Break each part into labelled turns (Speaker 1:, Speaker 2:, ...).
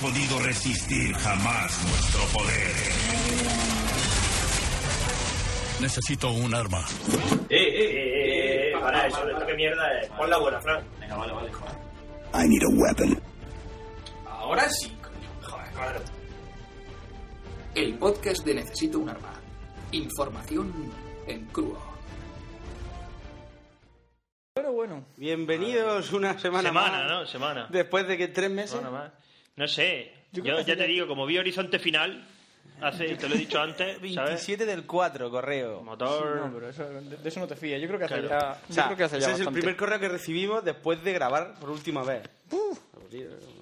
Speaker 1: podido resistir jamás nuestro poder.
Speaker 2: Necesito un arma.
Speaker 3: Eh, eh, eh, eh, para eso, esta que mierda es. Pon la buena, Fran. Venga,
Speaker 4: Ah,
Speaker 3: vale, vale, joder.
Speaker 1: I need a weapon.
Speaker 4: Ahora sí, coño.
Speaker 3: Joder, claro.
Speaker 4: El podcast de Necesito un arma. Información en crudo.
Speaker 5: Pero bueno,
Speaker 6: Bienvenidos una semana,
Speaker 3: Semana,
Speaker 6: más.
Speaker 3: ¿no? Semana.
Speaker 6: Después de que tres meses.
Speaker 3: Semana más. No sé.
Speaker 5: Yo
Speaker 3: Yo,
Speaker 5: creo que
Speaker 3: ya
Speaker 5: sería-
Speaker 3: te digo, como vi Horizonte Final, hace, te lo he dicho antes, ¿sabes?
Speaker 6: 27 del 4, correo.
Speaker 5: no,
Speaker 3: Motor.
Speaker 5: pero eso- de, de eso no te fías. Yo creo que hace
Speaker 3: Claro.
Speaker 5: ya.
Speaker 6: O
Speaker 5: yo
Speaker 6: sea,
Speaker 5: creo que hace
Speaker 6: ese
Speaker 5: ya
Speaker 6: es el
Speaker 5: bastante.
Speaker 6: primer correo que recibimos después de grabar por última vez.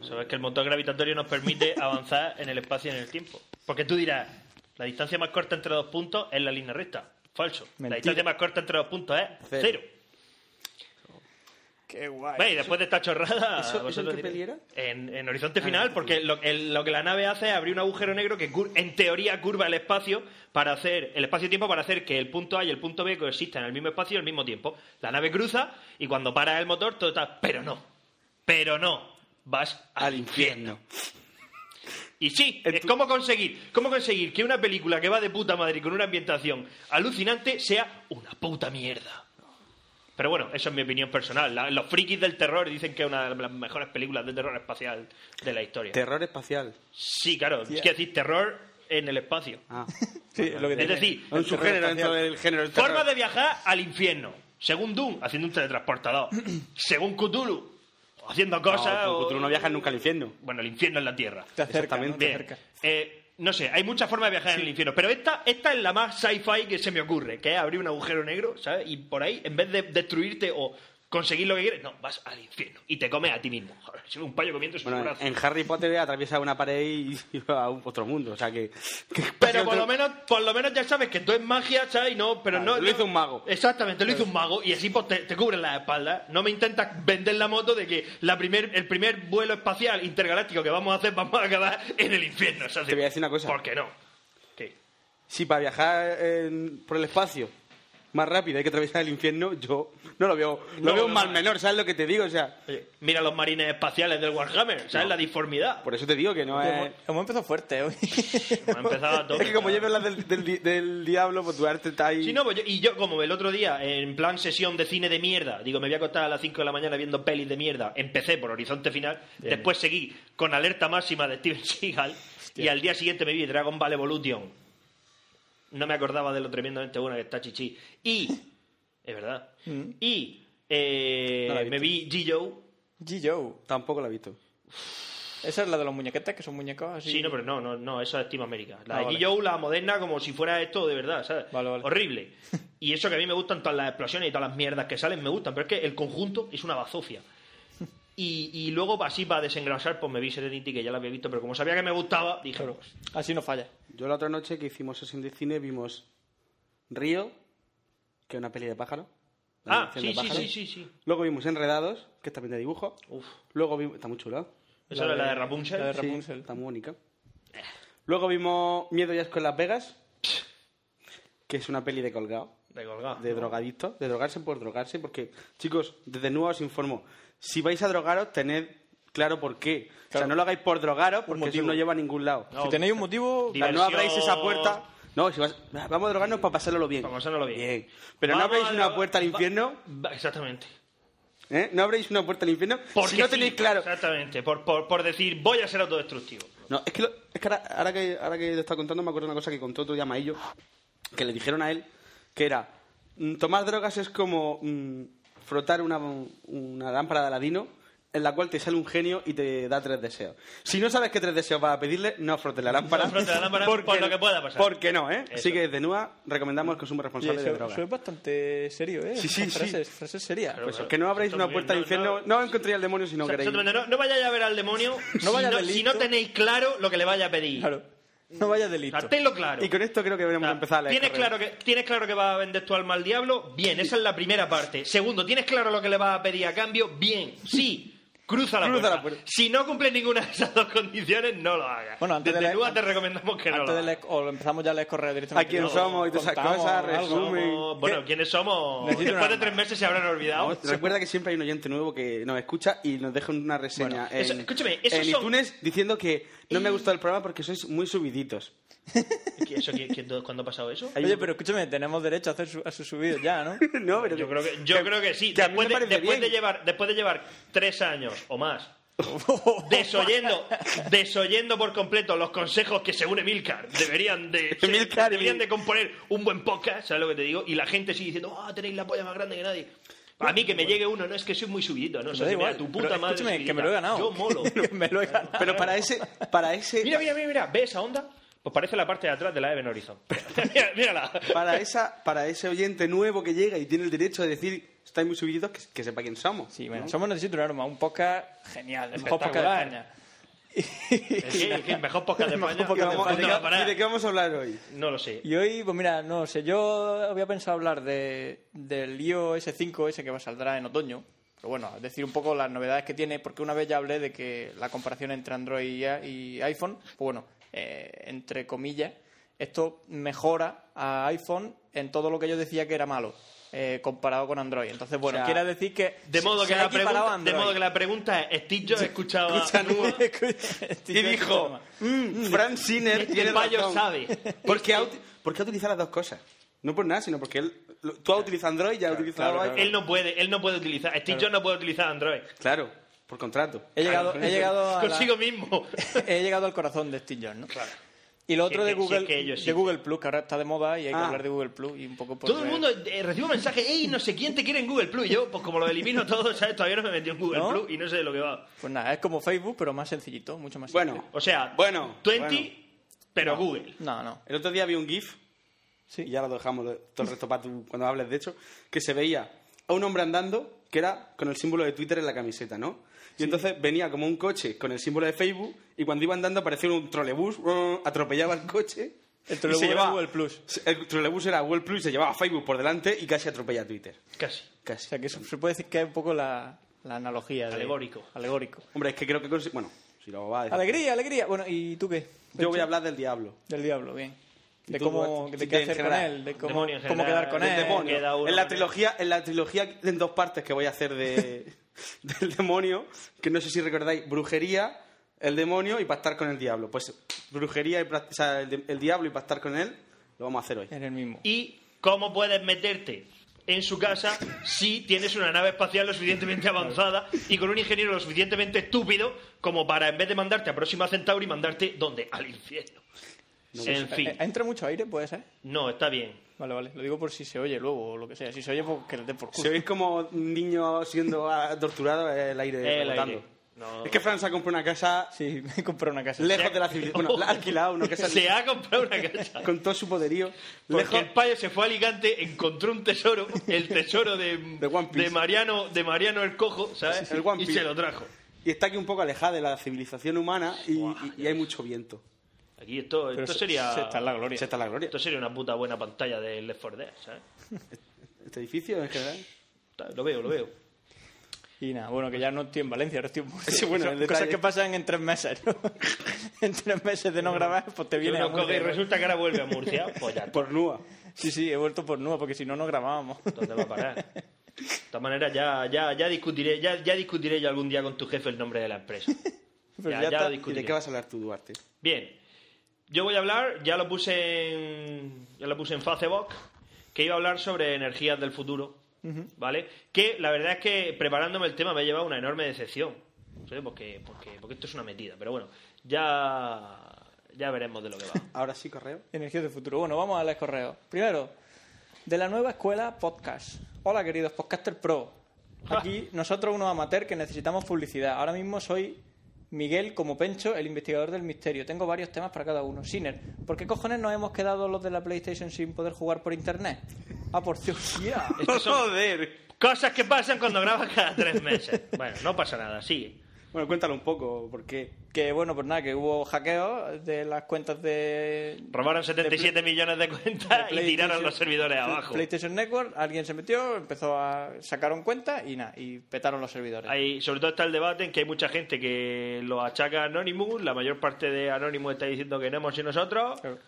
Speaker 3: Sabes que el motor gravitatorio nos permite avanzar en el espacio y en el tiempo. Porque tú dirás, la distancia más corta entre dos puntos es la línea recta. Falso.
Speaker 5: Mentira.
Speaker 3: La distancia más corta entre dos puntos es
Speaker 6: Cero.
Speaker 3: cero.
Speaker 5: Qué guay.
Speaker 3: Ve, y después de esta chorrada...
Speaker 6: ¿Eso- eso
Speaker 3: vosotros
Speaker 6: en qué
Speaker 3: diréis.
Speaker 6: peli Ah,
Speaker 3: En, en Horizonte Final, porque lo, el- lo que la nave hace es abrir un agujero negro que cur- en teoría curva el espacio para hacer el espacio-tiempo para hacer que el punto A y el punto B coexistan en el mismo espacio y al mismo tiempo. La nave cruza y cuando para el motor todo está... Pero no, pero no, vas al infierno. Y sí,
Speaker 6: En
Speaker 3: es
Speaker 6: tu-
Speaker 3: cómo conseguir, cómo conseguir que una película que va de puta madre y con una ambientación alucinante sea una puta mierda. Pero bueno, eso es mi opinión personal. La- los frikis del terror dicen que es una de las mejores películas de terror espacial de la historia.
Speaker 6: Terror espacial.
Speaker 3: sí, claro, es que decir terror en el espacio.
Speaker 6: Ah.
Speaker 5: Sí, lo que
Speaker 3: es
Speaker 5: tiene.
Speaker 3: decir,
Speaker 6: Un subgénero dentro
Speaker 5: espacial.
Speaker 6: del género del terror.
Speaker 3: forma de viajar al infierno. Según Doom, haciendo un teletransportador. Según Cthulhu, haciendo cosas.
Speaker 6: No,
Speaker 3: o-
Speaker 6: tú no viajas nunca al infierno.
Speaker 3: Bueno, el infierno es la tierra.
Speaker 5: Te acerca,
Speaker 6: Exactamente.
Speaker 5: ¿no? Te
Speaker 3: Bien.
Speaker 5: acerca.
Speaker 3: Eh, no sé, hay muchas formas de viajar en el infierno, pero esta, esta es la más sci-fi que se me ocurre, que es abrir un agujero negro, ¿sabes? Y por ahí, en vez de destruirte o conseguir lo que quieres, no, vas al infierno y te comes a ti mismo. Joder, si un payo comiendo su
Speaker 6: Bueno,
Speaker 3: brazo.
Speaker 6: en Harry Potter atraviesa una pared y y va a un- otro mundo. O sea que. que-
Speaker 3: Pero por lo
Speaker 6: otro-
Speaker 3: menos, por lo menos ya sabes que tú es magia, ¿sabes? Y no, pero
Speaker 6: Claro,
Speaker 3: no.
Speaker 6: lo hizo un mago.
Speaker 3: Exactamente, lo hizo un mago y así pues, te, te cubren las espaldas. No me intentas vender la moto de que la primer, el primer vuelo espacial intergaláctico que vamos a hacer vamos a acabar en el infierno. o sea,
Speaker 6: Te voy a decir una cosa.
Speaker 3: ¿Por qué no? ¿Qué?
Speaker 6: Si para viajar en- por el espacio más rápido hay que atravesar el infierno, yo no lo veo. Lo
Speaker 3: No,
Speaker 6: veo un
Speaker 3: no,
Speaker 6: mal
Speaker 3: no.
Speaker 6: menor, ¿sabes lo que te digo? O sea,
Speaker 3: Oye, mira los marines espaciales del Warhammer, ¿sabes? La deformidad.
Speaker 6: por eso te digo que no
Speaker 5: Hemos,
Speaker 6: es.
Speaker 5: hemos empezado fuerte ¿eh? hoy.
Speaker 3: Hemos empezado a tope,
Speaker 6: Es que como
Speaker 3: claro.
Speaker 6: lleves las del, del, di- del diablo, pues tu arte está ahí.
Speaker 3: Sí, no, pues yo- y yo como el otro día, en plan sesión de cine de mierda, digo, me voy a acostar a las 5 de la mañana viendo pelis de mierda, empecé por Horizonte Final, después seguí con Alerta Máxima de Steven Seagal, y al día siguiente me vi Dragon Ball Evolution. No me acordaba de lo tremendamente buena que está Chichi. Y, es verdad, y eh,
Speaker 6: No la he
Speaker 3: me vi G-Joe.
Speaker 5: G-Joe.
Speaker 6: Tampoco lo he visto.
Speaker 5: Esa es la de los muñequetes, que son muñecos así.
Speaker 3: Sí, no, pero no, no, no, eso es Team América. La
Speaker 5: Ah,
Speaker 3: de
Speaker 5: vale.
Speaker 3: G.I. Joe, la moderna, como si fuera esto de verdad, ¿sabes?
Speaker 5: Vale, vale.
Speaker 3: Horrible. Y eso que a mí me gustan todas las explosiones y todas las mierdas que salen, me gustan, pero es que el conjunto es una bazofia. Y, y luego, así para desengrasar, pues me vi Serenity, que ya la había visto, pero como sabía que me gustaba, dije,
Speaker 5: Claro.
Speaker 3: pues,
Speaker 5: Así no falla.
Speaker 6: Yo la otra noche que hicimos sesión de cine vimos Río, que es una peli de pájaro. una
Speaker 3: ah,
Speaker 6: animación
Speaker 3: sí,
Speaker 6: de
Speaker 3: sí,
Speaker 6: pájaro.
Speaker 3: sí, sí, sí.
Speaker 6: Luego vimos Enredados, que es también de dibujo.
Speaker 3: Uf,
Speaker 6: Luego vimos... Está muy chula.
Speaker 3: esa era la de Rapunzel.
Speaker 5: La de
Speaker 6: Sí,
Speaker 5: Rapunzel.
Speaker 6: está muy bonita. Luego vimos Miedo y Asco en Las Vegas, que es una peli de colgado,
Speaker 3: de colgado.
Speaker 6: de drogadictos, de drogarse por drogarse, porque, chicos, desde nuevo os informo, si vais a drogaros, tened claro por qué. O sea,
Speaker 5: Claro.
Speaker 6: no lo hagáis por drogaros, porque eso
Speaker 5: motivo.
Speaker 6: no lleva a ningún lado.
Speaker 3: No,
Speaker 5: si tenéis un motivo,
Speaker 3: di-
Speaker 6: O sea, no
Speaker 3: Diversión.
Speaker 6: abráis esa puerta. No, si vas- vamos a drogarnos para pasárnoslo bien.
Speaker 3: Para pasárnoslo bien.
Speaker 6: Pero
Speaker 3: Vamos
Speaker 6: no abráis
Speaker 3: a
Speaker 6: una
Speaker 3: dro-
Speaker 6: puerta al
Speaker 3: va-
Speaker 6: infierno.
Speaker 3: va- Exactamente.
Speaker 6: ¿eh? No abréis una puerta al infierno. si no
Speaker 3: sí,
Speaker 6: tenéis claro.
Speaker 3: Exactamente, por, por, por decir, voy a ser autodestructivo.
Speaker 6: No, es que, lo- es que ahora, ahora que ahora que lo está contando me acuerdo de una cosa que contó otro día Maillo, que le dijeron a él, que era, mm, tomar drogas es como mm, frotar una, una lámpara de Aladino en la cual te sale un genio y te da tres deseos. Si no sabes qué tres deseos vas a pedirle, no frotes la lámpara.
Speaker 3: No frotes la lámpara por lo que pueda pasar.
Speaker 6: Porque no, ¿eh?
Speaker 3: Eso.
Speaker 6: Así que desde NUA recomendamos el consumo
Speaker 5: Oye,
Speaker 6: responsable
Speaker 5: eso,
Speaker 6: de
Speaker 5: eso es
Speaker 6: drogas.
Speaker 5: bastante serio, ¿eh?
Speaker 6: Sí, sí,
Speaker 5: Son
Speaker 6: sí.
Speaker 5: frases, frases serias.
Speaker 3: Claro.
Speaker 6: Pues que no abráis
Speaker 3: Está
Speaker 6: una
Speaker 3: muy
Speaker 6: puerta al
Speaker 3: bien. No,
Speaker 6: infierno, no, encontréis al demonio si no
Speaker 3: O sea,
Speaker 6: queréis.
Speaker 3: exactamente, no, no vayáis a ver al demonio si,
Speaker 5: vaya
Speaker 3: no,
Speaker 5: delito.
Speaker 3: si no tenéis claro lo que le vaya a pedir.
Speaker 5: Pues, Claro. No vaya delito.
Speaker 3: O sea, tenlo claro.
Speaker 6: Y con esto creo que
Speaker 3: O
Speaker 6: deberíamos
Speaker 3: sea,
Speaker 6: empezar a leer
Speaker 3: ¿tienes,
Speaker 6: correos.
Speaker 3: claro que, ¿Tienes claro que vas a vender tu alma al diablo? Bien, esa es la primera parte. Segundo, ¿tienes claro lo que le vas a pedir a cambio? Bien, sí. Cruza la,
Speaker 6: Cruza
Speaker 3: puerta.
Speaker 6: la puerta.
Speaker 3: Si no cumples ninguna de esas dos condiciones, no lo hagas.
Speaker 5: Bueno, antes de
Speaker 3: Desde
Speaker 5: la-
Speaker 3: Lua te recomendamos que no
Speaker 5: Antes
Speaker 3: lo
Speaker 5: de la-
Speaker 3: hagas.
Speaker 5: o empezamos ya a leer correos directamente.
Speaker 6: ¿A quién
Speaker 5: No,
Speaker 6: somos? Y todas esas
Speaker 5: contamos
Speaker 6: cosas,
Speaker 5: algo.
Speaker 6: resumen.
Speaker 3: Somos- Bueno, ¿quiénes somos?
Speaker 5: Necesito
Speaker 3: Después
Speaker 5: una
Speaker 3: de tres meses se habrán olvidado.
Speaker 6: Vamos, Recuerda que siempre hay un oyente nuevo que nos escucha y nos deja una reseña
Speaker 3: Bueno, eso-
Speaker 6: en,
Speaker 3: escúchame, esos
Speaker 6: en
Speaker 3: son-
Speaker 6: iTunes diciendo que no me ha gustado el programa porque sois muy subiditos.
Speaker 3: ¿Eso, quién- quién- ¿Cuándo ha pasado eso?
Speaker 5: Oye, pero escúchame, tenemos derecho a hacer su- a sus subidos ya, ¿no?
Speaker 6: no, pero
Speaker 3: Yo creo que, yo creo que sí.
Speaker 6: que a mí
Speaker 3: después,
Speaker 6: me
Speaker 3: de,
Speaker 6: parece
Speaker 3: después
Speaker 6: bien.
Speaker 3: de llevar, después de llevar tres años o más desoyendo, desoyendo por completo los consejos que según Emilcar deberían de,
Speaker 6: Emilcar y-
Speaker 3: deberían de componer un buen podcast, ¿sabes lo que te digo? Y la gente sigue diciendo, ah, tenéis la polla más grande que nadie. A mí que me llegue uno, no es que soy muy subidito, no, o sea,
Speaker 5: da
Speaker 3: si mira,
Speaker 5: igual,
Speaker 3: tu
Speaker 5: pero
Speaker 3: puta madre.
Speaker 5: escúchame,
Speaker 3: es
Speaker 5: que me lo he ganado.
Speaker 3: Yo molo.
Speaker 5: me lo he ganado.
Speaker 6: Pero para ese, para ese,
Speaker 3: Mira, mira, mira, mira, ¿ves esa onda? Pues parece la parte de atrás de la Even Horizon. Mira, mírala.
Speaker 6: para esa, para ese oyente nuevo que llega y tiene el derecho de decir estáis muy subiditos que, que sepa quién somos.
Speaker 5: Sí, bueno, somos Necesito un Arma, un podcast genial, el mejor
Speaker 3: Espectacular.
Speaker 5: podcast de España.
Speaker 3: El que- el mejor podcast de
Speaker 5: El mejor
Speaker 3: España.
Speaker 5: podcast
Speaker 3: ¿Dónde
Speaker 5: de
Speaker 6: Vamos-
Speaker 3: va
Speaker 5: España.
Speaker 6: ¿y, de
Speaker 3: a
Speaker 6: qué,
Speaker 3: parar?
Speaker 6: y de qué vamos a hablar hoy?
Speaker 3: No lo sé.
Speaker 5: Y hoy, pues mira, no sé, yo había pensado hablar de, del iOS 5 ese que va saldrá en otoño. Pero bueno, decir un poco las novedades que tiene, porque una vez ya hablé de que la comparación entre Android y a- y iPhone, pues bueno, eh, entre comillas, esto mejora a iPhone en todo lo que yo decía que era malo, eh, comparado con Android. Entonces, bueno,
Speaker 6: O sea,
Speaker 5: quiere decir que...
Speaker 3: De modo,
Speaker 5: se-
Speaker 3: que
Speaker 5: se ha
Speaker 3: la
Speaker 5: equiparado a
Speaker 3: pregunta, de
Speaker 5: Android.
Speaker 3: modo que la pregunta es, Steve Jobs escuchaba...
Speaker 6: escucha Nua.
Speaker 5: Escucha,
Speaker 6: Y dijo,
Speaker 5: escucha.
Speaker 6: "Mm, Fran Sinner
Speaker 3: Este
Speaker 6: tiene
Speaker 3: payo
Speaker 6: razón".
Speaker 3: sabe. Este-
Speaker 6: Porque ha, uti- porque ha utilizado las dos cosas. No por nada, sino porque él, lo- tú has utilizado Android y ya has utilizado
Speaker 5: claro,
Speaker 6: iPhone.
Speaker 3: Él no puede, él no puede utilizar... Steve Jobs no puede utilizar Android.
Speaker 6: Claro, por contrato.
Speaker 5: He llegado, he llegado a la-
Speaker 3: Consigo mismo.
Speaker 5: he llegado al corazón de Steve Jobs, ¿no? Y lo otro
Speaker 3: Si
Speaker 5: de
Speaker 3: es que- si
Speaker 5: Google,
Speaker 3: es que ellos
Speaker 5: de
Speaker 3: sí.
Speaker 5: Google Plus, que ahora está de moda y hay que
Speaker 6: Ah.
Speaker 5: hablar de Google Plus y un poco pues por
Speaker 3: Todo el
Speaker 5: ver-
Speaker 3: mundo eh, recibo mensajes, ¡Ey, no sé quién te quiere en Google Plus! Y yo, pues como lo elimino todo, ¿sabes? Todavía no me metí en Google
Speaker 5: ¿No?
Speaker 3: Plus y no sé de lo que va.
Speaker 5: Pues nada, es como Facebook, pero más sencillito, mucho más
Speaker 6: Bueno,
Speaker 5: sencillo.
Speaker 3: O sea,
Speaker 6: Bueno,
Speaker 3: 20,
Speaker 6: bueno.
Speaker 3: pero Google.
Speaker 5: No, no.
Speaker 6: El otro día vi un GIF,
Speaker 5: Sí.
Speaker 6: y ya lo dejamos lo- todo el resto para tú cuando hables de hecho, que se veía a un hombre andando que era con el símbolo de Twitter en la camiseta, ¿no? Y entonces venía como un coche con el símbolo de Facebook y cuando iba andando aparecía un trolebús, ¡ruh! atropellaba el coche.
Speaker 5: El
Speaker 6: y
Speaker 5: trolebús
Speaker 6: se
Speaker 5: era
Speaker 6: llevaba-
Speaker 5: Google Plus.
Speaker 6: El trolebús era Google Plus y se llevaba a Facebook por delante y casi atropella a Twitter.
Speaker 3: Casi.
Speaker 5: O
Speaker 6: Casi.
Speaker 5: sea, que eso se puede decir que es un poco la, la analogía. de-
Speaker 3: Alegórico.
Speaker 5: Alegórico.
Speaker 6: Hombre, es que creo que... consi- Bueno, si lo va a decir.
Speaker 5: Alegría, alegría. Bueno, ¿y tú qué?
Speaker 6: Yo voy a hablar del diablo.
Speaker 5: Del diablo, bien.
Speaker 6: ¿Y
Speaker 5: De
Speaker 6: tú,
Speaker 5: cómo,
Speaker 6: Duarte?
Speaker 5: de
Speaker 6: De
Speaker 5: qué
Speaker 6: en
Speaker 5: hacer con
Speaker 6: general.
Speaker 5: él, de cómo,
Speaker 3: Demonio en
Speaker 5: cómo
Speaker 3: general,
Speaker 5: quedar con
Speaker 3: del
Speaker 5: él.
Speaker 3: demonio.
Speaker 5: queda-
Speaker 3: uno,
Speaker 6: en la
Speaker 3: ¿no?
Speaker 6: trilogía, en la trilogía en dos partes que voy a hacer de, del demonio, que no sé si recordáis, brujería, el demonio y pactar con el diablo. Pues brujería y prac- o sea, el, de- el diablo y pactar con él, lo vamos a hacer hoy.
Speaker 5: En el mismo.
Speaker 3: y cómo puedes meterte en su casa si tienes una nave espacial lo suficientemente avanzada y con un ingeniero lo suficientemente estúpido como para en vez de mandarte a Próxima Centauri mandarte donde al infierno. en fin,
Speaker 5: Eh, ¿Entra mucho aire, puede ser?
Speaker 3: no está bien.
Speaker 5: Vale, vale. Lo digo por si se oye luego o lo que sea. Si se oye, pues que le dé por culo.
Speaker 6: Si oís como un niño siendo ah, torturado, el aire
Speaker 3: El
Speaker 6: rebotando.
Speaker 3: aire. No.
Speaker 6: Es que Fran se ha comprado una casa
Speaker 5: Sí, me compré una casa.
Speaker 6: lejos de la civilización. Bueno, la ha alquilado una casa
Speaker 3: Se ha comprado una casa.
Speaker 6: con todo su poderío.
Speaker 3: Porque
Speaker 6: Lejos,
Speaker 3: el payo se fue a Alicante, encontró un tesoro, el tesoro de,
Speaker 6: De One Piece.
Speaker 3: de Mariano, de Mariano el Cojo, ¿sabes?
Speaker 6: El One
Speaker 3: y
Speaker 6: Piece.
Speaker 3: se lo trajo.
Speaker 6: y está aquí un poco alejada de la civilización humana y,
Speaker 3: Buah,
Speaker 6: y- y
Speaker 3: ya
Speaker 6: hay mucho viento.
Speaker 3: Aquí esto,
Speaker 5: Pero
Speaker 3: esto
Speaker 5: se-
Speaker 3: sería.
Speaker 5: se está en la gloria.
Speaker 6: Se está la gloria.
Speaker 3: Esto sería una puta buena pantalla de Left 4 Dead, ¿sabes?
Speaker 6: Este edificio en general.
Speaker 3: Lo veo, lo veo.
Speaker 5: Y nada, bueno, que ya no estoy en Valencia, ahora estoy en Murcia.
Speaker 6: Sí, bueno,
Speaker 5: Son
Speaker 6: el
Speaker 5: cosas
Speaker 6: detalle.
Speaker 5: que pasan en tres meses, ¿no? en tres meses de no grabar, pues te viene
Speaker 3: Uno
Speaker 5: a
Speaker 3: coge y
Speaker 5: Murcia.
Speaker 3: resulta que ahora vuelve a Murcia, pues ya,
Speaker 6: Por Nua.
Speaker 5: Sí, sí, he vuelto por Nua, porque si no, no grabábamos.
Speaker 3: ¿dónde va a parar? De todas maneras, ya, ya, ya discutiré, ya, ya discutiré yo algún día con tu jefe el nombre de la empresa.
Speaker 5: Pero
Speaker 3: ya,
Speaker 5: ya
Speaker 3: ya lo
Speaker 5: está.
Speaker 6: Pues ¿Y de
Speaker 3: discutiré.
Speaker 6: qué vas a hablar tú, Duarte?
Speaker 3: Bien. Yo voy a hablar, ya lo puse en. Ya lo puse en Facebook, que iba a hablar sobre energías del futuro. ¿Vale? Que la verdad es que preparándome el tema me ha llevado una enorme decepción. ¿sabes? Porque, porque, porque esto es una metida. Pero bueno, ya. Ya veremos de lo que va.
Speaker 6: Ahora sí, correo.
Speaker 5: Energías del futuro. Bueno, vamos a leer correos. Primero, de la nueva escuela podcast. Hola, queridos Podcaster Pro. Aquí nosotros, unos amateurs que necesitamos publicidad. Ahora mismo soy Miguel como Pencho, el investigador del misterio. Tengo varios temas para cada uno. Sinner, ¿por qué cojones nos hemos quedado los de la PlayStation sin poder jugar por internet? Ah, por Dios, ya.
Speaker 3: Estos son
Speaker 6: ¡Joder!
Speaker 3: cosas que pasan cuando grabas cada tres meses. Bueno, no pasa nada, sigue.
Speaker 6: Bueno, cuéntalo un poco, porque
Speaker 5: Que bueno, pues nada, que hubo hackeos de las cuentas de.
Speaker 3: Robaron
Speaker 5: de Play-
Speaker 3: 77 millones de cuentas y
Speaker 5: PlayStation-
Speaker 3: tiraron los servidores abajo.
Speaker 5: PlayStation Network, alguien se metió, empezó a. sacaron cuenta y nada, y petaron los servidores.
Speaker 3: Hay, sobre todo está el debate en que hay mucha gente que lo achaca a Anonymous, la mayor parte de Anonymous está diciendo que no hemos sido nosotros,
Speaker 5: Claro.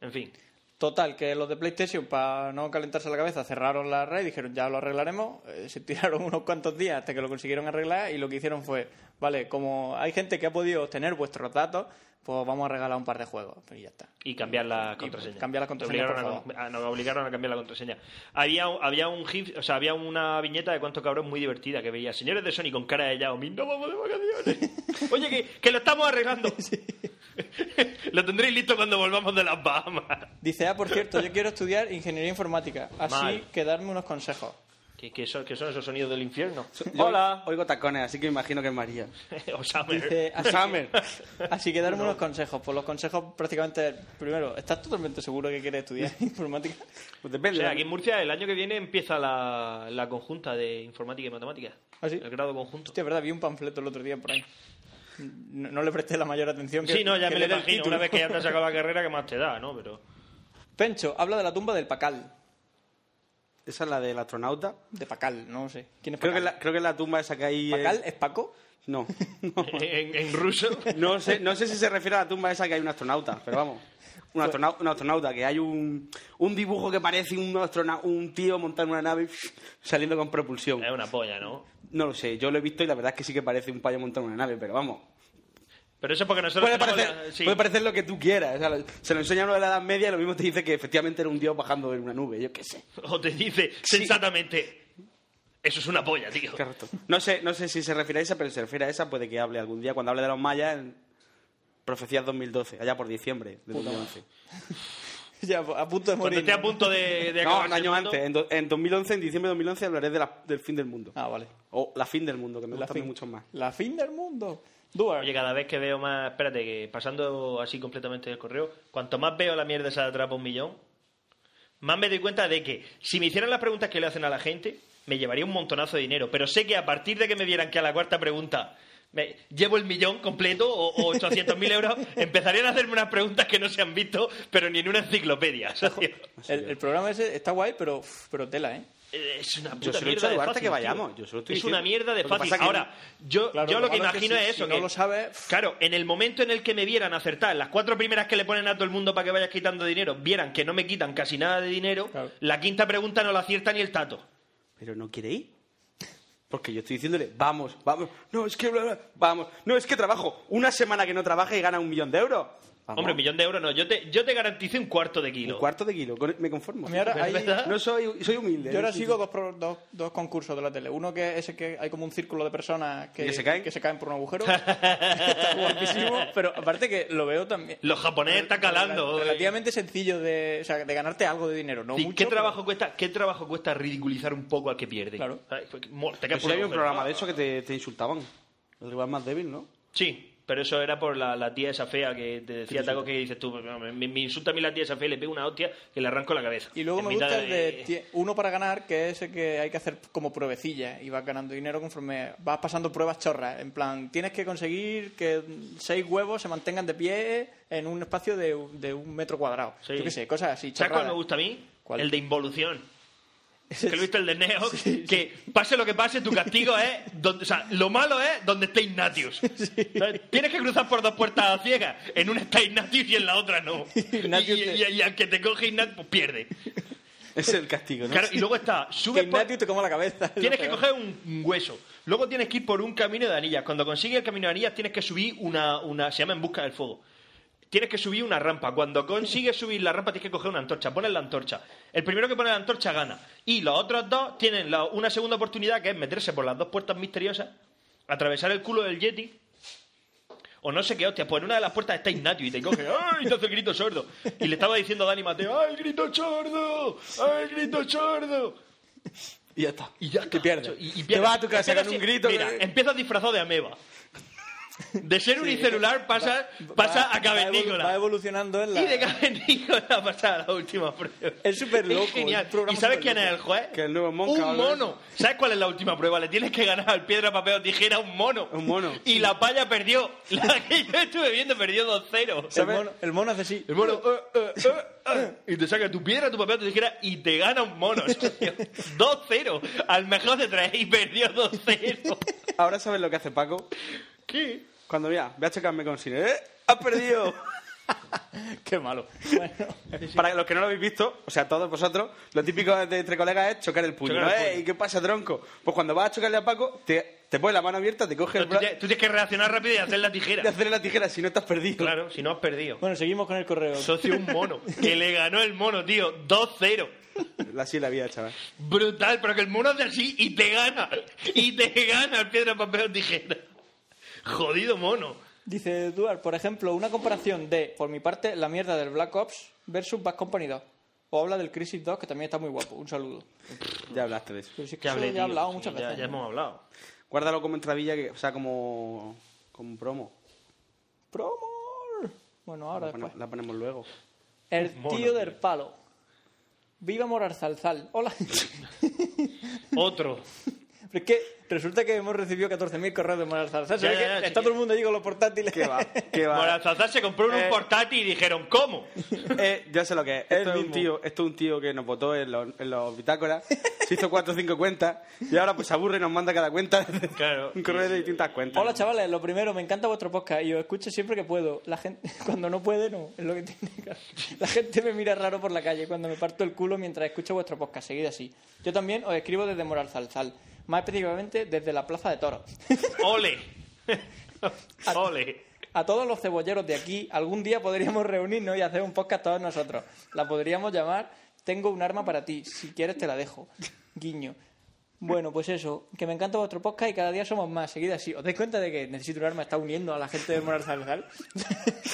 Speaker 3: en fin.
Speaker 5: Total, que los de PlayStation, para no calentarse la cabeza, cerraron la red y dijeron, ya lo arreglaremos. Eh, se tiraron unos cuantos días hasta que lo consiguieron arreglar y lo que hicieron fue, vale, como hay gente que ha podido obtener vuestros datos, pues vamos a regalar un par de juegos. Y ya está.
Speaker 3: Y cambiar la
Speaker 5: Y
Speaker 3: contraseña.
Speaker 5: cambiar la
Speaker 3: Te
Speaker 5: contraseña,
Speaker 3: obligaron
Speaker 5: por
Speaker 3: a-
Speaker 5: favor.
Speaker 3: a- nos obligaron a cambiar la contraseña. Había, había un gif, o sea, había una viñeta de cuánto cabrón muy divertida que veía señores de Sony con cara de Yao Ming, no vamos de vacaciones. Oye, que, que lo estamos arreglando. lo tendréis listo cuando volvamos de las Bahamas.
Speaker 5: Dice, ah, por cierto, yo quiero estudiar ingeniería informática, así
Speaker 3: Mal.
Speaker 5: que darme unos consejos.
Speaker 3: Que, que son, que son esos sonidos del infierno.
Speaker 6: yo Hola. oigo tacones, así que me imagino que es María.
Speaker 3: o Summer.
Speaker 5: Dice, así,
Speaker 6: Summer.
Speaker 5: que- así que darme unos consejos. Pues los consejos prácticamente, primero, ¿estás totalmente seguro que quieres estudiar informática?
Speaker 6: Pues
Speaker 3: O
Speaker 6: depende.
Speaker 3: sea, aquí en Murcia el año que viene empieza la, la conjunta de informática y matemáticas.
Speaker 5: ¿Ah, sí?
Speaker 3: El grado conjunto.
Speaker 5: Hostia, verdad, vi un panfleto el otro día por ahí. No, no le presté la mayor atención. Que,
Speaker 3: sí, no, ya
Speaker 5: que
Speaker 3: me
Speaker 5: le
Speaker 3: lo
Speaker 5: da el
Speaker 3: imagino.
Speaker 5: título.
Speaker 3: Una vez que ya te has sacado la carrera, que más te da, ¿no? Pero...
Speaker 5: Pencho, habla de la tumba del Pacal.
Speaker 6: Esa es la del astronauta.
Speaker 5: De Pacal, no sé. ¿Quién es Pacal?
Speaker 6: Creo que, es la, creo que es la tumba esa que hay... eh,
Speaker 5: ¿Pacal es Paco?
Speaker 6: No.
Speaker 3: en, en ruso.
Speaker 6: No sé, no sé si se refiere a la tumba esa que hay un astronauta, pero vamos. Un
Speaker 3: Pues-
Speaker 6: astronauta, un astronauta que hay un, un dibujo que parece un, astrona- un tío montando una nave saliendo con propulsión.
Speaker 3: es una polla, ¿no?
Speaker 6: No lo sé, yo lo he visto y la verdad es que sí que parece un payo montando una nave, pero vamos.
Speaker 3: Pero eso es porque nosotros.
Speaker 6: Puede
Speaker 3: tenemos
Speaker 6: parecer,
Speaker 3: la- sí.
Speaker 6: puede parecer lo que tú quieras. o sea, lo- se lo enseña uno de la Edad Media y lo mismo te dice que efectivamente era un dios bajando en una nube, yo qué sé.
Speaker 3: O te dice sensatamente. Eso es una polla, tío.
Speaker 6: Correcto. No sé, no sé si se refiere a esa, pero si se refiere a esa puede que hable algún día cuando hable de los mayas en Profecías 2012, allá por diciembre de 2011.
Speaker 5: ya, a punto
Speaker 3: Cuando
Speaker 5: de morir.
Speaker 3: esté a
Speaker 5: ¿no?
Speaker 3: punto de. de
Speaker 6: No,
Speaker 3: acabarse
Speaker 6: un año
Speaker 3: el mundo,
Speaker 6: antes, en, do- en 2011, en diciembre de 2011 hablaré de la- del fin del mundo.
Speaker 5: Ah, vale.
Speaker 6: O la fin del mundo, que me gusta a mí
Speaker 5: fin-
Speaker 6: mucho más.
Speaker 5: La fin del mundo. Duar.
Speaker 3: Oye, cada vez que veo más. Espérate, que pasando así completamente el correo, cuanto más veo la mierda esa de atrapa un millón, más me doy cuenta de que si me hicieran las preguntas que le hacen a la gente, me llevaría un montonazo de dinero. Pero sé que a partir de que me vieran que a la cuarta pregunta. me llevo el millón completo o, o 800.000 euros, empezarían a hacerme unas preguntas que no se han visto, pero ni en una enciclopedia. socio.
Speaker 5: el, el programa ese está guay, pero, uf, pero tela, ¿eh?
Speaker 3: Eh, Es una puta
Speaker 6: Yo se lo he
Speaker 3: mierda
Speaker 6: dicho a
Speaker 3: de
Speaker 6: Duarte
Speaker 3: fácil,
Speaker 6: que
Speaker 3: tío.
Speaker 6: vayamos, yo se lo estoy
Speaker 3: es
Speaker 6: diciendo.
Speaker 3: una mierda de
Speaker 6: Lo que
Speaker 3: fácil.
Speaker 6: pasa que
Speaker 3: Ahora, yo,
Speaker 5: Claro,
Speaker 3: yo
Speaker 5: lo
Speaker 3: lo que
Speaker 5: malo es que
Speaker 3: imagino
Speaker 5: si-
Speaker 3: es
Speaker 5: si
Speaker 3: eso.
Speaker 5: no
Speaker 3: que-
Speaker 5: lo sabes-
Speaker 3: Claro, en el momento en el que me vieran acertar las cuatro primeras que le ponen a todo el mundo para que vayas quitando dinero, vieran que no me quitan casi nada de dinero,
Speaker 5: Claro.
Speaker 3: la quinta pregunta no la acierta ni el tato.
Speaker 6: Pero no quiere ir. Porque yo estoy diciéndole, vamos, vamos. No, es que bla, bla, vamos. No, es que trabajo. Una semana que no trabaja y gana un millón de euros. Vamos.
Speaker 3: Hombre, un millón de euros no. Yo te, yo te garantice un cuarto de kilo.
Speaker 6: Un cuarto de kilo, con- me conformo.
Speaker 5: A mí ahora hay-
Speaker 3: ¿Verdad?
Speaker 6: No soy, soy humilde.
Speaker 5: Yo ahora
Speaker 6: ¿eh?
Speaker 5: sigo dos, pro- dos, dos concursos de la tele. Uno que es el que hay como un círculo de personas que,
Speaker 6: ¿Que se caen?
Speaker 5: por un agujero. Está guapísimo, pero aparte que lo veo también.
Speaker 3: Los japoneses están calando. eh.
Speaker 5: Rel- Relativamente sencillo de, o sea, de ganarte algo de dinero, no
Speaker 3: Sí,
Speaker 5: mucho.
Speaker 3: ¿qué,
Speaker 5: pero-
Speaker 3: trabajo cuesta, ¿Qué trabajo cuesta ridiculizar un poco al que pierde?
Speaker 5: Claro.
Speaker 3: Ay, pues, mo- te
Speaker 6: Pero
Speaker 3: quedas
Speaker 6: si
Speaker 3: por
Speaker 6: había un
Speaker 3: agujero.
Speaker 6: programa de eso que te, te insultaban. El rival más débil, ¿no?
Speaker 3: Sí, pero eso era por la, la tía esa fea que te decía Taco que dices tú, me, me insulta a mí la tía esa fea y le pego una hostia que le arranco la cabeza.
Speaker 5: Y luego
Speaker 3: En
Speaker 5: me
Speaker 3: mitad
Speaker 5: gusta el de tie- uno para ganar, que es el que hay que hacer como pruebecilla y vas ganando dinero conforme vas pasando pruebas chorras. En plan, tienes que conseguir que seis huevos se mantengan de pie en un espacio de, un- de un metro cuadrado.
Speaker 3: Sí.
Speaker 5: Yo qué sé, cosas así.
Speaker 3: ¿Sabes cuál
Speaker 5: chorradas.
Speaker 3: me gusta a mí?
Speaker 5: ¿Cuál?
Speaker 3: El de involución. Que lo he visto el de Neo, que pase lo que pase, tu castigo es. Donde, o sea, lo malo es donde esté Ignatius. ¿Sabes? Tienes que cruzar por dos puertas a ciegas. En una está Ignatius y en la otra no.
Speaker 5: Ignatius
Speaker 3: y, y-
Speaker 5: te-
Speaker 3: y al que te coge Ignatius, pues pierde.
Speaker 6: Es el castigo, ¿no?
Speaker 3: Claro, y luego está,
Speaker 5: Que
Speaker 3: sube por,
Speaker 5: Ignatius te coma la cabeza. es lo
Speaker 3: Tienes que
Speaker 5: peor.
Speaker 3: coger un un hueso. Luego tienes que ir por un camino de anillas. Cuando consigues el camino de anillas tienes que subir una, una... Se llama En busca del fuego. Tienes que subir una rampa. Cuando consigues subir la rampa tienes que coger una antorcha. Pones la antorcha. El primero que pone la antorcha gana. Y los otros dos tienen la- una segunda oportunidad que es meterse por las dos puertas misteriosas, atravesar el culo del Yeti. O no sé qué, hostia, pues en una de las puertas está Ignatius y te coge, ¡ay! Y te hace el grito sordo. Y le estaba diciendo a Dani Mateo, ¡ay, grito sordo! ¡ay, grito sordo!
Speaker 6: Y ya está.
Speaker 3: Y ya
Speaker 6: Te
Speaker 3: está,
Speaker 6: pierdes.
Speaker 3: macho. Y, y
Speaker 6: Te
Speaker 3: pierdes.
Speaker 6: vas a tu casa
Speaker 3: Empiezas
Speaker 6: con un
Speaker 3: si-
Speaker 6: grito. eh.
Speaker 3: Mira,
Speaker 6: que-
Speaker 3: empiezas disfrazado de ameba. De ser unicelular pasa, pasa
Speaker 5: Va-
Speaker 3: a cavernícola.
Speaker 5: Va evolucionando en la...
Speaker 3: Y de cavernícola pasa a la última prueba.
Speaker 5: Es superloco,
Speaker 3: Es genial.
Speaker 5: el programa
Speaker 3: ¿Y sabes quién
Speaker 5: superloco.
Speaker 3: es el juez?
Speaker 6: Que el nuevo Monk
Speaker 3: Un
Speaker 6: habla de eso.
Speaker 3: mono. ¿Sabes cuál es la última prueba? Le tienes que ganar al piedra, papel o tijera a un mono.
Speaker 6: Un mono.
Speaker 3: Y la palla perdió. La que yo estuve viendo perdió 2-0.
Speaker 5: El mono, el mono hace así.
Speaker 3: El mono, eh, eh, eh, eh, y te saca tu piedra, tu papel, tu tijera y te gana un mono. socio. 2-0 al mejor de tres y perdió 2-0.
Speaker 6: Ahora sabes lo que hace Paco.
Speaker 3: ¿Qué?
Speaker 6: Cuando mira, voy a checarme con Siri. ¡Eh! ¡Has perdido!
Speaker 5: Qué malo. Bueno,
Speaker 6: Para los que no lo habéis visto, o sea, todos vosotros, lo típico de entre colegas es chocar el puño.
Speaker 3: Chocar el
Speaker 6: ¿no?
Speaker 3: puño.
Speaker 6: ¡Ey! ¿Qué pasa, tronco? Pues cuando vas a chocarle a Paco, te, te pones la mano abierta, te coge el
Speaker 3: Tú,
Speaker 6: brazo
Speaker 3: te- tú tienes que reaccionar rápido y hacer la
Speaker 6: y
Speaker 3: tijera.
Speaker 6: hacerle la tijera si no estás perdido.
Speaker 3: Claro, si no has perdido.
Speaker 5: bueno, seguimos con el correo.
Speaker 3: Socio un mono. Que le ganó el mono, tío. 2-0.
Speaker 6: Así es la vida, chaval.
Speaker 3: Brutal, pero que el mono hace así y te gana. Y te gana el piedra, papel o tijera. Jodido mono.
Speaker 5: Dice Eduard, por ejemplo, una comparación de, por mi parte, la mierda del Black Ops versus Bad Company 2. O habla del Crisis 2, que también está muy guapo. Un saludo.
Speaker 6: Ya hablaste de eso.
Speaker 5: Pero sí que
Speaker 3: Ya
Speaker 5: eso
Speaker 3: hablé,
Speaker 5: ya he
Speaker 3: tío.
Speaker 5: hablado
Speaker 3: Sí,
Speaker 5: muchas
Speaker 3: ya-
Speaker 5: veces.
Speaker 3: ya
Speaker 5: ¿no?
Speaker 3: hemos hablado.
Speaker 6: Guárdalo como entradilla, que, o sea, como, como promo.
Speaker 5: ¡Promo! Bueno, ahora
Speaker 6: La, pone-
Speaker 5: después.
Speaker 6: la ponemos luego.
Speaker 5: El
Speaker 3: Mono,
Speaker 5: tío
Speaker 3: tío.
Speaker 5: del palo. Viva Morarzalzal. Hola.
Speaker 3: Otro.
Speaker 5: Pero es que resulta que hemos recibido 14.000 correos de Morarzalzal. Se
Speaker 3: Ya,
Speaker 5: ve
Speaker 3: ya,
Speaker 5: que
Speaker 3: ya,
Speaker 5: está
Speaker 3: sí.
Speaker 5: todo el mundo allí con los portátiles.
Speaker 6: ¿Qué va? ¿Qué va?
Speaker 3: Morazazar se compró un
Speaker 6: Eh.
Speaker 3: portátil y dijeron, ¿cómo?
Speaker 6: Eh, ya sé lo que es.
Speaker 5: El
Speaker 6: Esto es, un
Speaker 5: mismo.
Speaker 6: tío, esto es un tío que nos votó en los, en los bitácoras, se hizo cuatro o cinco cuentas y ahora pues se aburre y nos manda cada cuenta
Speaker 3: Claro.
Speaker 6: un correo de distintas cuentas.
Speaker 5: Hola chavales, lo primero, me encanta vuestro podcast y os escucho siempre que puedo. La gente, cuando no puede, no, es lo que tiene que hacer. La gente me mira raro por la calle cuando me parto el culo mientras escucho vuestro podcast, seguid así. Yo también os escribo desde Moralzalzal, más específicamente desde la Plaza de Toros.
Speaker 3: Ole. Ole.
Speaker 5: A todos los cebolleros de aquí, algún día podríamos reunirnos y hacer un podcast todos nosotros. La podríamos llamar Tengo un arma para ti, si quieres te la dejo. Guiño. Bueno, pues eso, que me encanta vuestro podcast y cada día somos más. Seguid así. ¿Os dais cuenta de que Necesito un arma está uniendo a la gente de Moralzalzal?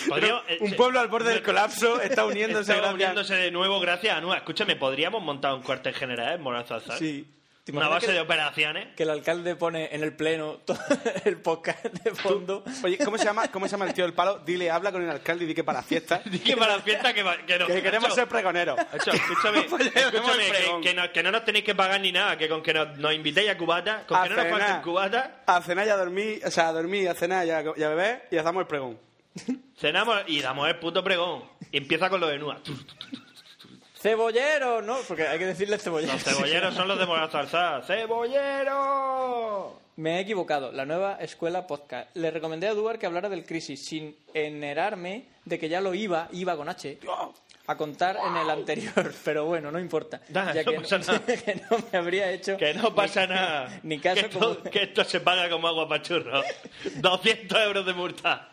Speaker 3: Podríamos- eh,
Speaker 6: un
Speaker 3: se-
Speaker 6: pueblo al borde del colapso está uniéndose
Speaker 3: Está
Speaker 6: gracias-
Speaker 3: uniéndose de nuevo gracias a Nua. Escúchame, podríamos montar un cuartel general ¿eh? en Morazazar.
Speaker 5: Sí. ¿Te
Speaker 3: Una
Speaker 5: imaginas
Speaker 3: base
Speaker 5: que-
Speaker 3: de operaciones.
Speaker 5: Que el alcalde pone en el pleno todo el podcast de fondo.
Speaker 6: Oye, ¿cómo se, llama, ¿cómo se llama el tío del palo? Dile, habla con el alcalde y di que para la fiesta.
Speaker 3: Di que para la fiesta que, va- que, nos-
Speaker 6: Que queremos
Speaker 3: Nacho,
Speaker 6: ser pregoneros.
Speaker 3: Nacho, escúchame,
Speaker 6: Pues ya hemos
Speaker 3: escúchame,
Speaker 6: fregón.
Speaker 3: que, que no, que no nos tenéis que pagar ni nada, que con que nos, nos invitéis a cubata, con
Speaker 6: A
Speaker 3: que no nos
Speaker 6: cenar.
Speaker 3: falten cubata,
Speaker 6: A cenar y a dormir, o sea, a dormir y a cenar y a, y a beber y hacemos el pregón.
Speaker 3: cenamos y damos el puto pregón. Y empieza con lo de Nua.
Speaker 5: ¡Cebollero! ¿No? Porque hay que decirle cebollero.
Speaker 3: Los cebolleros son los de Morazalzá. ¡Cebollero!
Speaker 5: Me he equivocado. La nueva escuela podcast. Le recomendé a Duar que hablara del crisis sin enerarme de que ya lo iba, iba con H, a contar en el anterior. Pero bueno, no importa.
Speaker 3: Nada, no
Speaker 5: que,
Speaker 3: pasa nada.
Speaker 5: que no me habría hecho...
Speaker 3: Que no pasa
Speaker 5: ni-
Speaker 3: nada.
Speaker 5: Ni
Speaker 3: que,
Speaker 5: caso como-
Speaker 3: esto, que esto se paga como agua pachurro. 200 euros de multa.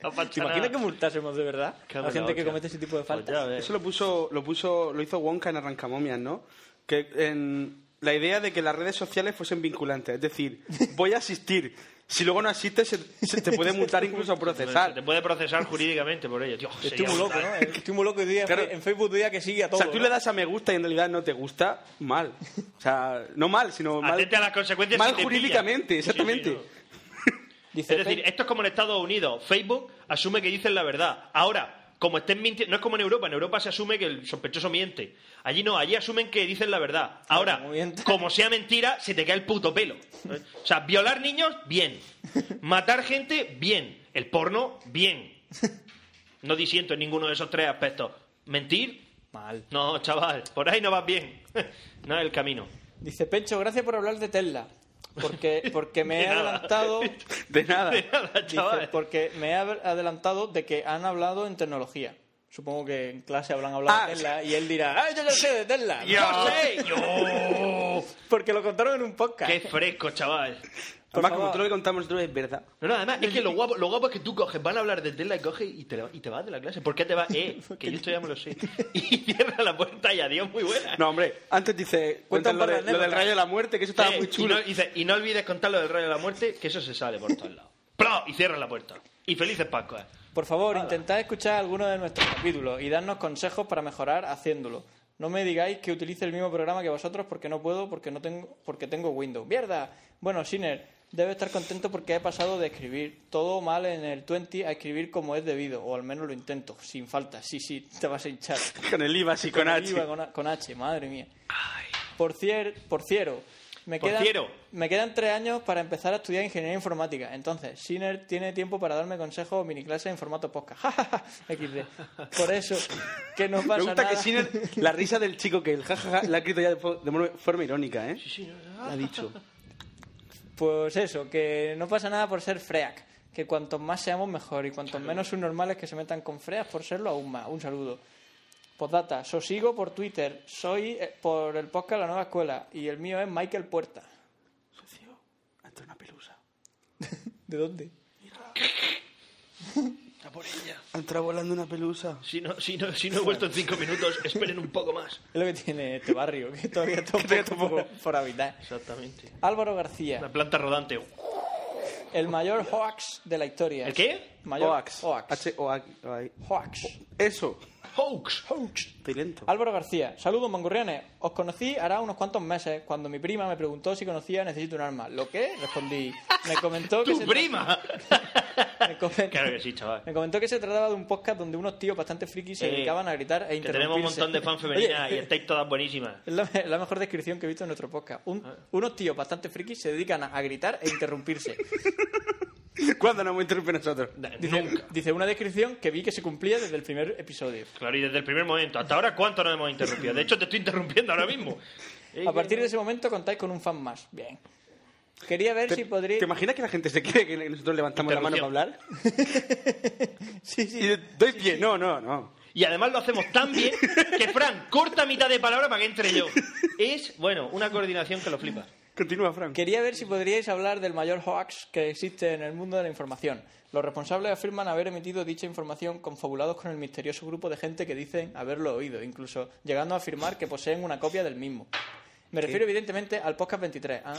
Speaker 3: No pasa
Speaker 5: ¿Te imaginas
Speaker 3: nada.
Speaker 5: que multásemos de verdad
Speaker 3: Cago en
Speaker 5: a
Speaker 3: la
Speaker 5: gente que
Speaker 3: hostia.
Speaker 5: comete ese tipo de
Speaker 3: Pues
Speaker 5: faltas?
Speaker 3: ya ves.
Speaker 6: Eso lo puso, lo puso, lo hizo Wonka en Arrancamomias, ¿no? Que en la idea de que las redes sociales fuesen vinculantes, es decir, voy a asistir. Si luego no asistes, se, se te puede multar incluso
Speaker 3: Se te
Speaker 6: procesar.
Speaker 3: puede procesar jurídicamente por ello. Dios,
Speaker 5: Estoy
Speaker 3: sería
Speaker 5: muy loco, ¿no?
Speaker 3: brutal.
Speaker 5: Estoy muy loco hoy día. en
Speaker 6: Claro.
Speaker 5: Fe- En Facebook día que sigue a
Speaker 6: O
Speaker 5: todo.
Speaker 6: sea, tú
Speaker 5: ¿no?
Speaker 6: le das a me gusta y en realidad no te gusta, mal. O sea, no mal, sino mal.
Speaker 3: Atente a las consecuencias
Speaker 6: Mal
Speaker 3: si te
Speaker 6: jurídicamente,
Speaker 3: pillan.
Speaker 6: exactamente.
Speaker 3: Sí, sí, no.
Speaker 5: Dice,
Speaker 3: Es decir, esto es como en Estados Unidos. Facebook asume que dicen la verdad. Ahora, como estén mintiendo, no es como en Europa. En Europa se asume que el sospechoso miente. Allí no, allí asumen que dicen la verdad. Ahora,
Speaker 5: como miente.
Speaker 3: como sea mentira, se te cae el puto pelo. O sea, violar niños, bien. Matar gente, bien. El porno, bien. No disiento en ninguno de esos tres aspectos. Mentir,
Speaker 5: Mal.
Speaker 3: no, chaval, por ahí no vas bien. No es el camino.
Speaker 5: Dice Pencho, gracias por hablar de Tesla. Porque, porque me
Speaker 3: De
Speaker 5: he
Speaker 3: nada.
Speaker 5: adelantado.
Speaker 6: De nada.
Speaker 3: De nada,
Speaker 5: dice,
Speaker 3: chaval.
Speaker 5: porque me he ab- adelantado de que han hablado en tecnología. Supongo que en clase habrán hablado
Speaker 6: Ah,
Speaker 5: de Tesla y él dirá, ¡ay, yo ya sé de Tesla!
Speaker 3: Yo sé, yo.
Speaker 5: Porque lo contaron en un podcast.
Speaker 3: Qué fresco, chaval.
Speaker 5: Por
Speaker 6: Además, como
Speaker 5: favor.
Speaker 6: tú lo que contamos nosotros es verdad.
Speaker 3: No, no, además, es que lo guapo, lo guapo es que tú coges, van a hablar de tela y coges y te, y te vas de la clase. ¿Por qué te vas? Eh, que yo esto ya me lo sé. Y cierra la puerta y adiós, muy buena.
Speaker 6: No, hombre, antes dice,
Speaker 5: Cuenta
Speaker 6: cuenta
Speaker 5: un
Speaker 6: lo,
Speaker 5: par de
Speaker 6: de- lo del
Speaker 5: anécdotas.
Speaker 6: rayo de la muerte, que eso estaba
Speaker 3: Eh,
Speaker 6: muy chulo.
Speaker 3: Y no, dice, y no olvides contar lo del rayo de la muerte, que eso se sale por todos lados. ¡Plau! Y cierra la puerta. Y felices Pascuas.
Speaker 5: Por favor, intentad escuchar alguno de nuestros capítulos y darnos consejos para mejorar haciéndolo. No me digáis que utilice el mismo programa que vosotros porque no puedo, porque no tengo, porque tengo Windows. ¡Mierda! Bueno, Siner, debe estar contento porque he pasado de escribir todo mal en el 20 a escribir como es debido, o al menos lo intento, sin falta. Sí, sí, te vas a hinchar.
Speaker 6: Con el IVA, sí, con,
Speaker 5: el
Speaker 6: H.
Speaker 5: IVA, con, A- con H, madre mía. Por, cier, por ciero, me
Speaker 3: Por
Speaker 5: quedan,
Speaker 3: ciero.
Speaker 5: me quedan tres años para empezar a estudiar ingeniería informática. Entonces, Siner tiene tiempo para darme consejos o miniclases en formato podcast. XD. Por eso, que no pasa
Speaker 6: Me gusta
Speaker 5: nada.
Speaker 6: que Sinner, la risa del chico que el jajaja la ha escrito ya de fo- de mo- forma irónica, ¿eh? La ha dicho.
Speaker 5: Pues eso, que no pasa nada por ser freak. Que cuantos más seamos, mejor. Y cuantos menos subnormales que se metan con freas, por serlo aún más. Un saludo. Postdata, sosigo por Twitter. Soy eh, por el podcast La Nueva Escuela. Y el mío es Michael Puerta.
Speaker 6: Entra una pelusa.
Speaker 5: ¿De dónde?
Speaker 6: Entra volando una pelusa.
Speaker 3: Si no, si, no, si no he vuelto en cinco minutos, esperen un poco más.
Speaker 5: Es lo que tiene este barrio, que todavía está un poco por, por habitar.
Speaker 3: Exactamente.
Speaker 5: Álvaro García,
Speaker 3: La planta rodante.
Speaker 5: el mayor hoax de la historia.
Speaker 3: ¿El qué?
Speaker 5: Mayor
Speaker 6: Oax.
Speaker 5: Hoax.
Speaker 6: H O A O-A-
Speaker 5: Hoax.
Speaker 6: Eso.
Speaker 3: Hoax. Hoax.
Speaker 6: Estoy lento.
Speaker 5: Álvaro García, saludos mangurrianes. Os conocí hará unos cuantos meses cuando mi prima me preguntó si conocía Necesito un arma. ¿Lo qué? Respondí. Me comentó que
Speaker 3: ¡Tu
Speaker 5: se tra-
Speaker 3: prima!
Speaker 5: me, comen-
Speaker 3: claro que sí, chaval.
Speaker 5: me comentó que se trataba de un podcast donde unos tíos bastante frikis se
Speaker 3: Eh,
Speaker 5: dedicaban a gritar e
Speaker 3: Que tenemos un
Speaker 5: interrumpirse.
Speaker 3: montón de fan femeninas
Speaker 5: Oye,
Speaker 3: y estáis todas buenísimas.
Speaker 5: Es la, es la mejor descripción que he visto en nuestro podcast. Un-
Speaker 6: Ah.
Speaker 5: unos tíos bastante frikis se dedican a, a gritar e interrumpirse.
Speaker 6: ¿Cuándo nos interrumpe nosotros?
Speaker 5: Dice,
Speaker 3: Nunca.
Speaker 5: dice una descripción que vi que se cumplía desde el primer episodio.
Speaker 3: Claro, y desde el primer momento. Hasta ahora, ¿cuánto nos hemos interrumpido? De hecho, te estoy interrumpiendo ahora mismo.
Speaker 5: A partir de ese momento contáis con un fan más. Bien. Quería ver
Speaker 6: ¿Te,
Speaker 5: si podría...
Speaker 6: te imaginas que la gente se cree que nosotros levantamos la mano para
Speaker 3: Interrupción.
Speaker 6: hablar?
Speaker 5: Sí, sí.
Speaker 6: Y de- doy pie. No, no, no.
Speaker 3: Y además lo hacemos tan bien que Fran corta mitad de palabra para que entre yo. Es, bueno, una coordinación que lo flipa.
Speaker 6: Continúa, Frank.
Speaker 5: Quería ver si podríais hablar del mayor hoax que existe en el mundo de la información. Los responsables afirman haber emitido dicha información confabulados con el misterioso grupo de gente que dicen haberlo oído, incluso llegando a afirmar que poseen una copia del mismo. Me refiero evidentemente al podcast 23. Ah,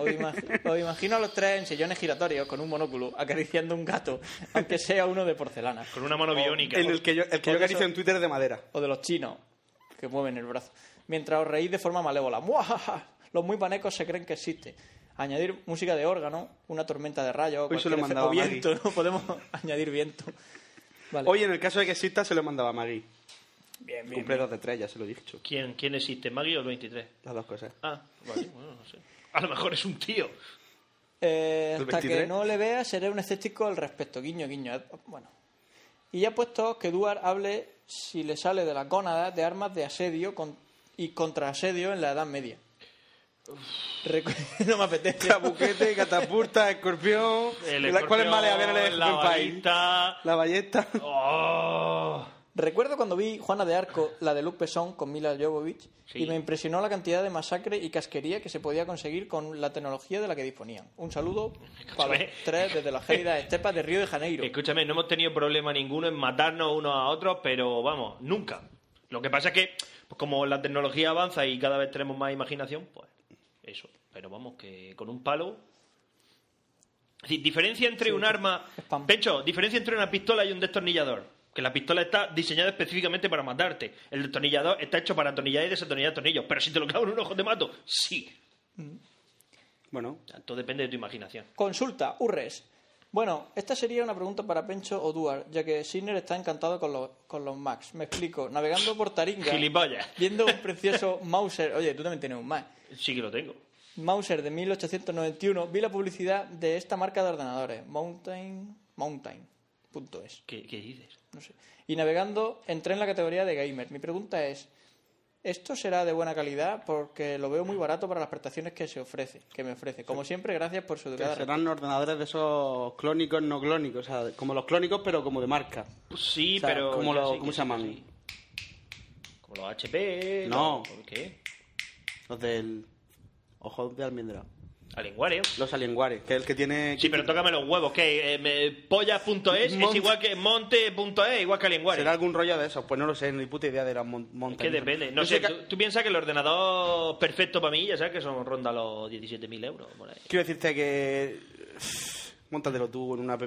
Speaker 5: os, ima- os imagino a los tres en sillones giratorios con un monóculo acariciando un gato, aunque sea uno de porcelana.
Speaker 3: Con una mano biónica.
Speaker 6: El, el que yo, el que yo
Speaker 5: Porque eso-
Speaker 6: acaricio en Twitter es de madera.
Speaker 5: o de los chinos que mueven el brazo, mientras os reís de forma malévola. ¡Muajaja! Los muy panecos se creen que existe. Añadir música de órgano, una tormenta de rayos,
Speaker 6: Hoy se lo he
Speaker 5: cualquier
Speaker 6: mandado
Speaker 5: efecto- o
Speaker 6: a Maggie.
Speaker 5: viento, ¿no? podemos añadir viento. Vale.
Speaker 6: Hoy, en el caso de que exista, se lo mandaba a Maggie.
Speaker 5: bien, bien,
Speaker 6: Cumple
Speaker 5: bien.
Speaker 6: dos de tres, ya se lo he dicho.
Speaker 3: ¿Quién, ¿Quién existe, Maggie o el 23?
Speaker 6: Las dos cosas.
Speaker 3: Ah, vale, bueno, no sé. A lo mejor es un tío.
Speaker 5: Eh,
Speaker 6: ¿El
Speaker 5: hasta que
Speaker 6: 23?
Speaker 5: no le vea, seré un escéptico al respecto. Guiño, guiño. Eh, Bueno. Y ya puesto que Duar hable si le sale de la gónada de armas de asedio con- y contraasedio en la Edad Media. Recu- no me apetece.
Speaker 6: Tabuquete, catapulta, escorpión.
Speaker 3: El
Speaker 6: la- ¿Cuáles
Speaker 3: escorpión,
Speaker 6: males habían en el
Speaker 3: la
Speaker 6: escorpión país?
Speaker 3: varita.
Speaker 6: La ballesta.
Speaker 3: Oh.
Speaker 5: Recuerdo cuando vi Juana de Arco, la de Luke Besson, con Mila Jovovich,
Speaker 3: Sí.
Speaker 5: y me impresionó la cantidad de masacre y casquería que se podía conseguir con la tecnología de la que disponían. Un saludo para los
Speaker 3: Escúchame.
Speaker 5: tres desde las gélidas estepas de Río de Janeiro.
Speaker 3: Escúchame, no hemos tenido problema ninguno en matarnos unos a otros, pero vamos, nunca. Lo que pasa es que, pues, como la tecnología avanza y cada vez tenemos más imaginación, pues eso. Pero vamos, que con un palo. Es decir, diferencia entre un arma.
Speaker 5: Spam.
Speaker 3: Pecho, diferencia entre una pistola y un destornillador. Que la pistola está diseñada específicamente para matarte. El destornillador está hecho para atornillar y desatornillar tornillos. Pero si te lo clavo en un ojo, te mato. Sí.
Speaker 6: Bueno,
Speaker 3: O sea, todo depende de tu imaginación.
Speaker 5: Consulta, Urres. Bueno, esta sería una pregunta para Pencho o Duar, ya que Sinner está encantado con los, con los Macs. Me explico, navegando por Taringa,
Speaker 3: Gilipollas.
Speaker 5: viendo un precioso Mauser. Oye, tú también tienes un Mac.
Speaker 3: Sí que lo tengo.
Speaker 5: Mauser de 1891, vi la publicidad de esta marca de ordenadores, Mountain, Mountain.es,
Speaker 3: ¿Qué, qué dices?
Speaker 5: no sé. Y navegando entré en la categoría de gamer. Mi pregunta es, ¿esto será de buena calidad? Porque lo veo muy barato para las prestaciones que se ofrece, que me ofrece. Como siempre, gracias por su
Speaker 6: que
Speaker 5: educada
Speaker 6: serán ordenadores de esos clónicos, no clónicos. O sea, como los clónicos, pero como de marca.
Speaker 3: Pues sí,
Speaker 6: O sea,
Speaker 3: pero.
Speaker 6: ¿cómo
Speaker 3: ya
Speaker 6: lo-
Speaker 3: sí,
Speaker 6: cómo
Speaker 3: que
Speaker 6: se llaman?
Speaker 3: sí, que sí. Como los HP.
Speaker 6: No.
Speaker 3: los- ¿Por qué?
Speaker 6: Los del ojo de almendra.
Speaker 3: Alienware.
Speaker 6: Los alienguares, que es el que tiene...
Speaker 3: Sí, pero tócame los huevos, que eh, me- polla.es es
Speaker 6: Mont-
Speaker 3: igual que monte.es, igual que Alienware.
Speaker 6: ¿Será algún rollo de esos? Pues no lo sé, ni puta idea de la mon-
Speaker 3: Es
Speaker 6: montaña.
Speaker 3: que depende. No
Speaker 6: Yo
Speaker 3: sé,
Speaker 6: que-
Speaker 3: tú, tú piensas que el ordenador perfecto para mí, ya sabes que son ronda los 17.000 euros. por ahí.
Speaker 6: Quiero decirte que... Móntatelo tú en una app,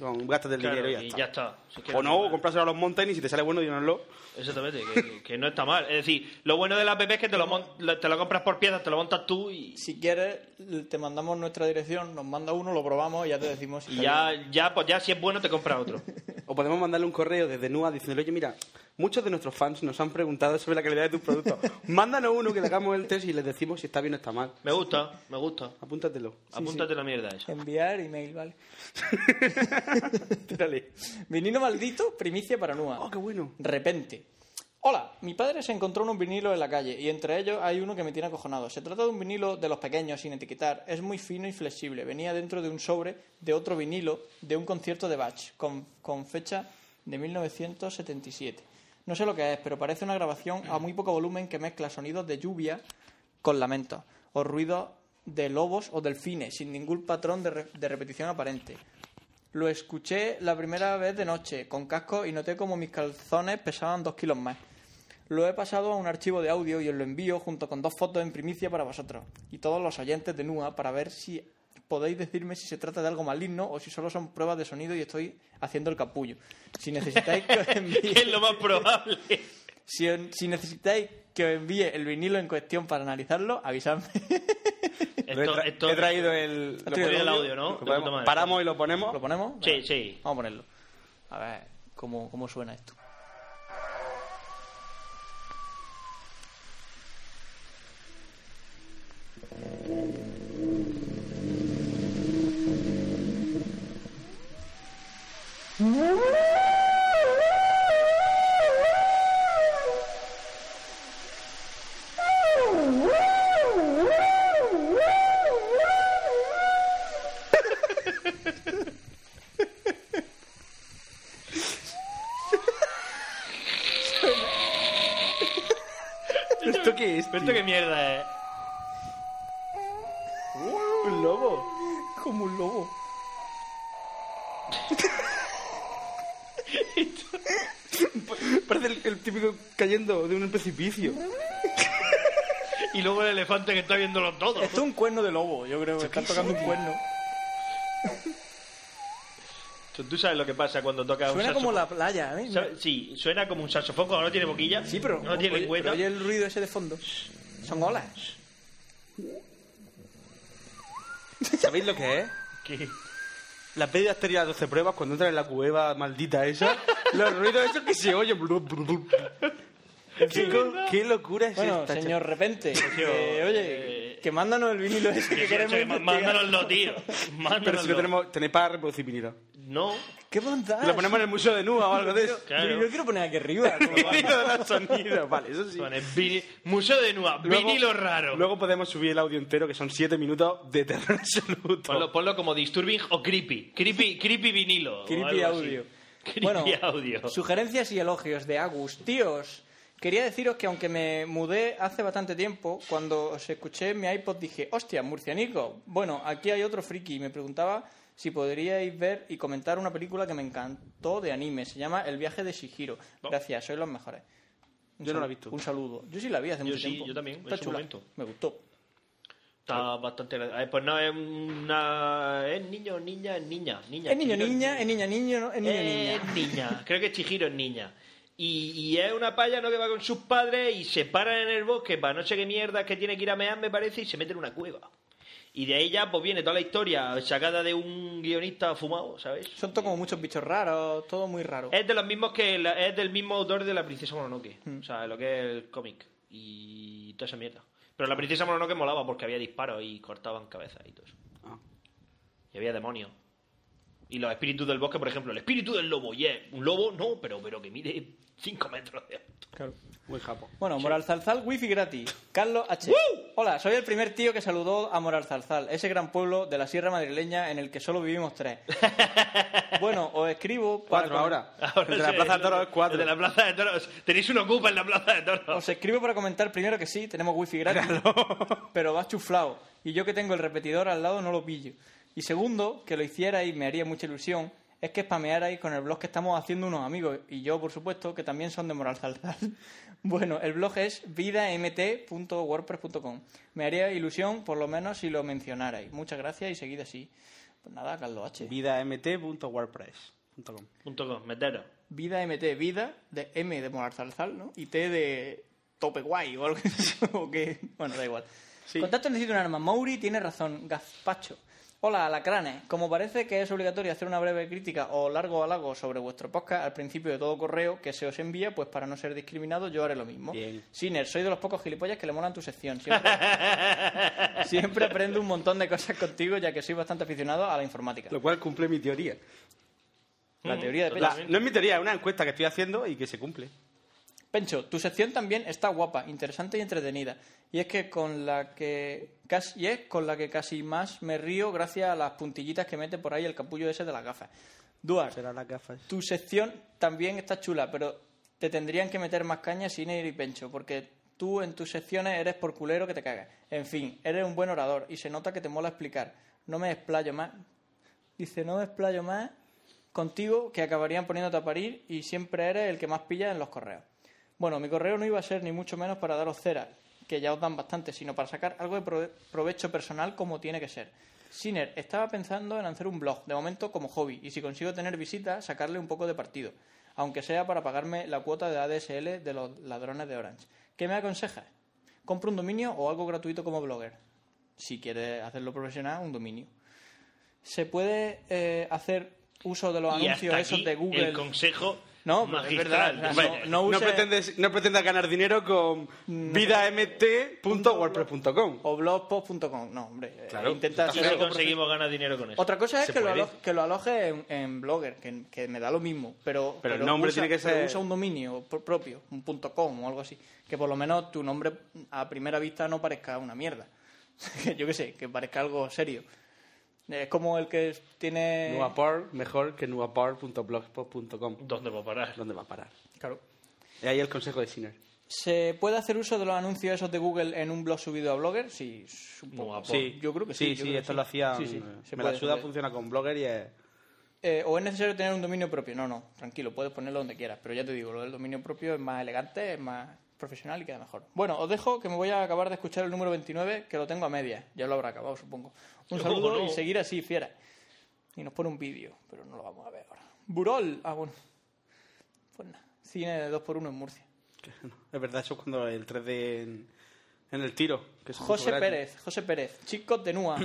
Speaker 6: con- gastas el
Speaker 3: Claro,
Speaker 6: dinero y ya,
Speaker 3: y
Speaker 6: está.
Speaker 3: ya está. Si es que
Speaker 6: O
Speaker 3: no
Speaker 6: no,
Speaker 3: tiene-
Speaker 6: o compráselo a los Mountain y si te sale bueno, dínoslo.
Speaker 3: Exactamente, que, que no está mal. Es decir, lo bueno de la app es que te lo, mon- lo- te lo compras por piezas, te lo montas tú y,
Speaker 5: Si quieres, te mandamos nuestra dirección, nos manda uno, lo probamos y ya te decimos si
Speaker 3: y
Speaker 5: está
Speaker 3: ya,
Speaker 5: bien.
Speaker 3: ya, pues ya si es bueno te compras otro.
Speaker 6: O podemos mandarle un correo desde NUA diciéndole, oye, mira, muchos de nuestros fans nos han preguntado sobre la calidad de tus productos. Mándanos uno que le hagamos el test y les decimos si está bien o está mal.
Speaker 3: Me gusta, me gusta.
Speaker 6: Apúntatelo.
Speaker 3: Apúntate la mierda esa.
Speaker 5: enviar email, ¿vale?
Speaker 6: Tírale.
Speaker 5: Vinilo maldito, primicia para Nua.
Speaker 6: Oh, qué bueno.
Speaker 5: Repente. Hola, mi padre se encontró unos vinilos en la calle y entre ellos hay uno que me tiene acojonado. Se trata de un vinilo de los pequeños sin etiquetar. Es muy fino y flexible. Venía dentro de un sobre de otro vinilo de un concierto de Bach con, con fecha de 1977. No sé lo que es, pero parece una grabación a muy poco volumen que mezcla sonidos de lluvia con lamentos o ruidos de lobos o delfines sin ningún patrón de re- de repetición aparente. Lo escuché la primera vez de noche, con casco, y noté como mis calzones pesaban dos kilos más. Lo he pasado a un archivo de audio y os lo envío junto con dos fotos en primicia para vosotros y todos los oyentes de NUA para ver si podéis decirme si se trata de algo maligno o si solo son pruebas de sonido y estoy haciendo el capullo. Si necesitáis que os envíe-
Speaker 3: Es lo más probable.
Speaker 5: si, en- si necesitáis que os envíe el vinilo en cuestión para analizarlo, avisadme.
Speaker 6: Lo he,
Speaker 3: Esto,
Speaker 6: tra-
Speaker 3: esto-
Speaker 6: he traído el,
Speaker 5: Has traído el
Speaker 3: audio, ¿no?
Speaker 6: Lo
Speaker 3: De
Speaker 6: podemos-
Speaker 3: puta madre.
Speaker 6: paramos y lo ponemos.
Speaker 5: ¿Lo ponemos?
Speaker 3: Sí,
Speaker 5: Venga,
Speaker 3: sí.
Speaker 5: Vamos a ponerlo. A ver cómo, cómo suena esto.
Speaker 6: ¿Esto qué es?
Speaker 3: Pero esto
Speaker 6: tío?
Speaker 3: qué mierda es.
Speaker 6: ¿Un lobo?
Speaker 5: Como un lobo.
Speaker 6: Parece el, el típico cayendo de un precipicio.
Speaker 3: Y luego el elefante que está viéndolo todo.
Speaker 5: Esto es un cuerno de lobo, yo creo. que Están tocando un cuerno.
Speaker 3: Tú- Tú sabes lo que pasa cuando tocas un
Speaker 5: Suena
Speaker 3: saxofón.
Speaker 5: como la playa, ¿eh?
Speaker 3: ¿Sabes? Sí, suena como un saxofón cuando no tiene boquilla.
Speaker 5: Sí, pero.
Speaker 3: No tiene
Speaker 5: oye,
Speaker 3: lengüeta.
Speaker 5: pero oye el ruido ese de fondo. Son olas.
Speaker 6: ¿Sabéis lo que es?
Speaker 3: Que-
Speaker 6: Las medias teorías de 12 pruebas cuando entran en la cueva maldita esa. los ruidos esos que se oyen. Blu, blu, blu. Chico, qué locura es
Speaker 5: Bueno,
Speaker 6: esta.
Speaker 5: señor, repente. que, oye,
Speaker 3: Pues eh,
Speaker 5: que mándanos el vinilo ese que
Speaker 3: que-
Speaker 5: queremos.
Speaker 3: que-
Speaker 5: investigar.
Speaker 3: Mándanoslo, tío.
Speaker 6: chaval. Pero
Speaker 3: Mándanoslo.
Speaker 6: si lo tenemos, tenéis para reproducir vinilo.
Speaker 3: No.
Speaker 5: ¿Qué bondad?
Speaker 6: Lo ponemos en el museo de Nuba o algo de eso.
Speaker 3: Claro.
Speaker 5: Yo, yo quiero poner aquí arriba. como va.
Speaker 6: Vinilo de los sonidos, vale, eso sí.
Speaker 3: Pone vini- Museo de Nua,
Speaker 6: Luego-
Speaker 3: vinilo raro.
Speaker 6: Luego podemos subir el audio entero, que son 7 minutos de terror absoluto.
Speaker 3: Ponlo, ponlo como disturbing o creepy. Creepy, creepy vinilo. o
Speaker 5: Creepy
Speaker 3: algo así.
Speaker 5: audio.
Speaker 3: Creepy
Speaker 5: bueno,
Speaker 3: audio.
Speaker 5: Sugerencias y elogios de Agus. Tíos, quería deciros que aunque me mudé hace bastante tiempo, cuando os escuché en mi iPod dije, hostia, murcianico. Bueno, aquí hay otro friki y me preguntaba si podríais ver y comentar una película que me encantó de anime. Se llama El viaje de Shihiro.
Speaker 3: Oh.
Speaker 5: Gracias, sois los mejores. Un
Speaker 6: Yo no
Speaker 5: sal-
Speaker 6: la he visto.
Speaker 5: Un saludo. Yo sí la vi hace
Speaker 3: Yo
Speaker 5: mucho
Speaker 3: sí,
Speaker 5: tiempo.
Speaker 3: yo también, en
Speaker 5: Está
Speaker 3: su
Speaker 5: chula.
Speaker 3: momento.
Speaker 5: Me gustó.
Speaker 3: Está bastante. eh, Pues no, es una. Es niño, niña, es niña. niña
Speaker 5: Es niño
Speaker 3: Chihiro
Speaker 5: niña, es niña niño, no, es niño
Speaker 3: Eh,
Speaker 5: niña.
Speaker 3: niña. Creo que Chihiro es niña. Y, y es una paya ¿no? que va con sus padres y se paran en el bosque para no sé qué mierda que tiene que ir a mear, me parece, y se mete en una cueva. Y de ahí ya pues viene toda la historia sacada de un guionista fumado, ¿sabes?
Speaker 5: Son todo como muchos bichos raros, todo muy raro.
Speaker 3: Es de los mismos que la- es del mismo autor de la princesa Mononoke,
Speaker 5: Hmm.
Speaker 3: o sea, lo que es el cómic y toda esa mierda. Pero la princesa Mononoke molaba porque había disparos y cortaban cabezas y todo eso.
Speaker 6: Ah.
Speaker 3: Y había demonios. Y los espíritus del bosque, por ejemplo, el espíritu del lobo, yeah, un lobo no, pero pero que mide 5 metros de alto.
Speaker 5: Claro.
Speaker 6: Muy japo.
Speaker 5: Bueno, Moralzalzal, wifi gratis. Carlos H. Hola, soy el primer tío que saludó a Moralzalzal, ese gran pueblo de la sierra madrileña en el que solo vivimos tres. bueno, os escribo para...
Speaker 6: Cuatro
Speaker 5: com-
Speaker 6: ahora.
Speaker 3: Ahora
Speaker 6: el de la
Speaker 3: sí,
Speaker 6: Plaza de
Speaker 3: el-
Speaker 6: Toros es cuatro.
Speaker 3: el De la Plaza de Toros. Tenéis una ocupa en la Plaza de Toros.
Speaker 5: Os escribo para comentar primero que sí, tenemos wifi gratis, pero va chuflado. Y yo que tengo el repetidor al lado no lo pillo. Y segundo, que lo hicierais, me haría mucha ilusión, es que spamearais con el blog que estamos haciendo unos amigos. Y yo, por supuesto, que también son de Moralzalzal. bueno, el blog es vidamt.wordpress.com. Me haría ilusión, por lo menos, si lo mencionarais. Muchas gracias y seguid así. Pues nada, Carlos H.
Speaker 6: vidamt.wordpress.com.
Speaker 3: Punto com, metero.
Speaker 5: Vida MT, vida de M de Monarzalzal, ¿no? Y T de tope guay o algo así. o que, bueno, da igual.
Speaker 6: Sí.
Speaker 5: Contacto necesito un arma. Mauri tiene razón, gazpacho. Hola, alacranes. Como parece que es obligatorio hacer una breve crítica o largo halago sobre vuestro podcast al principio de todo correo que se os envía, pues para no ser discriminado yo haré lo mismo.
Speaker 6: Bien.
Speaker 5: Siner, soy de los pocos gilipollas que le molan tu sección. Siempre, siempre aprendo un montón de cosas contigo ya que soy bastante aficionado a la informática.
Speaker 6: Lo cual cumple mi teoría.
Speaker 5: La teoría de
Speaker 6: La-
Speaker 5: Pencho.
Speaker 6: no es mi teoría, es una encuesta que estoy haciendo y que se cumple.
Speaker 5: Pencho, tu sección también está guapa, interesante y entretenida. Y es que con la que casi, y es con la que casi más me río gracias a las puntillitas que mete por ahí el capullo ese de las gafas. Duas,
Speaker 6: Serán las gafas.
Speaker 5: tu sección también está chula, pero te tendrían que meter más caña sin ir y pencho, porque tú en tus secciones eres por culero que te cagas. En fin, eres un buen orador y se nota que te mola explicar. No me explayo más. Dice, no me explayo más contigo que acabarían poniéndote a parir y siempre eres el que más pilla en los correos. Bueno, mi correo no iba a ser ni mucho menos para daros cera, que ya os dan bastante, sino para sacar algo de prove- provecho personal como tiene que ser. Siner, estaba pensando en hacer un blog, de momento como hobby, y si consigo tener visitas, sacarle un poco de partido, aunque sea para pagarme la cuota de ADSL de los ladrones de Orange. ¿Qué me aconsejas? ¿Compro un dominio o algo gratuito como blogger? Si quieres hacerlo profesional, un dominio. ¿Se puede eh, hacer uso de los
Speaker 3: Y
Speaker 5: anuncios
Speaker 3: hasta
Speaker 5: esos
Speaker 3: aquí
Speaker 5: de Google?
Speaker 3: el consejo
Speaker 5: No, pero es verdad,
Speaker 3: magistral.
Speaker 5: o sea,
Speaker 3: Bueno,
Speaker 5: no-
Speaker 6: No
Speaker 5: use-
Speaker 6: pretendes, no pretendas ganar dinero con vidamt.wordpress.com.
Speaker 3: Oh,
Speaker 5: O blogpost.com. No, hombre. eh,
Speaker 6: Claro,
Speaker 5: intenta
Speaker 6: está
Speaker 5: hacer
Speaker 3: no sé si
Speaker 5: algo
Speaker 3: conseguimos ganar dinero con
Speaker 5: profesional.
Speaker 3: eso.
Speaker 5: Otra cosa es
Speaker 6: Se
Speaker 5: que lo,
Speaker 6: puede.
Speaker 5: aloje, que lo aloje en, en Blogger, que, que me da lo mismo. Pero,
Speaker 6: Pero el nombre
Speaker 5: usa,
Speaker 6: tiene que ser-
Speaker 5: pero usa un dominio pro- propio, un punto .com o algo así. Que por lo menos tu nombre a primera vista no parezca una mierda. Yo qué sé, que parezca algo serio. Es como el que
Speaker 3: eh.
Speaker 5: tiene...
Speaker 6: Nuapar, mejor que nuapar.blogspot.com.
Speaker 3: ¿Dónde va a parar?
Speaker 6: ¿Dónde va a parar?
Speaker 5: Claro.
Speaker 6: Y ahí el consejo de Sinner.
Speaker 5: ¿Se puede hacer uso de los anuncios esos de Google en un blog subido a Blogger? Sí, supongo.
Speaker 3: No, a por-
Speaker 6: Sí,
Speaker 5: yo creo que sí.
Speaker 6: Sí,
Speaker 5: yo
Speaker 6: sí,
Speaker 5: creo que
Speaker 6: esto lo hacía.
Speaker 5: Sí, sí,
Speaker 6: eh,
Speaker 5: se
Speaker 6: me la
Speaker 5: puede, se
Speaker 6: suda
Speaker 5: puede.
Speaker 6: funciona con Blogger y es.
Speaker 5: Eh, ¿O es necesario tener un dominio propio? No, no, tranquilo, puedes ponerlo donde quieras, pero ya te digo, lo del dominio propio es más elegante, es más profesional y queda mejor. Bueno, os dejo que me voy a acabar de escuchar el número 29, que lo tengo a media, ya lo habrá acabado, supongo. Un
Speaker 3: Yo
Speaker 5: saludo
Speaker 3: como no.
Speaker 5: y seguir así, fiera. Y nos pone un vídeo, pero no lo vamos a ver ahora. Burol, ah, bueno. Pues nada, cine de 2x1 en Murcia.
Speaker 6: Es verdad, eso es cuando el 3D en, en el tiro. Que se puso
Speaker 5: José
Speaker 6: gratis.
Speaker 5: Pérez, José Pérez, chicos de Nua.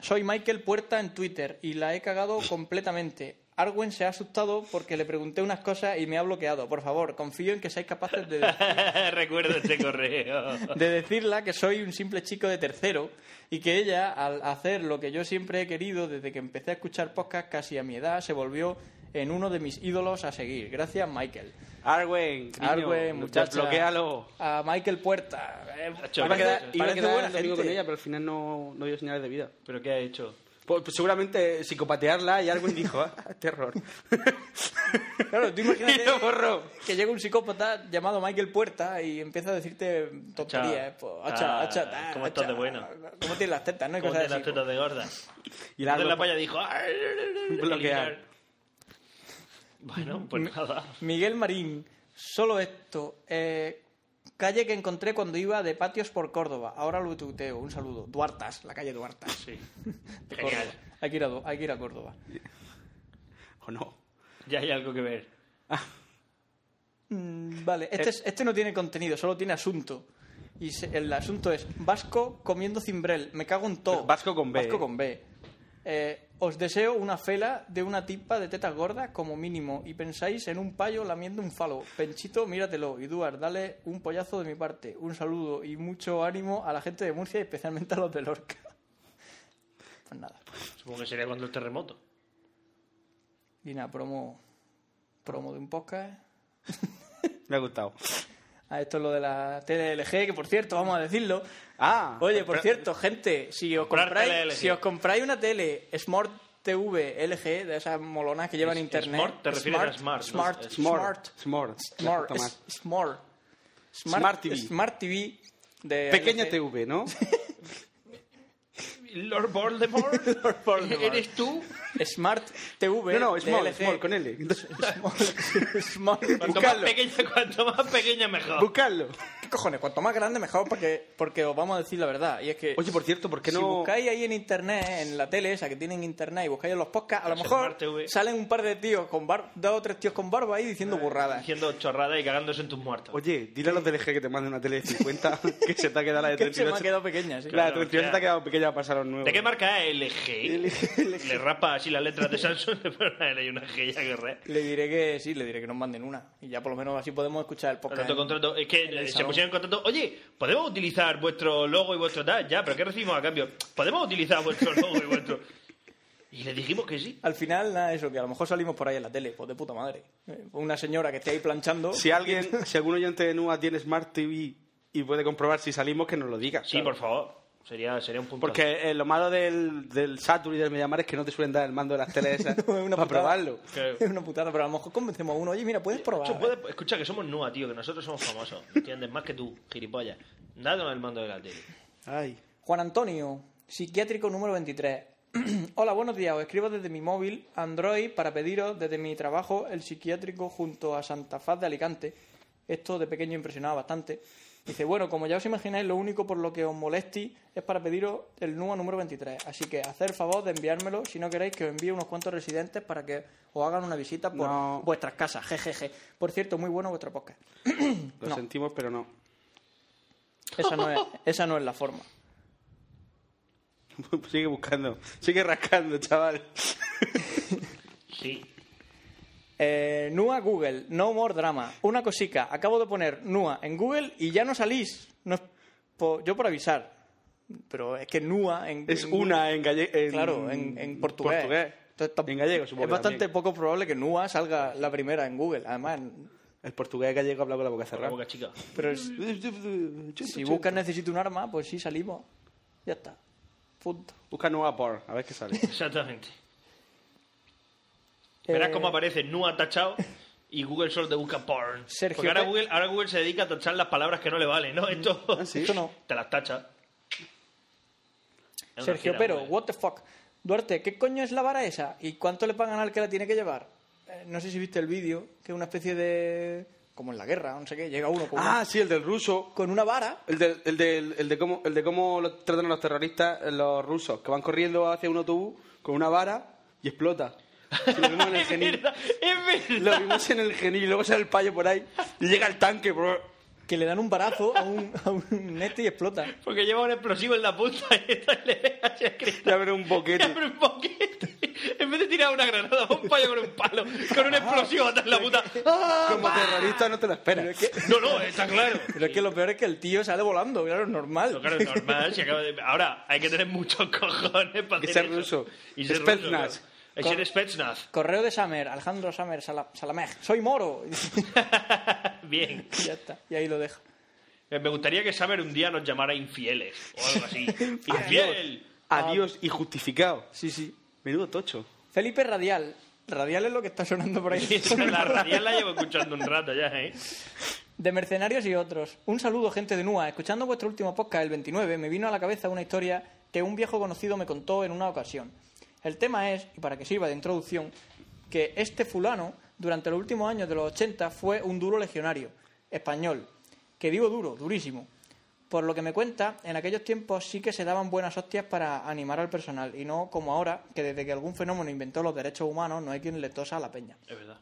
Speaker 5: Soy Michael Puerta en Twitter y la he cagado completamente. Arwen se ha asustado porque le pregunté unas cosas y me ha bloqueado. Por favor, confío en que seáis capaces de,
Speaker 3: Recuerdo este correo.
Speaker 5: de decirla que soy un simple chico de tercero y que ella, al hacer lo que yo siempre he querido desde que empecé a escuchar podcast casi a mi edad, se volvió en uno de mis ídolos a seguir. Gracias, Michael.
Speaker 6: Arwen, cariño,
Speaker 5: Arwen, muchacha.
Speaker 6: Bloquealo.
Speaker 5: A Michael Puerta. Eh,
Speaker 3: Chacho,
Speaker 5: parece-
Speaker 3: iba a quedar-
Speaker 5: parece buena gente.
Speaker 6: con ella, pero al final no, no dio señales de vida.
Speaker 3: ¿Pero qué ha hecho?
Speaker 6: Pues, pues seguramente eh, psicopatearla y Arwen dijo, ah, terror.
Speaker 5: Claro, tú imagínate
Speaker 6: Y lo borró.
Speaker 5: que llega un psicópata llamado Michael Puerta y empieza a decirte tonterías.
Speaker 3: Hacha,
Speaker 5: pues, Hacha,
Speaker 3: ah,
Speaker 5: hacha, ah,
Speaker 3: ¿cómo estás
Speaker 5: hacha,
Speaker 3: de bueno?
Speaker 5: ¿Cómo tienes las tetas, no? Y
Speaker 3: ¿Cómo
Speaker 5: cosas
Speaker 3: tiene las
Speaker 5: así.
Speaker 3: tetas de gorda?
Speaker 6: Y
Speaker 3: Entonces la
Speaker 6: la Arwen,
Speaker 3: paya dijo... "Ah,
Speaker 6: Bloquear.
Speaker 3: Bueno, pues nada.
Speaker 5: Miguel Marín, solo esto. eh, calle que encontré cuando iba de patios por Córdoba. Ahora lo tuteo. Un saludo. Duartas, la calle Duartas.
Speaker 3: Sí.
Speaker 5: De
Speaker 3: Genial.
Speaker 5: Córdoba. Hay que ir a, Du- hay que ir a Córdoba.
Speaker 6: o "Oh, no.
Speaker 3: Ya hay algo que ver.
Speaker 5: Mm, Vale, este, es- este no tiene contenido, solo tiene asunto. Y se- el asunto es Vasco comiendo cimbrel, me cago en todo.
Speaker 6: Pero vasco con B,
Speaker 5: Vasco
Speaker 6: ¿eh?
Speaker 5: con B. Eh, os deseo una fela de una tipa de tetas gordas como mínimo y pensáis en un payo lamiendo un falo. Penchito, míratelo. Y Duar, dale un pollazo de mi parte. Un saludo y mucho ánimo a la gente de Murcia y especialmente a los de Lorca. Pues nada.
Speaker 3: Supongo que sería cuando el terremoto.
Speaker 5: Y nada, promo, promo de un podcast.
Speaker 6: Me ha gustado.
Speaker 5: Ah, esto es lo de la TLG, que por cierto, vamos a decirlo.
Speaker 6: Ah,
Speaker 5: Oye, por
Speaker 6: espera-
Speaker 5: cierto, gente, si os
Speaker 3: Comprar
Speaker 5: compráis,
Speaker 3: TLG.
Speaker 5: si os compráis una tele Smart TV LG de esas molonas que llevan internet,
Speaker 3: Smart, te refieres a Smart, ¿no?
Speaker 5: Smart,
Speaker 3: Es-
Speaker 5: Smart,
Speaker 6: Smart.
Speaker 5: Smart,
Speaker 6: Me gusta más.
Speaker 5: es- Smart,
Speaker 6: Smart TV.
Speaker 5: Smart TV de
Speaker 6: Pequeña
Speaker 5: LG.
Speaker 6: TV, ¿no?
Speaker 3: Lord Voldemort,
Speaker 5: Voldemort.
Speaker 3: ¿eres tú?
Speaker 5: Smart TV.
Speaker 6: No, no,
Speaker 5: de
Speaker 6: small,
Speaker 5: LG.
Speaker 6: small, con L.
Speaker 5: Small, small.
Speaker 3: Cuanto más,
Speaker 6: Buscarlo.
Speaker 3: pequeña, cuanto más pequeña, mejor.
Speaker 6: Buscarlo.
Speaker 5: ¿Qué cojones? Cuanto más grande, mejor, porque, porque os vamos a decir la verdad. Y es que.
Speaker 6: Oye, por cierto, ¿por qué
Speaker 5: Si
Speaker 6: no...?
Speaker 5: buscáis ahí en internet, en la tele esa que tienen internet y buscáis en los podcasts, a lo
Speaker 3: Pues
Speaker 5: mejor
Speaker 3: Smart TV.
Speaker 5: salen un par de tíos con bar... dos o tres tíos con barba ahí diciendo burradas.
Speaker 3: Diciendo chorradas y cagándose en tus muertos.
Speaker 6: Oye, dile a los del eje que te manden una tele de 50 que se te ha quedado la de
Speaker 5: Que se me ha
Speaker 6: 38.
Speaker 5: quedado pequeña, sí.
Speaker 6: La de
Speaker 3: Claro,
Speaker 6: 38
Speaker 3: ya.
Speaker 6: te ha quedado pequeña para pasar a los nuevos.
Speaker 3: ¿De qué marca es LG? Le rapa así las letras de Samsung, le pone una L y una G ya que re.
Speaker 5: Le diré que sí, le diré que nos manden una. Y ya por lo menos así podemos escuchar el podcast.
Speaker 3: Contrato,
Speaker 5: en-
Speaker 3: contrato. Es que
Speaker 5: en el
Speaker 3: eh, se
Speaker 5: salón.
Speaker 3: pusieron en contrato. Oye, ¿podemos utilizar vuestro logo y vuestro tal? Ya, pero ¿qué recibimos a cambio? ¿Podemos utilizar vuestro logo y vuestro.? Y le dijimos que sí.
Speaker 5: Al final, nada, eso, que a lo mejor salimos por ahí en la tele, pues de puta madre. Eh, Una señora que esté ahí planchando.
Speaker 6: Si alguien, si algún oyente de NUA tiene Smart TV y puede comprobar si salimos, que nos lo diga.
Speaker 3: Sí, por favor. Sería, sería un punto.
Speaker 6: Porque eh, lo malo del, del Saturn y del Mediamar es que no te suelen dar el mando de las teles esas
Speaker 5: No, es una putada.
Speaker 6: para probarlo.
Speaker 3: Claro.
Speaker 5: Es una putada, pero a lo mejor convencemos a uno, oye, mira, puedes probar.
Speaker 3: Escucha, puede- escucha, que somos NUA, tío, que nosotros somos famosos. ¿Entiendes? Más que tú, gilipollas. Danos el mando de la tele.
Speaker 6: Ay.
Speaker 5: Juan Antonio, psiquiátrico número 23. Hola, buenos días. Os escribo desde mi móvil Android para pediros desde mi trabajo el psiquiátrico junto a Santa Faz de Alicante. Esto de pequeño impresionaba bastante. Dice, bueno, como ya os imagináis, lo único por lo que os molesti es para pediros el NUA número 23. Así que hacer favor de enviármelo si no queréis que os envíe unos cuantos residentes para que os hagan una visita por
Speaker 6: No.
Speaker 5: vuestras casas. Jejeje. Por cierto, muy bueno vuestro podcast.
Speaker 6: Lo
Speaker 5: No.
Speaker 6: sentimos, pero no.
Speaker 5: Esa no es, esa no es la forma.
Speaker 6: sigue buscando, sigue rascando, chaval.
Speaker 3: Sí.
Speaker 5: Eh, Nua Google, no more drama. Una cosica, acabo de poner Nua en Google y ya no salís. No es po- yo por avisar. Pero es que Nua en.
Speaker 6: Es
Speaker 5: en-
Speaker 6: una en gallego.
Speaker 5: Claro, en, en portugués. Entonces, tam-
Speaker 6: en gallego, supongo.
Speaker 5: Es
Speaker 6: que
Speaker 5: bastante
Speaker 6: también.
Speaker 5: poco probable que Nua salga la primera en Google. Además, en-
Speaker 6: El portugués gallego habla con la boca
Speaker 3: Por la
Speaker 6: cerrada.
Speaker 3: boca chica.
Speaker 5: pero es- si
Speaker 6: Si
Speaker 5: buscas necesito un arma, pues sí salimos. Ya está. Punto.
Speaker 6: Busca nueva por, a ver qué sale.
Speaker 3: Exactamente. Verás
Speaker 5: Eh,
Speaker 3: cómo aparece NUA tachado y Google solo te busca porn.
Speaker 5: Sergio,
Speaker 3: Porque ahora
Speaker 5: ¿qué?
Speaker 3: Google, ahora Google se dedica a tachar las palabras que no le valen, ¿no? Esto,
Speaker 6: Ah, sí?
Speaker 5: Esto no.
Speaker 3: te las tacha. Es una
Speaker 5: Sergio
Speaker 3: fiera,
Speaker 5: Pero,
Speaker 3: Google.
Speaker 5: what the fuck. Duarte, ¿qué coño es la vara esa? ¿Y cuánto le pagan al que la tiene que llevar? Eh, no sé si viste el vídeo, que es una especie de... como en la guerra, no sé qué, llega uno con,
Speaker 6: ah, sí, el del ruso.
Speaker 5: con una vara.
Speaker 6: El de, el, de, el, de cómo, el de cómo lo tratan los terroristas eh, los rusos, que van corriendo hacia un autobús con una vara y explota. Sí, Lo vimos en el
Speaker 3: Es
Speaker 6: genil.
Speaker 3: verdad, es verdad.
Speaker 6: Lo vimos en el genil, y luego sale el payo por ahí y llega el tanque, bro.
Speaker 5: Que le dan un barazo a un, a un este y explota.
Speaker 3: Porque lleva un explosivo en la punta y esta le pega así al cristal.
Speaker 6: Le abre un
Speaker 3: Le
Speaker 6: boquete.
Speaker 3: abre un boquete. En vez de tirar una granada, va un payo con un palo, con un explosivo atrás en la puta.
Speaker 6: Como terrorista no te lo
Speaker 5: Pero
Speaker 6: esperas.
Speaker 5: es que,
Speaker 3: No, no, está claro.
Speaker 5: pero es que lo peor es que el tío sale volando, claro, es normal.
Speaker 3: Pero claro, es normal. si acaba de- Ahora, hay que tener muchos cojones para
Speaker 6: Y
Speaker 3: hacer
Speaker 6: ser
Speaker 3: eso.
Speaker 6: ruso.
Speaker 3: Y ser
Speaker 6: Spetsnaz.
Speaker 3: ruso, claro. Y
Speaker 5: Con-
Speaker 3: ser Spetsnaz.
Speaker 5: Correo de Samer, Alejandro Samer Sala- Salamej, soy moro.
Speaker 3: Bien.
Speaker 5: Y ya está, y ahí lo deja.
Speaker 3: Eh, Me gustaría que Samer un día nos llamara infieles o algo así. ¡Infiel!
Speaker 6: Adiós y justificado.
Speaker 5: Sí, sí.
Speaker 6: Menudo tocho.
Speaker 5: Felipe Radial. Radial es lo que está sonando por ahí.
Speaker 3: la radial la llevo escuchando un rato ya, ¿eh?
Speaker 5: De mercenarios y otros. Un saludo, gente de NUA. Escuchando vuestro último podcast, el 29, me vino a la cabeza una historia que un viejo conocido me contó en una ocasión. El tema es, y para que sirva de introducción, que este fulano, durante los últimos años de los 80, fue un duro legionario, español. Que digo duro, durísimo. Por lo que me cuenta, en aquellos tiempos sí que se daban buenas hostias para animar al personal, y no como ahora, que desde que algún fenómeno inventó los derechos humanos no hay quien le tosa a la peña.
Speaker 3: Es verdad.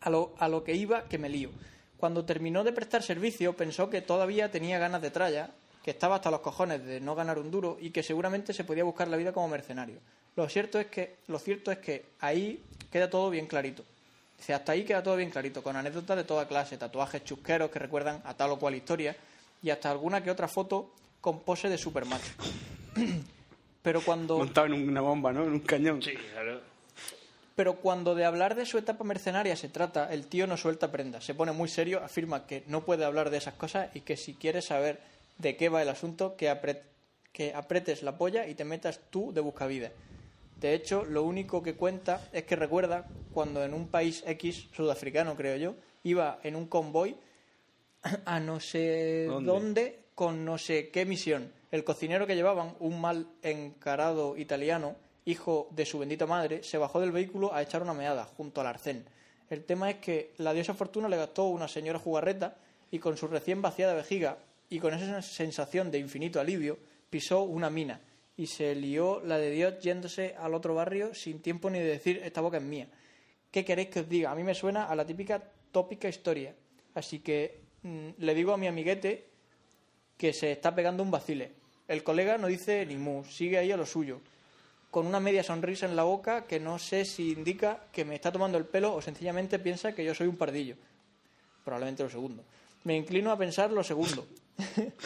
Speaker 5: A lo, a lo que iba, que me lío. Cuando terminó de prestar servicio, pensó que todavía tenía ganas de tralla, que estaba hasta los cojones de no ganar un duro y que seguramente se podía buscar la vida como mercenario. Lo cierto es que, lo cierto es que ahí queda todo bien clarito. Dice, hasta ahí queda todo bien clarito, con anécdotas de toda clase, tatuajes chusqueros que recuerdan a tal o cual historia y hasta alguna que otra foto con pose de supermacho. Pero cuando...
Speaker 6: Montado en una bomba, ¿no? En un cañón.
Speaker 3: Sí, claro.
Speaker 5: Pero cuando de hablar de su etapa mercenaria se trata, el tío no suelta prenda, se pone muy serio, afirma que no puede hablar de esas cosas y que si quieres saber de qué va el asunto, que, apre- que apretes la polla y te metas tú de buscavida. De hecho, lo único que cuenta es que recuerda cuando en un país X, sudafricano creo yo, iba en un convoy a no sé
Speaker 6: ¿Dónde?
Speaker 5: dónde con no sé qué misión. El cocinero que llevaban, un mal encarado italiano, hijo de su bendita madre, se bajó del vehículo a echar una meada junto al arcén. El tema es que la diosa Fortuna le gastó una señora jugarreta y con su recién vaciada vejiga y con esa sensación de infinito alivio pisó una mina y se lió la de Dios yéndose al otro barrio sin tiempo ni de decir esta boca es mía. ¿Qué queréis que os diga? A mí me suena a la típica tópica historia. Así que mm, le digo a mi amiguete que se está pegando un vacile. El colega no dice ni mu, sigue ahí a lo suyo, con una media sonrisa en la boca que no sé si indica que me está tomando el pelo o sencillamente piensa que yo soy un pardillo. Probablemente lo segundo. Me inclino a pensar lo segundo.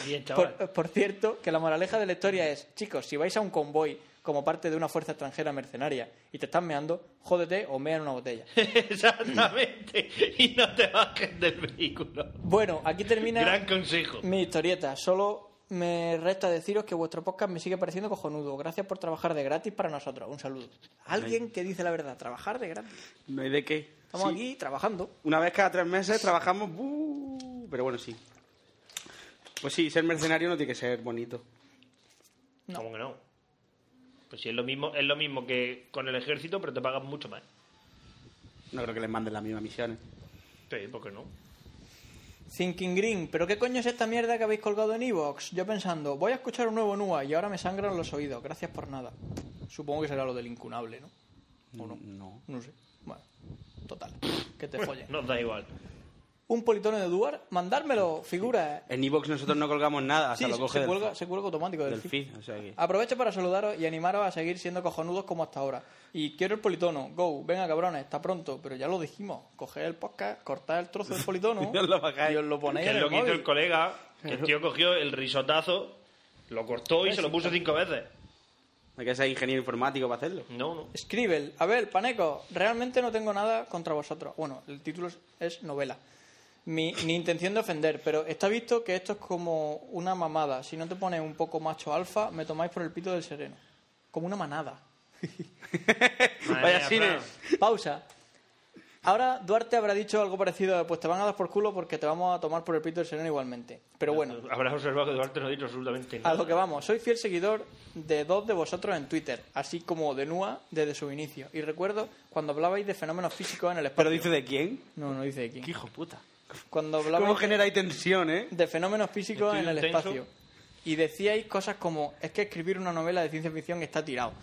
Speaker 3: Bien, chaval.
Speaker 5: por, por cierto, que la moraleja de la historia es, chicos, si vais a un convoy como parte de una fuerza extranjera mercenaria y te están meando, jódete o mea en una botella.
Speaker 3: Exactamente. Y no te bajes del vehículo.
Speaker 5: Bueno, aquí termina...
Speaker 3: Gran consejo.
Speaker 5: Mi historieta, solo me resta deciros que vuestro podcast me sigue pareciendo cojonudo. Gracias por trabajar de gratis para nosotros. Un saludo. Alguien que dice la verdad, trabajar de gratis.
Speaker 6: No hay de qué.
Speaker 5: Estamos
Speaker 6: Sí.
Speaker 5: aquí trabajando.
Speaker 6: Una vez cada tres meses trabajamos. ¡bu! Pero bueno, sí. Pues sí, ser mercenario no tiene que ser bonito.
Speaker 5: No.
Speaker 3: ¿Cómo que no? Pues sí, es lo mismo, es lo mismo que con el ejército, pero te pagan mucho más.
Speaker 6: No creo que les manden las mismas misiones.
Speaker 3: Sí, ¿por qué no?
Speaker 5: Thinking Green, ¿pero qué coño es esta mierda que habéis colgado en Evox? Yo pensando, voy a escuchar un nuevo Nua y ahora me sangran los oídos. Gracias por nada. Supongo que será lo del incunable, ¿no? ¿O no?
Speaker 6: No.
Speaker 5: No sé. Bueno, total. Que te follen.
Speaker 3: Nos da igual.
Speaker 5: Un politono de Duar, mandármelo, figura.
Speaker 6: En Evox nosotros no colgamos nada, o sea,
Speaker 5: Sí,
Speaker 6: Ah, lo
Speaker 5: se-
Speaker 6: coge
Speaker 5: se,
Speaker 6: del,
Speaker 5: cuelga, se cuelga automático del,
Speaker 6: del
Speaker 5: feed.
Speaker 6: feed, o sea que-
Speaker 5: Aprovecho para saludaros y animaros a seguir siendo cojonudos como hasta ahora. Y quiero el politono. Go, venga cabrones, está pronto. Pero ya lo dijimos. Coged el podcast, cortad el trozo del politono
Speaker 6: Y os lo bajáis.
Speaker 5: y os lo ponéis
Speaker 3: Que es
Speaker 5: en el
Speaker 3: lo que hizo
Speaker 5: móvil.
Speaker 3: el colega, que el tío cogió el risotazo, lo cortó y se lo puso cinco veces.
Speaker 6: Hay que ser ingeniero informático para hacerlo.
Speaker 3: No, no.
Speaker 5: Scribble. A ver, Paneco, realmente no tengo nada contra vosotros. Bueno, el título es- es novela. Mi, ni intención de ofender, pero está visto que esto es como una mamada. Si no te pones un poco macho alfa, me tomáis por el pito del sereno. Como una manada.
Speaker 3: Madre
Speaker 6: Vaya
Speaker 3: mía,
Speaker 6: cine.
Speaker 3: Fran.
Speaker 5: Pausa. Ahora Duarte habrá dicho algo parecido a, pues te van a dar por culo porque te vamos a tomar por el pito del sereno igualmente. Pero bueno,
Speaker 3: Habrás observado que Duarte no ha dicho absolutamente
Speaker 5: a
Speaker 3: nada.
Speaker 5: lo que vamos. Soy fiel seguidor de dos de vosotros en Twitter, así como de Nua desde su inicio. Y recuerdo cuando hablabais de fenómenos físicos en el espacio.
Speaker 6: Pero dice de quién?
Speaker 5: No, no dice de quién.
Speaker 6: hijo puta.
Speaker 5: Cuando
Speaker 6: ¿Cómo
Speaker 5: hablabais
Speaker 6: generáis tensión, eh?
Speaker 5: de fenómenos físicos
Speaker 3: Estoy
Speaker 5: en el
Speaker 3: intenso.
Speaker 5: espacio. Y decíais cosas como, es que escribir una novela de ciencia ficción está tirado.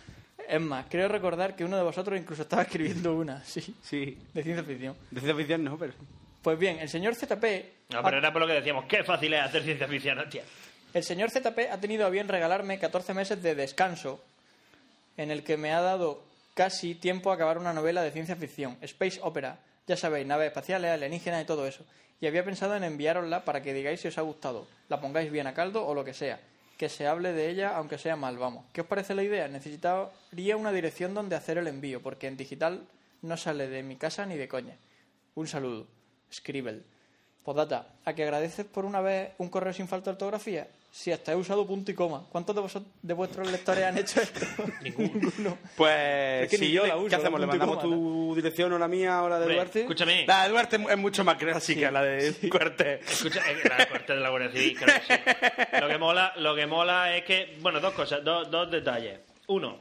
Speaker 5: Es más, creo recordar que uno de vosotros incluso estaba escribiendo una, sí,
Speaker 6: Sí.
Speaker 5: de ciencia ficción.
Speaker 6: De ciencia ficción no, pero.
Speaker 5: Pues bien, el señor ZP.
Speaker 3: No, Ah, pero
Speaker 5: ha-
Speaker 3: era por lo que decíamos, qué fácil es hacer ciencia ficción, hostia.
Speaker 5: El señor ZP ha tenido a bien regalarme 14 meses de descanso en el que me ha dado casi tiempo a acabar una novela de ciencia ficción, Space Opera. Ya sabéis, naves espaciales, alienígenas y todo eso. Y había pensado en enviárosla para que digáis si os ha gustado, la pongáis bien a caldo o lo que sea. Que se hable de ella, aunque sea mal, vamos. ¿Qué os parece la idea? Necesitaría una dirección donde hacer el envío, porque en digital no sale de mi casa ni de coña. Un saludo. Scribble. Podata, ¿a que agradeces por una vez un correo sin falta de ortografía? Si hasta he usado punto y coma. ¿Cuántos de, vosot- de vuestros lectores han hecho esto? Ninguno.
Speaker 6: Pues
Speaker 5: Es que ni
Speaker 6: sí,
Speaker 5: yo la uso,
Speaker 6: ¿qué hacemos?
Speaker 5: la
Speaker 6: ¿Le
Speaker 5: punto y
Speaker 6: mandamos
Speaker 5: coma,
Speaker 6: tu dirección o la mía o la de
Speaker 3: Hombre,
Speaker 6: Duarte?
Speaker 3: escúchame.
Speaker 6: La de Duarte es mucho más clásica, que la de Duarte.
Speaker 3: Escucha, eh, la corte de la Guardia Civil, creo que sí. Lo que mola, lo que mola es que, bueno, dos cosas, dos, dos detalles. Uno,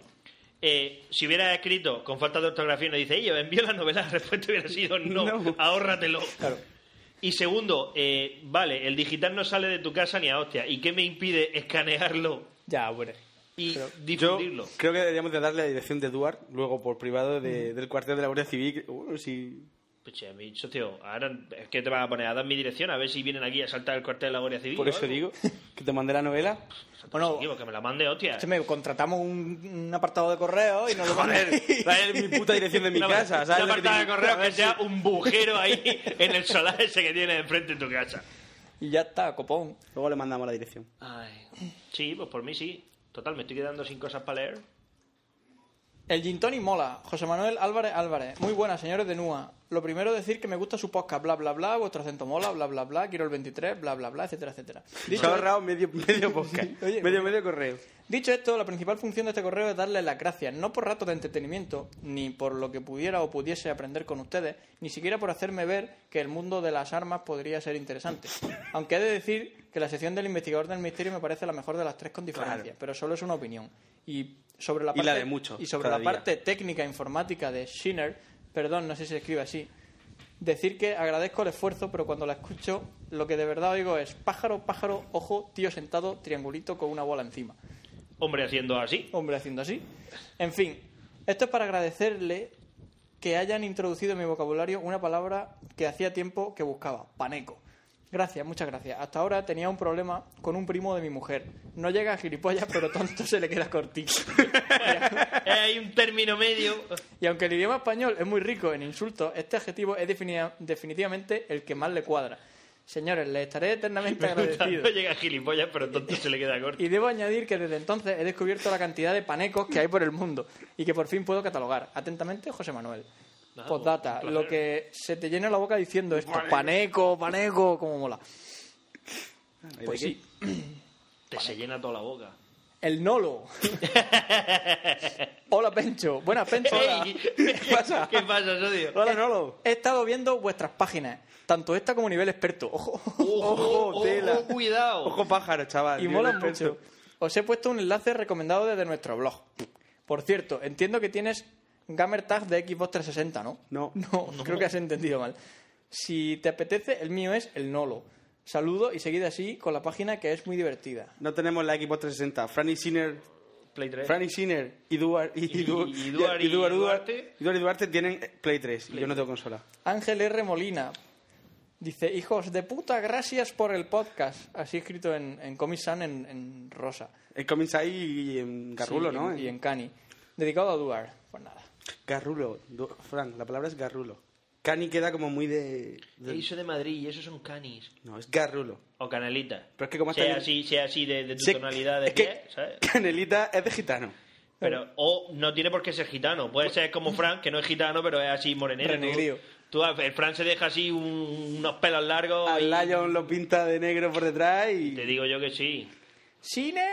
Speaker 3: eh, si hubiera escrito con falta de ortografía y nos dice, "Ey, yo envío la novela, la respuesta hubiera sido no,
Speaker 6: No.
Speaker 3: ahórratelo. Y segundo, eh, vale, el digital no sale de tu casa ni a hostia. ¿Y qué me impide escanearlo
Speaker 5: Ya, hombre.
Speaker 3: y
Speaker 5: Pero
Speaker 6: Yo
Speaker 3: difundirlo?
Speaker 6: creo que deberíamos de darle la dirección de Duarte, luego por privado
Speaker 5: Mm.
Speaker 6: de- del cuartel de la Guardia Civil. Uh, Bueno, sí.
Speaker 3: Pucha, mi socio, ahora es que te vas a poner a dar mi dirección a ver si vienen aquí a saltar el cuartel de la Guardia Civil.
Speaker 6: Por
Speaker 3: o
Speaker 6: eso
Speaker 3: algo.
Speaker 6: digo que te mandé la novela.
Speaker 5: Bueno,
Speaker 3: Sí, que me la mande, hostia.
Speaker 5: me contratamos un, un apartado de correo y nos lo
Speaker 6: Joder,
Speaker 5: mandáis.
Speaker 6: trae mi puta dirección de mi
Speaker 3: Una-
Speaker 6: casa. ¿sabes
Speaker 3: Una
Speaker 6: lo que te
Speaker 3: apartada de
Speaker 6: digo?
Speaker 3: correo
Speaker 6: A ver
Speaker 3: que sea
Speaker 6: si-
Speaker 3: un bujero ahí en el solar ese que tienes enfrente de tu casa.
Speaker 5: Y ya está, copón.
Speaker 6: Luego le mandamos la dirección.
Speaker 3: Ah, Sí, pues por mí sí. Total, me estoy quedando sin cosas para leer.
Speaker 5: El Gintoni mola. José Manuel Álvarez Álvarez. Muy buenas, señores de NUA. Lo primero decir que me gusta su podcast, bla, bla, bla, vuestro acento mola, bla, bla, bla, quiero el 23, bla, bla, bla, etcétera, etcétera.
Speaker 6: Se ha ahorrado medio, medio podcast,
Speaker 5: Oye,
Speaker 6: medio,
Speaker 5: bueno.
Speaker 6: medio correo.
Speaker 5: Dicho esto, la principal función de este correo es darles las gracias, no por rato de entretenimiento, ni por lo que pudiera o pudiese aprender con ustedes, ni siquiera por hacerme ver que el mundo de las armas podría ser interesante. Aunque he de decir que la sección del investigador del misterio me parece la mejor de las tres con diferencia,
Speaker 6: Claro.
Speaker 5: pero solo es una opinión. Y sobre la
Speaker 6: Y la
Speaker 5: parte,
Speaker 6: de muchos,
Speaker 5: y sobre la
Speaker 6: cada día.
Speaker 5: parte técnica informática de Shinner, perdón, no sé si se escribe así, Decir que agradezco el esfuerzo, pero cuando la escucho, lo que de verdad oigo es pájaro, pájaro, ojo, tío sentado, triangulito con una bola encima.
Speaker 3: Hombre haciendo así.
Speaker 5: Hombre haciendo así. En fin, esto es para agradecerle que hayan introducido en mi vocabulario una palabra que hacía tiempo que buscaba, paneco. Gracias, muchas gracias. Hasta ahora tenía un problema con un primo de mi mujer. No llega a gilipollas, pero tanto se le queda cortito.
Speaker 3: Eh, Hay un término medio.
Speaker 5: Y aunque el idioma español es muy rico en insultos, este adjetivo es defini- definitivamente el que más le cuadra. Señores, les estaré eternamente agradecido.
Speaker 3: No llega gilipollas, pero tonto se le queda corto.
Speaker 5: Y debo añadir que desde entonces he descubierto la cantidad de panecos que hay por el mundo y que por fin puedo catalogar. Atentamente, José Manuel.
Speaker 3: Nada, pues,
Speaker 5: Postdata,
Speaker 3: un placer.
Speaker 5: lo que se te llena la boca diciendo esto, paneco, paneco, como mola. Pues sí,
Speaker 3: Te se llena toda la boca.
Speaker 5: el Nolo. Hola, Pencho. Buenas, Pencho. Hola.
Speaker 3: Ey,
Speaker 5: ¿Qué pasa?
Speaker 3: ¿Qué pasa, socio?
Speaker 5: He- He estado viendo vuestras páginas, tanto esta como nivel experto. Ojo.
Speaker 6: Ojo, tela.
Speaker 3: cuidado.
Speaker 6: Ojo pájaro, chaval.
Speaker 5: y
Speaker 6: Yo
Speaker 5: mola
Speaker 6: no pienso-
Speaker 5: mucho. Os he puesto un enlace recomendado desde nuestro blog. Por cierto, entiendo que tienes gamer tag de Xbox 360, ¿no?
Speaker 6: No.
Speaker 5: No, creo que has entendido mal. Si te apetece, el mío es el Nolo. Saludo y seguid así con la página que es muy divertida.
Speaker 6: No tenemos la Xbox 360. Franny Sinner,
Speaker 3: Play 3.
Speaker 6: Franny Sinner y Duar y,
Speaker 3: Y-
Speaker 6: Du-
Speaker 3: y Duar y Duarte.
Speaker 6: y Duar y Duarte tienen Play 3. y yo no tengo consola.
Speaker 5: Ángel R. Molina dice: Hijos de puta, gracias por el podcast. Así escrito en, en Comic Sans en- en rosa.
Speaker 6: En Comics hay y en Garrulo,
Speaker 5: Sí,
Speaker 6: ¿no?
Speaker 5: Y, y en Cani. Dedicado a Duar. Pues nada.
Speaker 6: Garrulo. Du- Frank, la palabra es Garrulo. Cani queda como muy de... de-
Speaker 3: Eso de Madrid y esos son canis.
Speaker 6: No, es Garrulo.
Speaker 3: O canelitas.
Speaker 6: Pero es que como
Speaker 3: sea
Speaker 6: está-
Speaker 3: así, sea así de, de tu
Speaker 6: Se-
Speaker 3: tonalidad de
Speaker 6: es que
Speaker 3: pie, ¿sabes?
Speaker 6: Canelita es de gitano.
Speaker 3: Pero, o no tiene por qué ser gitano. Puede ser como Frank, que no es gitano, pero es así morenero.
Speaker 5: Renegrío.
Speaker 3: Tú, tú, el Frank se deja así un- unos pelos largos.
Speaker 6: Al
Speaker 3: y-
Speaker 6: Lion lo pinta de negro por detrás y...
Speaker 3: Te digo yo que sí.
Speaker 5: ¡Siner!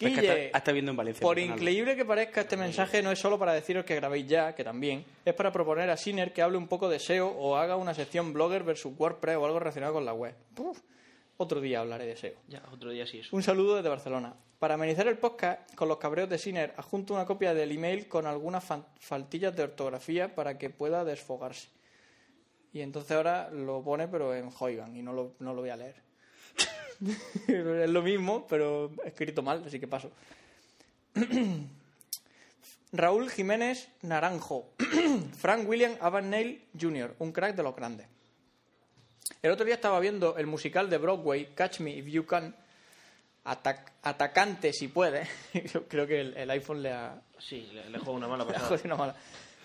Speaker 6: Es que
Speaker 5: Guille,
Speaker 6: está, está viendo en Valencia.
Speaker 5: por
Speaker 6: Ronaldo.
Speaker 5: increíble que parezca, este mensaje no es solo para deciros que grabéis ya, que también, es para proponer a Siner que hable un poco de SEO o haga una sección blogger versus WordPress o algo relacionado con la web. Puf, otro día hablaré de E SEO.
Speaker 3: Ya, otro día sí eso.
Speaker 5: Un saludo desde Barcelona. Para amenizar el podcast, con los cabreos de Siner, adjunto una copia del email con algunas fan- faltillas de ortografía para que pueda desfogarse. Y entonces ahora lo pone, pero en Hoigan, y no lo, no lo voy a leer. es lo mismo, pero escrito mal, así que paso. Raúl Jiménez Naranjo. Frank William Abagnale Jr., un crack de los grandes. El otro día estaba viendo el musical de Broadway, Catch Me If You Can, Atac- atacante si puede. Yo Creo que el, el iPhone le ha,
Speaker 3: Sí, le, le juego una mala
Speaker 5: le ha
Speaker 3: pasada.
Speaker 5: jodido una mala.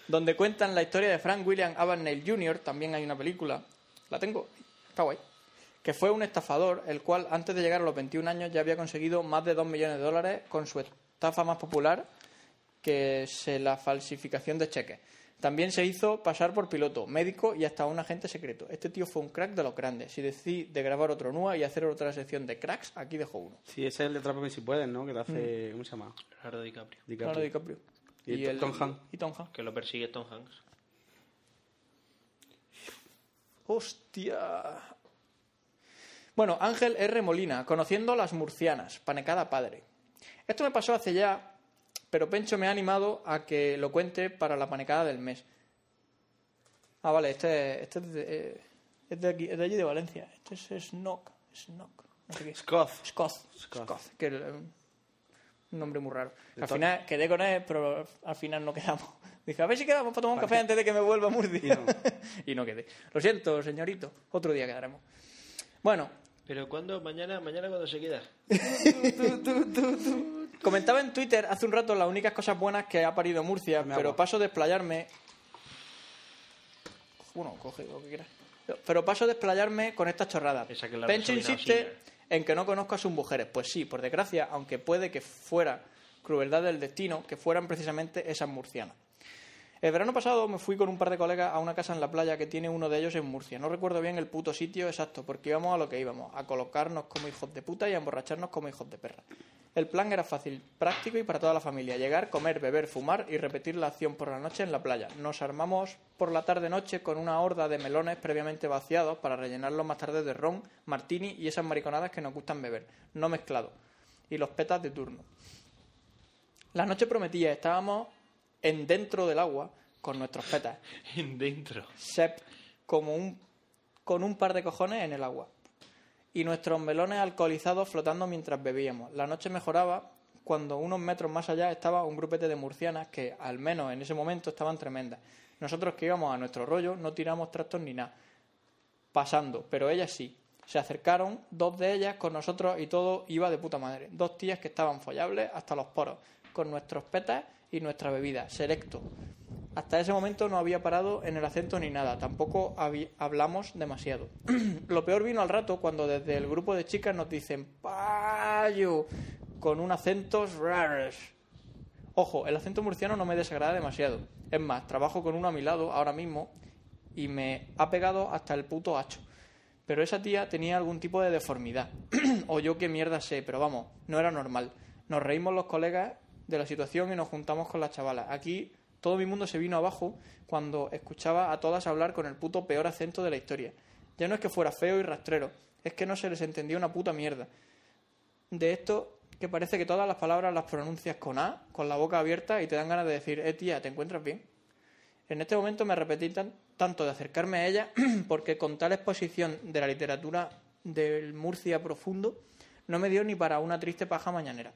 Speaker 5: Donde cuentan la historia de Frank William Abagnale Jr. También hay una película. La tengo. Está guay. Que fue un estafador, el cual antes de llegar a los 21 años ya había conseguido más de 2 millones de dólares con su estafa más popular, que es eh, la falsificación de cheques. También se hizo pasar por piloto, médico y hasta un agente secreto. Este tío fue un crack de los grandes. Si decidí de grabar otro NUA y hacer otra sección de cracks, aquí dejo uno.
Speaker 6: Sí, ese es el de Trápame si puedes, ¿no? Que te hace... ¿Cómo se llama?
Speaker 3: Leonardo Mm. DiCaprio.
Speaker 6: DiCaprio.
Speaker 5: Leonardo DiCaprio.
Speaker 6: Y Tom- Tom Hanks.
Speaker 5: Y Tom Hanks.
Speaker 3: Que lo persigue Tom Hanks.
Speaker 5: Hostia. Bueno, Ángel R. Molina, conociendo las murcianas, panecada padre. Esto me pasó hace ya, pero Pencho me ha animado a que lo cuente para la panecada del mes. Ah, vale, este, este es, de, eh, es de aquí, es de allí de Valencia. Este es Snock. Snock. No sé qué.
Speaker 6: Scoff.
Speaker 5: Scoth.
Speaker 6: Scoth.
Speaker 5: Scoth, que es un nombre muy raro.
Speaker 6: De
Speaker 5: Al
Speaker 6: to-
Speaker 5: final quedé con él, pero al final no quedamos. Dije, a ver si quedamos para tomar un café antes de que me vuelva a Murcia. Y no, quedé. Lo siento, señorito. Otro día quedaremos. Bueno,
Speaker 3: Pero cuando mañana, mañana cuando se queda.
Speaker 5: comentaba en Twitter hace un rato las únicas cosas buenas que ha parido Murcia,
Speaker 6: Dame
Speaker 5: pero
Speaker 6: agua.
Speaker 5: paso de explayarme. Bueno, coge lo que quieras. Pero paso de explayarme con estas chorradas.
Speaker 3: Esa que la
Speaker 5: Pencho
Speaker 3: resolví, no,
Speaker 5: insiste
Speaker 3: sí,
Speaker 5: en que no conozco a sus mujeres. Pues sí, por desgracia, aunque puede que fuera crueldad del destino, que fueran precisamente esas murcianas. El verano pasado me fui con un par de colegas a una casa en la playa que tiene uno de ellos en Murcia. No recuerdo bien el puto sitio exacto, porque íbamos a lo que íbamos, a colocarnos como hijos de puta y a emborracharnos como hijos de perra. El plan era fácil, práctico y para toda la familia. Llegar, comer, beber, fumar y repetir la acción por la noche en la playa. Nos armamos por la tarde-noche con una horda de melones previamente vaciados para rellenarlos más tarde de ron, martini y esas mariconadas que nos gustan beber, no mezclado. Y los petas de turno. La noche prometía, estábamos en dentro del agua con nuestros petas.
Speaker 3: En dentro.
Speaker 5: Sep como un con un par de cojones en el agua. Y nuestros melones alcoholizados flotando mientras bebíamos. La noche mejoraba cuando unos metros más allá estaba un grupete de murcianas que, al menos en ese momento, estaban tremendas. Nosotros que íbamos a nuestro rollo no tiramos trastos ni nada, pasando, pero ellas sí. Se acercaron dos de ellas con nosotros y todo iba de puta madre. Dos tías que estaban follables hasta los poros, con nuestros petas y nuestra bebida, selecto. Hasta ese momento no había parado en el acento ni nada, tampoco habi- hablamos demasiado. Lo peor vino al rato cuando desde el grupo de chicas nos dicen payo con un acentos raros. Ojo, el acento murciano no me desagrada demasiado. Es más, trabajo con uno a mi lado ahora mismo y me ha pegado hasta el puto hacho. Pero esa tía tenía algún tipo de deformidad. o yo qué mierda sé, pero vamos, no era normal. Nos reímos los colegas de la situación y nos juntamos con las chavalas. Aquí todo mi mundo se vino abajo cuando escuchaba a todas hablar con el puto peor acento de la historia. Ya no es que fuera feo y rastrero, es que no se les entendía una puta mierda de esto que parece que todas las palabras las pronuncias con A, con la boca abierta y te dan ganas de decir, eh tía, ¿te encuentras bien? En este momento me arrepentí tan- tanto de acercarme a ella porque con tal exposición de la literatura del Murcia profundo no me dio ni para una triste paja mañanera.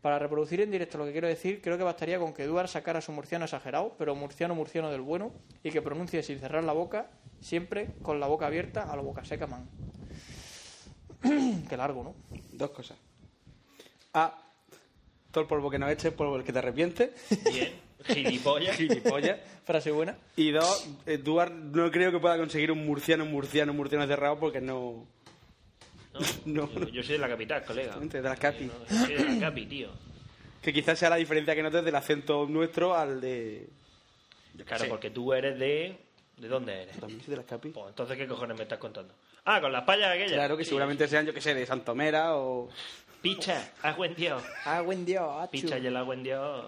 Speaker 5: Para reproducir en directo lo que quiero decir, creo que bastaría con que Eduard sacara su murciano exagerado, pero murciano murciano del bueno, y que pronuncie sin cerrar la boca, siempre con la boca abierta a la boca seca, man. Qué largo, ¿no?
Speaker 6: Dos cosas. A. Todo el polvo que no eches, polvo el que te arrepientes.
Speaker 3: Bien. Gilipollas.
Speaker 6: Gilipollas.
Speaker 5: Frase buena.
Speaker 6: Y dos, Eduard no creo que pueda conseguir un murciano, murciano, murciano cerrado porque no. No,
Speaker 3: Yo,
Speaker 6: no.
Speaker 3: yo soy de la capital, colega.
Speaker 6: De la Capi.
Speaker 3: No, yo soy de la capi, tío.
Speaker 6: Que quizás sea la diferencia que notes del acento nuestro al de.
Speaker 3: Claro, porque tú eres de... ¿De dónde eres?
Speaker 6: También soy de las Capi.
Speaker 3: Pues entonces, ¿qué cojones me estás contando? Ah, con las payas aquellas.
Speaker 6: Claro que seguramente sean, yo que sé, de Santomera o.
Speaker 3: Picha, has buen dios.
Speaker 5: Ah, buen día, achu.
Speaker 3: Picha y el agua en dios.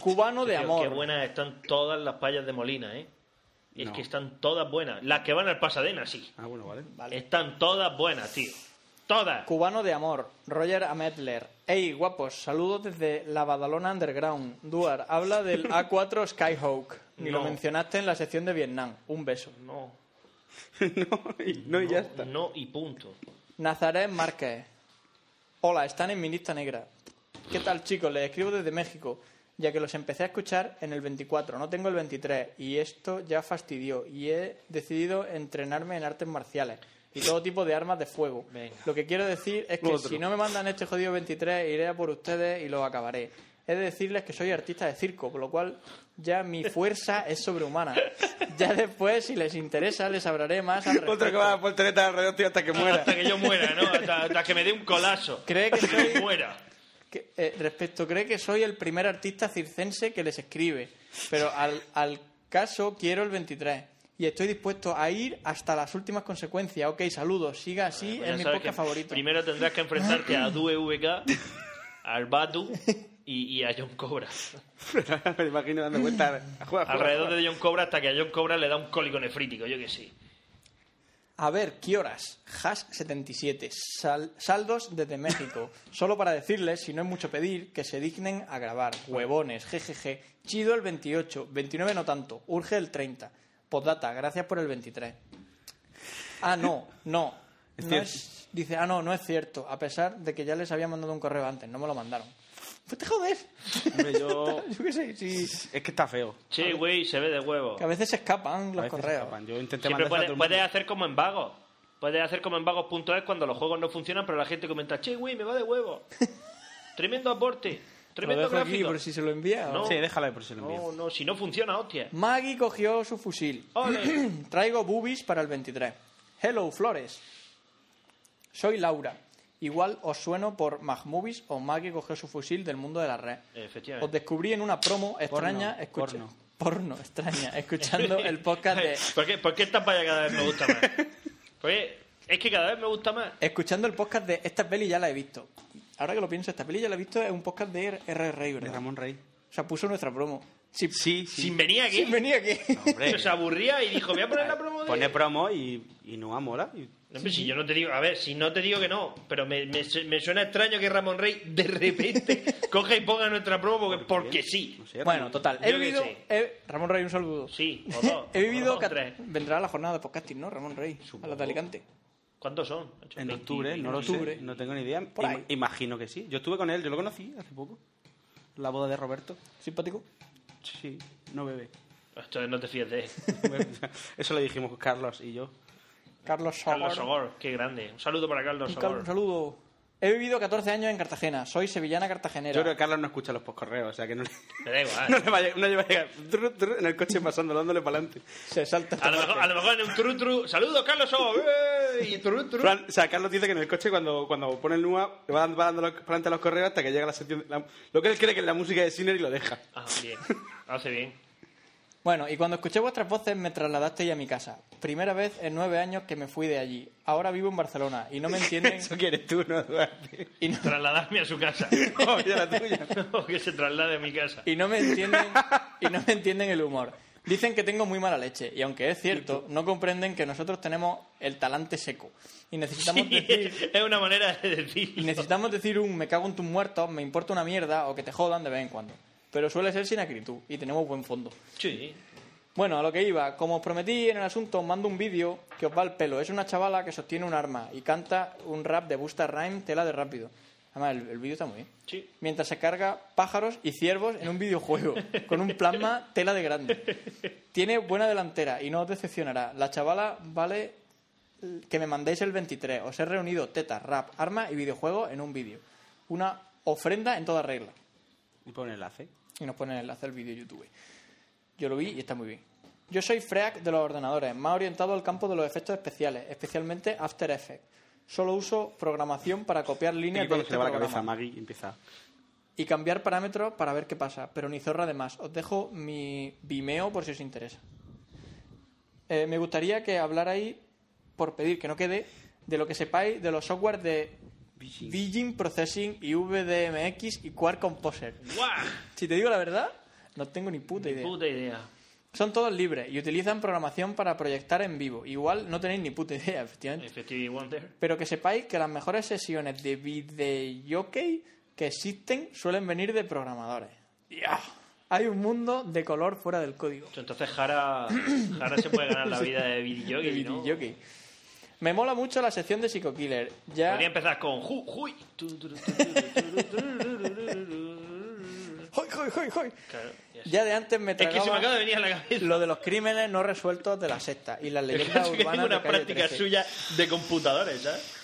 Speaker 5: Cubano de
Speaker 3: Tío, Qué
Speaker 5: amor.
Speaker 3: buenas están todas las payas de Molina, ¿eh? Es
Speaker 6: No.
Speaker 3: que están todas buenas. Las que van al Pasadena, sí.
Speaker 6: Ah, bueno, vale.
Speaker 3: Están todas buenas, tío. Todas.
Speaker 5: Cubano de amor. Roger Ametler. Hey, guapos, saludos desde la Badalona Underground. Duar, habla del A4 Skyhawk. Ni lo
Speaker 3: No.
Speaker 5: mencionaste en la sección de Vietnam. Un beso.
Speaker 3: No,
Speaker 6: no, y, no, y ya está.
Speaker 3: no y punto.
Speaker 5: Nazaret Márquez. Hola, están en mi lista negra. ¿Qué tal, chicos? Les escribo desde México, ya que los empecé a escuchar en el 24, no tengo el 23, y esto ya fastidió, y he decidido entrenarme en artes marciales y todo tipo de armas de fuego.
Speaker 3: Venga.
Speaker 5: Lo que quiero decir es que
Speaker 6: Otro.
Speaker 5: si no me mandan este jodido 23, iré a por ustedes y los acabaré. He de decirles que soy artista de circo, por lo cual ya mi fuerza es sobrehumana. Ya después, si les interesa, les hablaré más al respecto.
Speaker 6: Otro que va a la voltereta de la radio, tío, hasta que muera.
Speaker 3: Hasta que yo muera, ¿no? Hasta, hasta que me dé un colazo.
Speaker 5: ¿Cree que
Speaker 3: Hasta
Speaker 5: soy-
Speaker 3: muera.
Speaker 5: Que, eh, respecto, cree que soy el primer artista circense que les escribe, pero al, al caso quiero el 23 y estoy dispuesto a ir hasta las últimas consecuencias. Ok, saludos, siga así,
Speaker 3: Bueno,
Speaker 5: es mi
Speaker 3: Pues sabes
Speaker 5: podcast
Speaker 3: que
Speaker 5: favorito.
Speaker 3: Primero tendrás que enfrentarte a Due VK, al Batu y, y a John Cobra.
Speaker 6: Me imagino dando vueltas. a- a jugar, a jugar, a
Speaker 3: Alrededor
Speaker 6: jugar.
Speaker 3: de John Cobra hasta que a John Cobra le da un cólico nefrítico, yo que sí.
Speaker 5: A ver, ¿qué horas? Hash 77, sal- saldos desde México. Solo para decirles, si no es mucho pedir, que se dignen a grabar. Huevones, jejeje. Chido el 28, 29 no tanto, urge el 30. Postdata, gracias por el 23. Ah, no, no.
Speaker 6: Es
Speaker 5: No
Speaker 6: cierto.
Speaker 5: es- dice, ah, no, no es cierto, a pesar de que ya les había mandado un correo antes, no me lo mandaron. Pues te jodes.
Speaker 6: Hombre, yo-
Speaker 5: Yo qué sé, sí.
Speaker 6: Es que está feo.
Speaker 3: Che, güey, se ve de huevo.
Speaker 5: Que a veces se escapan
Speaker 6: A
Speaker 5: los
Speaker 6: veces
Speaker 5: correos.
Speaker 6: escapan. Yo intenté
Speaker 3: Siempre
Speaker 6: mandárselo a
Speaker 3: puedes,
Speaker 6: todo el
Speaker 3: puedes
Speaker 6: mundo.
Speaker 3: hacer como en vagos. Puedes hacer como en vagos.es cuando los juegos no funcionan, pero la gente comenta, che, güey, me va de huevo. Tremendo aporte.
Speaker 5: Lo
Speaker 3: Tremendo
Speaker 5: dejo
Speaker 3: gráfico.
Speaker 5: aquí por si se lo envía.
Speaker 3: No. Oh,
Speaker 6: Sí, déjala por si lo envío.
Speaker 3: No, no, si no funciona, hostia.
Speaker 5: Maggie cogió su fusil.
Speaker 3: Ole.
Speaker 5: Traigo boobies para el 23. Hello, Flores. Soy Laura. Igual os sueno por Magmovies o Maggie cogió su fusil del mundo de la red.
Speaker 3: Efectivamente.
Speaker 5: Os descubrí en una promo
Speaker 6: Porno,
Speaker 5: extraña. escucha-
Speaker 6: porno.
Speaker 5: porno extraña escuchando el podcast de
Speaker 3: ¿Por qué, ¿Por qué esta paya cada vez me gusta más? Porque es que cada vez me gusta más.
Speaker 5: escuchando el podcast de esta peli ya la he visto. Ahora que lo pienso, esta peli ya la he visto es un podcast de R. Rey,
Speaker 6: De
Speaker 5: ¿verdad?
Speaker 6: Ramón Rey.
Speaker 5: O sea, puso nuestra promo. Sí,
Speaker 6: Sí, sí.
Speaker 3: Sin venir aquí.
Speaker 5: sí, venía aquí.
Speaker 6: Hombre.
Speaker 3: Se aburría y dijo, voy a poner la promo de...
Speaker 6: Pone promo y, y no mola. Y-
Speaker 3: No, hombre, si yo no te digo, a ver, si no te digo que no, pero me, me su- me suena extraño que Ramón Rey de repente coja y ponga nuestra promo porque, Pues porque sí.
Speaker 6: no sé,
Speaker 5: Bueno, total.
Speaker 3: Yo
Speaker 5: He
Speaker 3: qué
Speaker 5: vivido.
Speaker 3: sé.
Speaker 5: he- Ramón Rey, un saludo.
Speaker 3: Sí, o dos,
Speaker 5: he vivido.
Speaker 3: o dos,
Speaker 5: ca-
Speaker 3: tres.
Speaker 5: Vendrá a la jornada de podcasting, ¿no? Ramón Rey. A la de Alicante.
Speaker 3: ¿Cuántos son?
Speaker 6: En octubre, no lo
Speaker 5: octubre.
Speaker 6: sé, no tengo ni idea.
Speaker 5: Por
Speaker 6: Im-
Speaker 5: ahí.
Speaker 6: imagino que sí. Yo estuve con él, yo lo conocí hace poco. La boda de Roberto.
Speaker 5: ¿Simpático?
Speaker 6: Sí, no bebe.
Speaker 3: Pues Entonces no te fíes de él.
Speaker 6: Eso le dijimos Carlos y yo.
Speaker 5: Carlos
Speaker 3: Carlos
Speaker 5: Sogor.
Speaker 3: Sogor, qué grande. Un saludo para Carlos
Speaker 5: Un Carlos,
Speaker 3: Sogor.
Speaker 5: un saludo. He vivido 14 años en Cartagena. Soy sevillana cartagenera.
Speaker 6: Yo creo que Carlos no escucha los postcorreos, o sea que no,
Speaker 3: Me da
Speaker 6: no
Speaker 3: igual.
Speaker 6: le va a llegar, no le va a llegar tru, tru, en el coche pasando, dándole para adelante.
Speaker 5: Se salta. esta
Speaker 3: A lo,
Speaker 6: este
Speaker 3: mejor,
Speaker 5: parte.
Speaker 3: a lo mejor en un tru tru. Saludos, Carlos Sogor. ¡Eh! Y tru tru.
Speaker 6: Fran- O sea, Carlos dice que en el coche cuando, cuando pone el NUA le va dando, va dando los- para adelante los correos hasta que llega la sección... la- lo que él cree que es la música de Sinner y lo deja.
Speaker 3: Ah, bien. Hace bien.
Speaker 5: Bueno, y cuando escuché vuestras voces me trasladasteis a mi casa. Primera vez en nueve años que me fui de allí. Ahora vivo en Barcelona y no me entienden.
Speaker 6: Eso quieres tú, ¿no, Duarte?
Speaker 5: y, no,
Speaker 3: Trasladarme a su casa.
Speaker 6: No, mira la tuya.
Speaker 3: o que se traslade a mi casa.
Speaker 5: y no me entienden. Y no me entienden el humor. Dicen que tengo muy mala leche y aunque es cierto, no comprenden que nosotros tenemos el talante seco y necesitamos
Speaker 3: Sí,
Speaker 5: decir
Speaker 3: es una manera de
Speaker 5: Y
Speaker 3: decir.
Speaker 5: necesitamos decir un me cago en tus muertos, me importa una mierda o que te jodan de vez en cuando. Pero suele ser sin acritud y tenemos buen fondo.
Speaker 3: Sí.
Speaker 5: Bueno, a lo que iba, como os prometí en el asunto, os mando un vídeo que os va al pelo. Es una chavala que sostiene un arma y canta un rap de Busta Rhyme, tela de rápido. Además, el, el vídeo está muy bien.
Speaker 3: Sí.
Speaker 5: Mientras se carga pájaros y ciervos en un videojuego, con un plasma tela de grande. Tiene buena delantera y no os decepcionará. La chavala vale que me mandéis el 23. Os he reunido teta, rap, arma y videojuego en un vídeo. Una ofrenda en toda regla.
Speaker 6: Y pone enlace.
Speaker 5: Y nos ponen el enlace al vídeo YouTube. Yo lo vi y está muy bien. Yo soy Freak de los ordenadores, más orientado al campo de los efectos especiales, especialmente After Effects. Solo uso programación para copiar líneas
Speaker 6: Aquí
Speaker 5: de
Speaker 6: cuando
Speaker 5: este
Speaker 6: se le va la
Speaker 5: programa
Speaker 6: cabeza a Maggie empieza...
Speaker 5: y cambiar parámetros para ver qué pasa, pero ni zorra de más. Os dejo mi Vimeo por si os interesa. Eh, me gustaría que hablarais, por pedir que no quede, de lo que sepáis de los software de Vigin Processing y VDMX y Quark Composer.
Speaker 3: ¡Guau!
Speaker 5: Si te digo la verdad, no tengo ni puta idea.
Speaker 3: Puta idea.
Speaker 5: Son todos libres y utilizan programación para proyectar en vivo. Igual no tenéis ni puta idea, efectivamente.
Speaker 3: Effective Wonder.
Speaker 5: Pero que sepáis que las mejores sesiones de videojockey que existen suelen venir de programadores. Ya. Hay un mundo de color fuera del código.
Speaker 3: Entonces Jara, Jara se puede ganar la vida de
Speaker 5: De
Speaker 3: videojockey, ¿no?
Speaker 5: videojockey. Me mola mucho la sección de Psycho Killer. Ya...
Speaker 3: Podría empezar con ju, juy. Tu, tu, tu, tu, tu, tu.
Speaker 5: ¡Hoy, hoy, hoy, hoy!
Speaker 3: Claro, ya sé.
Speaker 5: Ya de antes me
Speaker 3: Es que se me
Speaker 5: tragaba
Speaker 3: acaba de venir a la cabeza.
Speaker 5: lo de los crímenes no resueltos de la secta y las leyendas
Speaker 3: Es que
Speaker 5: urbanas
Speaker 3: tengo una
Speaker 5: de calle
Speaker 3: práctica
Speaker 5: 13.
Speaker 3: suya de computadores, ¿sabes?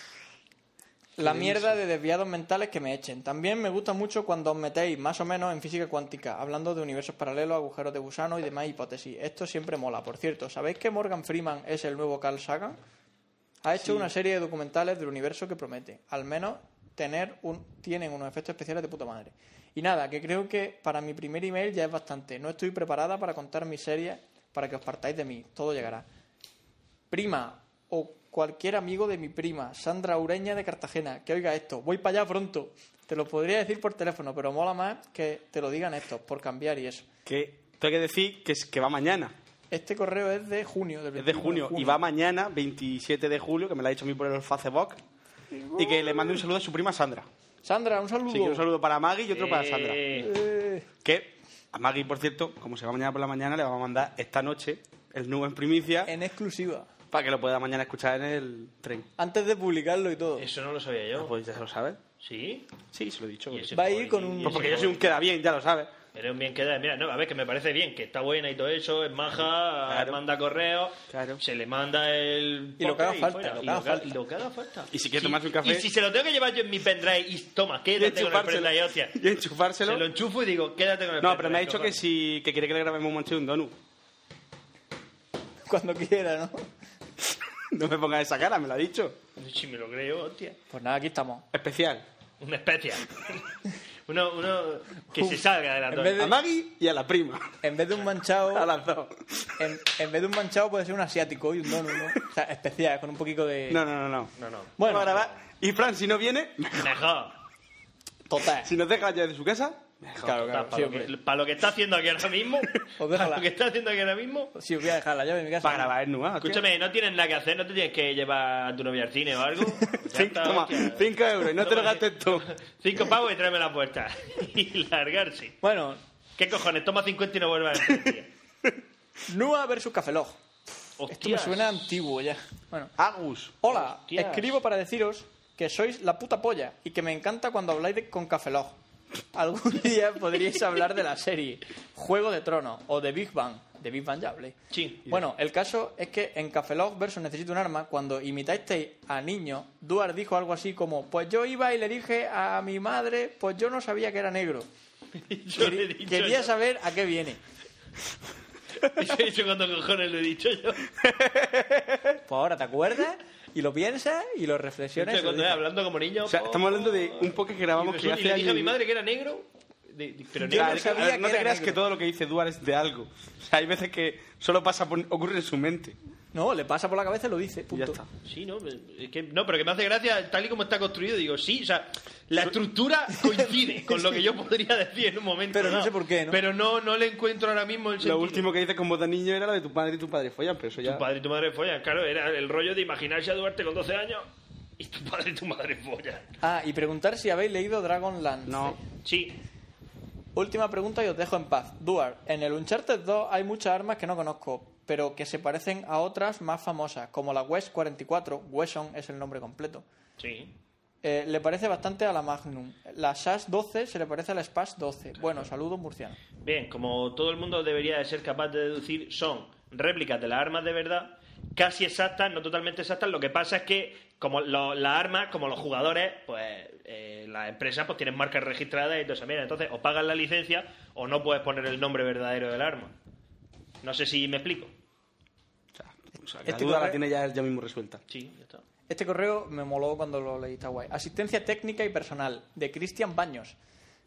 Speaker 5: La mierda de desviados mentales que me echen. También me gusta mucho cuando os metéis más o menos en física cuántica, hablando de universos paralelos, agujeros de gusano y demás hipótesis. Esto siempre mola. Por cierto, ¿sabéis que Morgan Freeman es el nuevo Carl Sagan? Ha hecho una serie de documentales del universo que promete. Al menos tener un, tienen unos efectos especiales de puta madre. Y nada, que creo que para mi primer email ya es bastante. No estoy preparada para contar mis series para que os partáis de mí. Todo llegará prima o cualquier amigo de mi prima, Sandra Ureña de Cartagena, que oiga esto, voy para allá pronto. Te lo podría decir por teléfono, pero mola más que te lo digan estos, por cambiar y eso.
Speaker 6: Que tengo que decir que, es, que va mañana.
Speaker 5: Este correo es de junio. Del
Speaker 6: Es de
Speaker 5: 21
Speaker 6: junio. Y va mañana, 27 de julio, que me lo ha dicho a mí por el Facebook. Y que le mande un saludo a su prima Sandra.
Speaker 5: Sandra, un saludo.
Speaker 6: Así que un saludo para Maggie y otro para Sandra.
Speaker 3: Eh,
Speaker 5: Eh,
Speaker 6: Que a Maggie, por cierto, como se va mañana por la mañana, le vamos a mandar esta noche el nuevo en primicia
Speaker 5: en exclusiva.
Speaker 6: para que lo pueda mañana escuchar en el tren.
Speaker 5: Antes de publicarlo y todo.
Speaker 3: Eso no lo sabía
Speaker 6: Ah,
Speaker 3: yo.
Speaker 6: Pues ya se lo sabes.
Speaker 3: ¿Sí?
Speaker 6: Sí, se lo he dicho.
Speaker 3: ¿Y ese
Speaker 5: Va a
Speaker 3: pobre-
Speaker 5: ir con
Speaker 3: y
Speaker 5: un-
Speaker 3: ese
Speaker 6: Pues porque yo
Speaker 3: pobre-
Speaker 6: soy un queda bien, ya lo sabes.
Speaker 3: Pero bien queda, mira, no, a ver, que me parece bien, que está buena y todo eso, es maja,
Speaker 6: Claro.
Speaker 3: manda correo,
Speaker 6: Claro.
Speaker 3: se le manda el...
Speaker 5: Y lo que haga
Speaker 3: podcast
Speaker 5: falta,
Speaker 3: fuera,
Speaker 5: lo que
Speaker 3: y
Speaker 5: haga
Speaker 3: lo que haga-
Speaker 5: falta.
Speaker 3: y lo que haga falta.
Speaker 6: Y si quiere tomarse un café-
Speaker 3: Y si se lo tengo que llevar yo en mi pendrive, y toma, quédate con el pendrive, hostia.
Speaker 6: Y enchufárselo.
Speaker 3: Se lo enchufo y digo, quédate con el pendrive.
Speaker 6: No, pero me ha dicho que
Speaker 3: cojones.
Speaker 6: si que quiere que le grabemos un monchillo un donut.
Speaker 5: Cuando quiera, ¿no?
Speaker 6: No me pongas esa cara, me lo ha dicho.
Speaker 3: Si me lo creo, hostia.
Speaker 5: Pues nada, aquí estamos.
Speaker 6: Especial.
Speaker 3: Una especie. Uno, uno que se salga de la
Speaker 5: En vez
Speaker 3: toalla.
Speaker 6: A Maggie y a la prima.
Speaker 5: En vez de un manchado.
Speaker 6: A las dos.
Speaker 5: En, en vez de un manchado puede ser un asiático y un dono, ¿no? O sea, especial, con un poquito de.
Speaker 6: No, no, no, no.
Speaker 3: No, no.
Speaker 5: Bueno,
Speaker 6: Ahora va- Y Fran, si no viene,
Speaker 3: Ah, Mejor.
Speaker 5: total.
Speaker 6: si nos deja ya de su casa,
Speaker 5: Claro, claro.
Speaker 3: para,
Speaker 5: sí,
Speaker 3: lo
Speaker 5: hombre.
Speaker 3: que, para lo que está haciendo aquí ahora mismo.
Speaker 6: Pues
Speaker 5: Os dejo
Speaker 3: para
Speaker 5: la-
Speaker 3: lo que está haciendo aquí ahora mismo.
Speaker 5: Sí, os voy a dejar la llave de mi casa.
Speaker 6: para grabar en Nueva. hostia.
Speaker 3: Escúchame, no tienes nada que hacer, no te tienes que llevar a tu novia al cine o algo. Ya
Speaker 6: Cinco,
Speaker 3: está,
Speaker 6: toma,
Speaker 3: hostia.
Speaker 6: 5 euros y no te lo
Speaker 3: Toma,
Speaker 6: gastes tú.
Speaker 3: Cinco pavos y tráeme la puerta. y largarse.
Speaker 5: Bueno,
Speaker 3: ¿Qué cojones? Toma 50 y no vuelvas a entrar.
Speaker 5: Nua versus Cafelog. Esto me
Speaker 3: Hostia.
Speaker 5: suena antiguo ya. Bueno.
Speaker 6: Agus.
Speaker 5: Hola,
Speaker 3: Hostias.
Speaker 5: escribo para deciros que sois la puta polla y que me encanta cuando habláis de, con Cafelog. Algún día podríais hablar de la serie Juego de Tronos o de Big Bang. De Big Bang ya hablé.
Speaker 3: Sí.
Speaker 5: Bueno, el caso es que en Cafelog versus Necesito un arma, cuando imitasteis a niños, Duar dijo algo así como: Pues yo iba y le dije a mi madre, pues yo no sabía que era negro.
Speaker 3: Yo le he dicho
Speaker 5: Quería
Speaker 3: yo.
Speaker 5: saber a qué viene.
Speaker 3: Eso he dicho cuando cojones lo he dicho yo.
Speaker 5: Pues ahora te acuerdas y lo piensas y lo reflexionas. y
Speaker 3: Yo
Speaker 5: lo
Speaker 3: cuando
Speaker 5: dices.
Speaker 3: hablando como niño.
Speaker 6: O sea, estamos hablando de un podcast que grabamos
Speaker 3: y
Speaker 6: que
Speaker 3: resulta- y
Speaker 6: hace
Speaker 3: le dije a mi
Speaker 6: años-
Speaker 3: madre que era negro. de- de- pero
Speaker 5: Yo
Speaker 6: Ah,
Speaker 5: no
Speaker 3: negro.
Speaker 6: es que,
Speaker 5: sabía
Speaker 6: a ver, no
Speaker 5: que
Speaker 6: te
Speaker 5: era
Speaker 6: creas
Speaker 5: negro.
Speaker 6: que todo lo que dice Duar es de algo. O sea, hay veces que solo pasa por- ocurre en su mente.
Speaker 5: No, le pasa por la cabeza y lo dice.
Speaker 6: Y ya
Speaker 5: Punto.
Speaker 6: está.
Speaker 3: Sí, no, es que- no, pero que me hace gracia tal y como está construido. Digo, sí, o sea, la estructura coincide con lo que yo podría decir en un momento.
Speaker 5: Pero no sé por qué, ¿no?
Speaker 3: Pero no, no le encuentro ahora mismo el sentido.
Speaker 6: Lo último que dices con voz de niño era lo de tu padre y tu padre follan, pero eso ya.
Speaker 3: Tu padre y tu madre follan, claro, era el rollo de imaginarse a Duarte con 12 años y tu padre y tu madre follan.
Speaker 5: Ah, y preguntar si habéis leído Dragonlance.
Speaker 6: No.
Speaker 3: Sí,
Speaker 5: Última pregunta y os dejo en paz. Duar, en el Uncharted 2 hay muchas armas que no conozco, pero que se parecen a otras más famosas, como la West 44, Wesson es el nombre completo.
Speaker 3: sí.
Speaker 5: Eh, le parece bastante a la Magnum. La SAS 12 se le parece a la SPAS 12. Bueno, saludos murciano.
Speaker 3: Bien, como todo el mundo debería de ser capaz de deducir, son réplicas de las armas de verdad, casi exactas, no totalmente exactas. Lo que pasa es que, como lo- las armas, como los jugadores, pues eh, las empresas pues tienen marcas registradas y todo eso. Mira, entonces o pagas la licencia o no puedes poner el nombre verdadero del arma. No sé si me explico.
Speaker 6: O sea, que la
Speaker 5: Este
Speaker 6: duda la
Speaker 5: correo-
Speaker 6: tiene ya, ya mismo resuelta.
Speaker 3: Sí, ya está.
Speaker 5: Este correo me moló cuando lo leí, está guay. Asistencia técnica y personal, de Cristian Baños.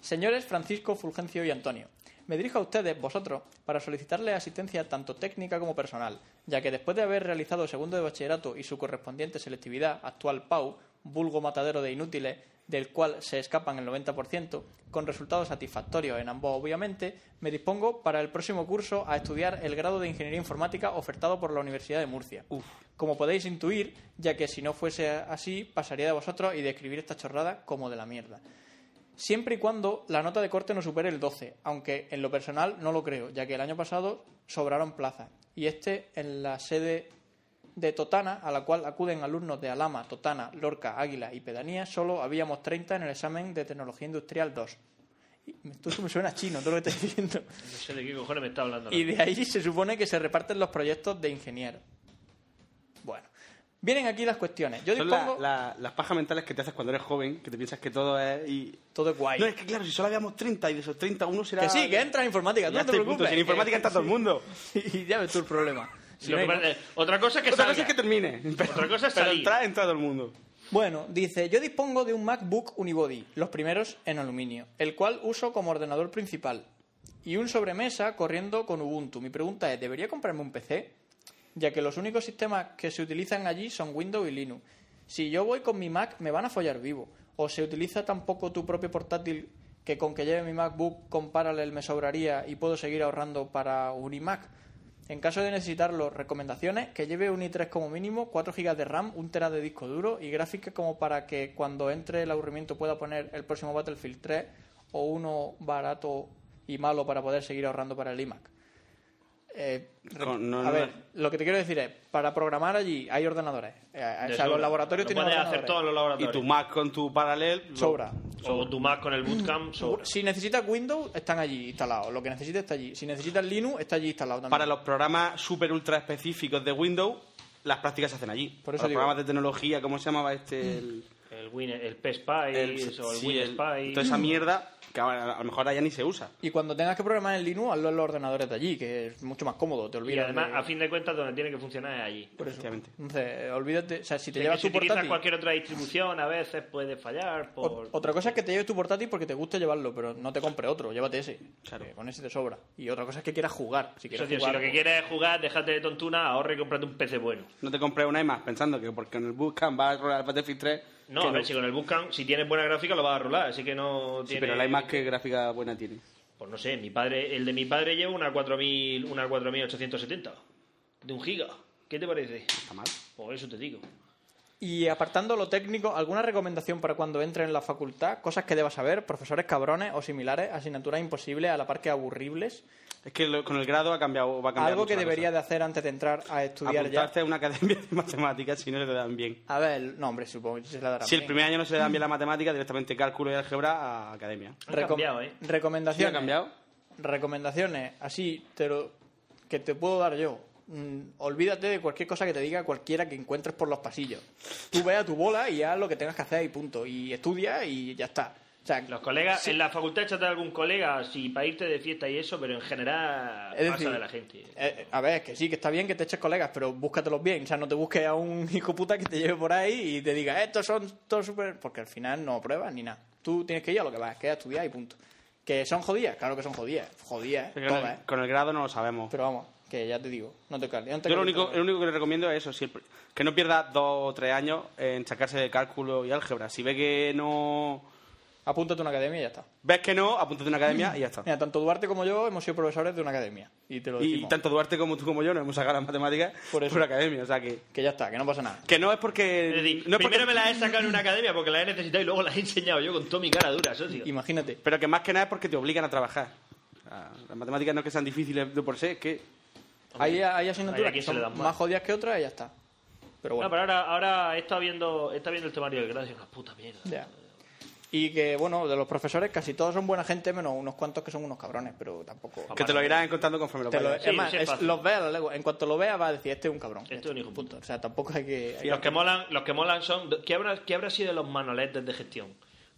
Speaker 5: Señores Francisco, Fulgencio y Antonio. Me dirijo a ustedes, vosotros, para solicitarles asistencia tanto técnica como personal, ya que después de haber realizado segundo de bachillerato y su correspondiente selectividad, actual PAU, vulgo matadero de inútiles, del cual se escapan el 90%, con resultados satisfactorios en ambos obviamente, me dispongo para el próximo curso a estudiar el grado de Ingeniería Informática ofertado por la Universidad de Murcia. Como podéis intuir, ya que si no fuese así, pasaría de vosotros y de escribir esta chorrada como de la mierda. Siempre y cuando la nota de corte no supere el 12, aunque en lo personal no lo creo, ya que el año pasado sobraron plazas. Y este en la sede de Totana, a la cual acuden alumnos de Alama, Totana, Lorca, Águila y Pedanía, solo habíamos 30 en el examen de Tecnología Industrial 2. Y Esto me suena chino, todo lo que estoy diciendo.
Speaker 3: No sé de qué cojones me está hablando.
Speaker 5: Y de ahí se supone que se reparten los proyectos de ingeniero. Bueno, vienen aquí las cuestiones. Yo
Speaker 6: Son la-
Speaker 5: dispongo...
Speaker 6: la- las pajas mentales que te haces cuando eres joven, que te piensas que todo es. Y...
Speaker 5: Todo es guay.
Speaker 6: No, es que claro, si solo habíamos 30 y de esos 30 uno será.
Speaker 5: Que sí, que entra en informática, tú
Speaker 6: Ya
Speaker 5: no te
Speaker 6: estoy, punto.
Speaker 5: preocupes.
Speaker 6: Si en informática entra todo el mundo.
Speaker 5: y ya ves tú el problema. Si
Speaker 3: Lo
Speaker 5: no
Speaker 3: que
Speaker 5: hay, ¿no?
Speaker 3: pasa es- Otra cosa es que
Speaker 6: Otra
Speaker 3: salga.
Speaker 6: cosa es que termine. Pero,
Speaker 3: Otra cosa es
Speaker 6: pero
Speaker 3: salir.
Speaker 6: entra en todo el mundo.
Speaker 5: Bueno, dice, yo dispongo de un MacBook Unibody, los primeros en aluminio, el cual uso como ordenador principal, y un sobremesa corriendo con Ubuntu. Mi pregunta es, ¿debería comprarme un PC? Ya que los únicos sistemas que se utilizan allí son Windows y Linux. Si yo voy con mi Mac, me van a follar vivo. ¿O se utiliza tampoco tu propio portátil que con que lleve mi MacBook con Parallel me sobraría y puedo seguir ahorrando para un iMac? En caso de necesitarlo, recomendaciones, que lleve un i3 como mínimo, 4 GB de RAM, 1 TB de disco duro y gráficas como para que cuando entre el aburrimiento pueda poner el próximo Battlefield 3 o uno barato y malo para poder seguir ahorrando para el iMac. Eh,
Speaker 6: Con- no,
Speaker 5: a
Speaker 6: no,
Speaker 5: ver, lo que te quiero decir es, para programar allí hay ordenadores. Eh, o
Speaker 3: De
Speaker 5: sea, los
Speaker 3: sobra.
Speaker 5: laboratorios
Speaker 3: Lo
Speaker 5: tienen
Speaker 3: puedes
Speaker 5: ordenadores.
Speaker 3: hacer todos los
Speaker 6: Y
Speaker 3: laboratorios.
Speaker 6: tu Mac con tu paralel.
Speaker 5: Sobra.
Speaker 3: O tu Mac con el
Speaker 6: Mm,
Speaker 3: bootcamp. sobra.
Speaker 5: Si necesitas Windows, están allí instalados. Lo que necesites está allí. Si necesitas Linux, está allí instalado también.
Speaker 6: Para los programas super ultra específicos de Windows, las prácticas se hacen allí.
Speaker 5: Por eso
Speaker 6: Para los
Speaker 5: digo.
Speaker 6: programas de tecnología, ¿cómo se llamaba este? El,
Speaker 3: El, Win, el PSPy,
Speaker 6: el-
Speaker 3: eso, el
Speaker 6: sí,
Speaker 3: Win
Speaker 6: el-
Speaker 3: Spy.
Speaker 6: toda esa mierda que ahora, a lo mejor ahora ya ni se usa.
Speaker 5: Y cuando tengas que programar en Linux, hazlo en los ordenadores de allí, que es mucho más cómodo, te olvidas.
Speaker 3: Y además,
Speaker 5: de-
Speaker 3: a fin de cuentas, donde tiene que funcionar es allí.
Speaker 5: por eso.
Speaker 6: Efectivamente.
Speaker 5: Entonces, olvídate, o sea, si te
Speaker 3: Que
Speaker 5: llevas
Speaker 3: si
Speaker 5: tu
Speaker 3: utilizas
Speaker 5: portátil...
Speaker 3: cualquier otra distribución, a veces puede fallar. Por...
Speaker 5: Ot- Otra cosa es que te lleves tu portátil porque te guste llevarlo, pero no te compre otro, llévate ese.
Speaker 6: Claro.
Speaker 5: que con ese te sobra. Y otra cosa es que quieras jugar. Si
Speaker 3: Eso,
Speaker 5: quieres
Speaker 3: tío, si
Speaker 5: jugar,
Speaker 3: lo que
Speaker 5: pues-
Speaker 3: quieres es jugar, déjate de tontuna, ahorra y cómprate un PC bueno.
Speaker 6: No te compres una iMac pensando que porque en el Bootcamp vas a rolar el Battlefield 3.
Speaker 3: No,
Speaker 6: que
Speaker 3: a ver, si con el Bootcamp, si tienes buena gráfica, lo vas a rolar, así que no
Speaker 6: Sí,
Speaker 3: tiene...
Speaker 6: pero la iMac, ¿qué gráfica buena tiene?
Speaker 3: Pues no sé, mi padre, el de mi padre lleva una 4000, una 4870 de un giga. ¿Qué te parece?
Speaker 6: Está mal.
Speaker 3: Por eso te digo.
Speaker 5: Y apartando lo técnico, ¿alguna recomendación para cuando entres en la facultad? Cosas que debas saber, profesores cabrones o similares, asignaturas imposibles, a la par que aburribles.
Speaker 6: Es que lo- con el grado ha cambiado, va a cambiar
Speaker 5: Algo
Speaker 6: mucho
Speaker 5: que
Speaker 6: la
Speaker 5: debería
Speaker 6: cosa.
Speaker 5: de hacer antes de entrar a estudiar
Speaker 6: Apuntarte a una academia de matemáticas si no se te dan bien.
Speaker 5: ya. A ver, el- no, hombre, supongo que se la darán.
Speaker 6: Si el
Speaker 5: bien.
Speaker 6: primer año no se le dan bien la matemática, directamente cálculo y álgebra a academia.
Speaker 3: Han
Speaker 5: Recom-
Speaker 3: cambiado, ¿eh?
Speaker 6: ¿Sí ha
Speaker 5: Recomendaciones.
Speaker 6: cambiado?
Speaker 5: recomendaciones así te lo- que te puedo dar yo. Mm, olvídate de cualquier cosa que te diga cualquiera que encuentres por los pasillos. Tú ve a tu bola y haz lo que tengas que hacer y punto. Y estudia y ya está. O sea,
Speaker 3: Los colegas,
Speaker 5: sí,
Speaker 3: en la facultad échate a algún colega si para irte de fiesta y eso, pero en general
Speaker 5: es
Speaker 3: pasa
Speaker 5: decir,
Speaker 3: de la gente.
Speaker 5: eh, a ver, que sí, que está bien que te eches colegas, pero búscatelos bien. O sea, no te busques a un hijo puta que te lleve por ahí y te diga, estos son todos super. Porque al final no pruebas ni nada. Tú tienes que ir a lo que vas, que es a estudiar y punto. ¿Que son jodidas? Claro que son jodidas. Jodidas, ¿eh?
Speaker 6: Porque con,
Speaker 5: todas.
Speaker 6: el, con el grado no lo sabemos.
Speaker 5: Pero vamos, que ya te digo, no te calientes. no te
Speaker 6: Yo lo
Speaker 5: calientes.
Speaker 6: único, el único que le recomiendo es eso, si el pr- que no pierda dos o tres años en sacarse de cálculo y álgebra. Si ve que no...
Speaker 5: Apúntate a una academia y ya está.
Speaker 6: Ves que no, apúntate a una academia y ya está.
Speaker 5: Mira, tanto Duarte como yo hemos sido profesores de una academia. Y te lo
Speaker 6: Y
Speaker 5: decimos.
Speaker 6: tanto Duarte como tú como yo nos hemos sacado las matemáticas
Speaker 5: Por
Speaker 6: por,
Speaker 5: eso.
Speaker 6: academia. O sea que...
Speaker 5: Que ya está, que no pasa nada.
Speaker 6: Que no es porque...
Speaker 3: Es decir,
Speaker 6: no es
Speaker 3: primero
Speaker 6: porque-
Speaker 3: me las he sacado en una academia porque las he necesitado y luego las he enseñado yo con toda mi cara dura, socio.
Speaker 5: Imagínate.
Speaker 6: Pero que más que nada es porque te obligan a trabajar. Ah, Las matemáticas no es que sean difíciles de por sí, es que...
Speaker 5: Hay, hay
Speaker 3: Hay
Speaker 5: asignaturas
Speaker 3: a
Speaker 5: que
Speaker 3: quien se
Speaker 5: son
Speaker 3: le
Speaker 5: más.
Speaker 3: dan mal.
Speaker 5: jodidas que otras y ya está. Pero bueno.
Speaker 3: No, pero ahora, ahora está viendo, está viendo el temario del grado y es una puta mierda.
Speaker 5: ya. Y que, bueno, de los profesores casi todos son buena gente, menos unos cuantos que son unos cabrones, pero tampoco.
Speaker 6: Que te lo irás encontrando conforme lo
Speaker 5: Pues Te lo-
Speaker 6: vayas.
Speaker 3: Sí,
Speaker 5: es más,
Speaker 3: sí es
Speaker 5: es-
Speaker 3: fácil.
Speaker 5: los veas, los lego. en cuanto lo veas, vas a decir, este es un cabrón.
Speaker 3: Este es un hijo puta.
Speaker 5: O sea, tampoco hay que. hay
Speaker 3: Y los
Speaker 5: que-
Speaker 3: que molan, los que molan son ¿qué habrá, qué habrá sido de los manoletes de gestión?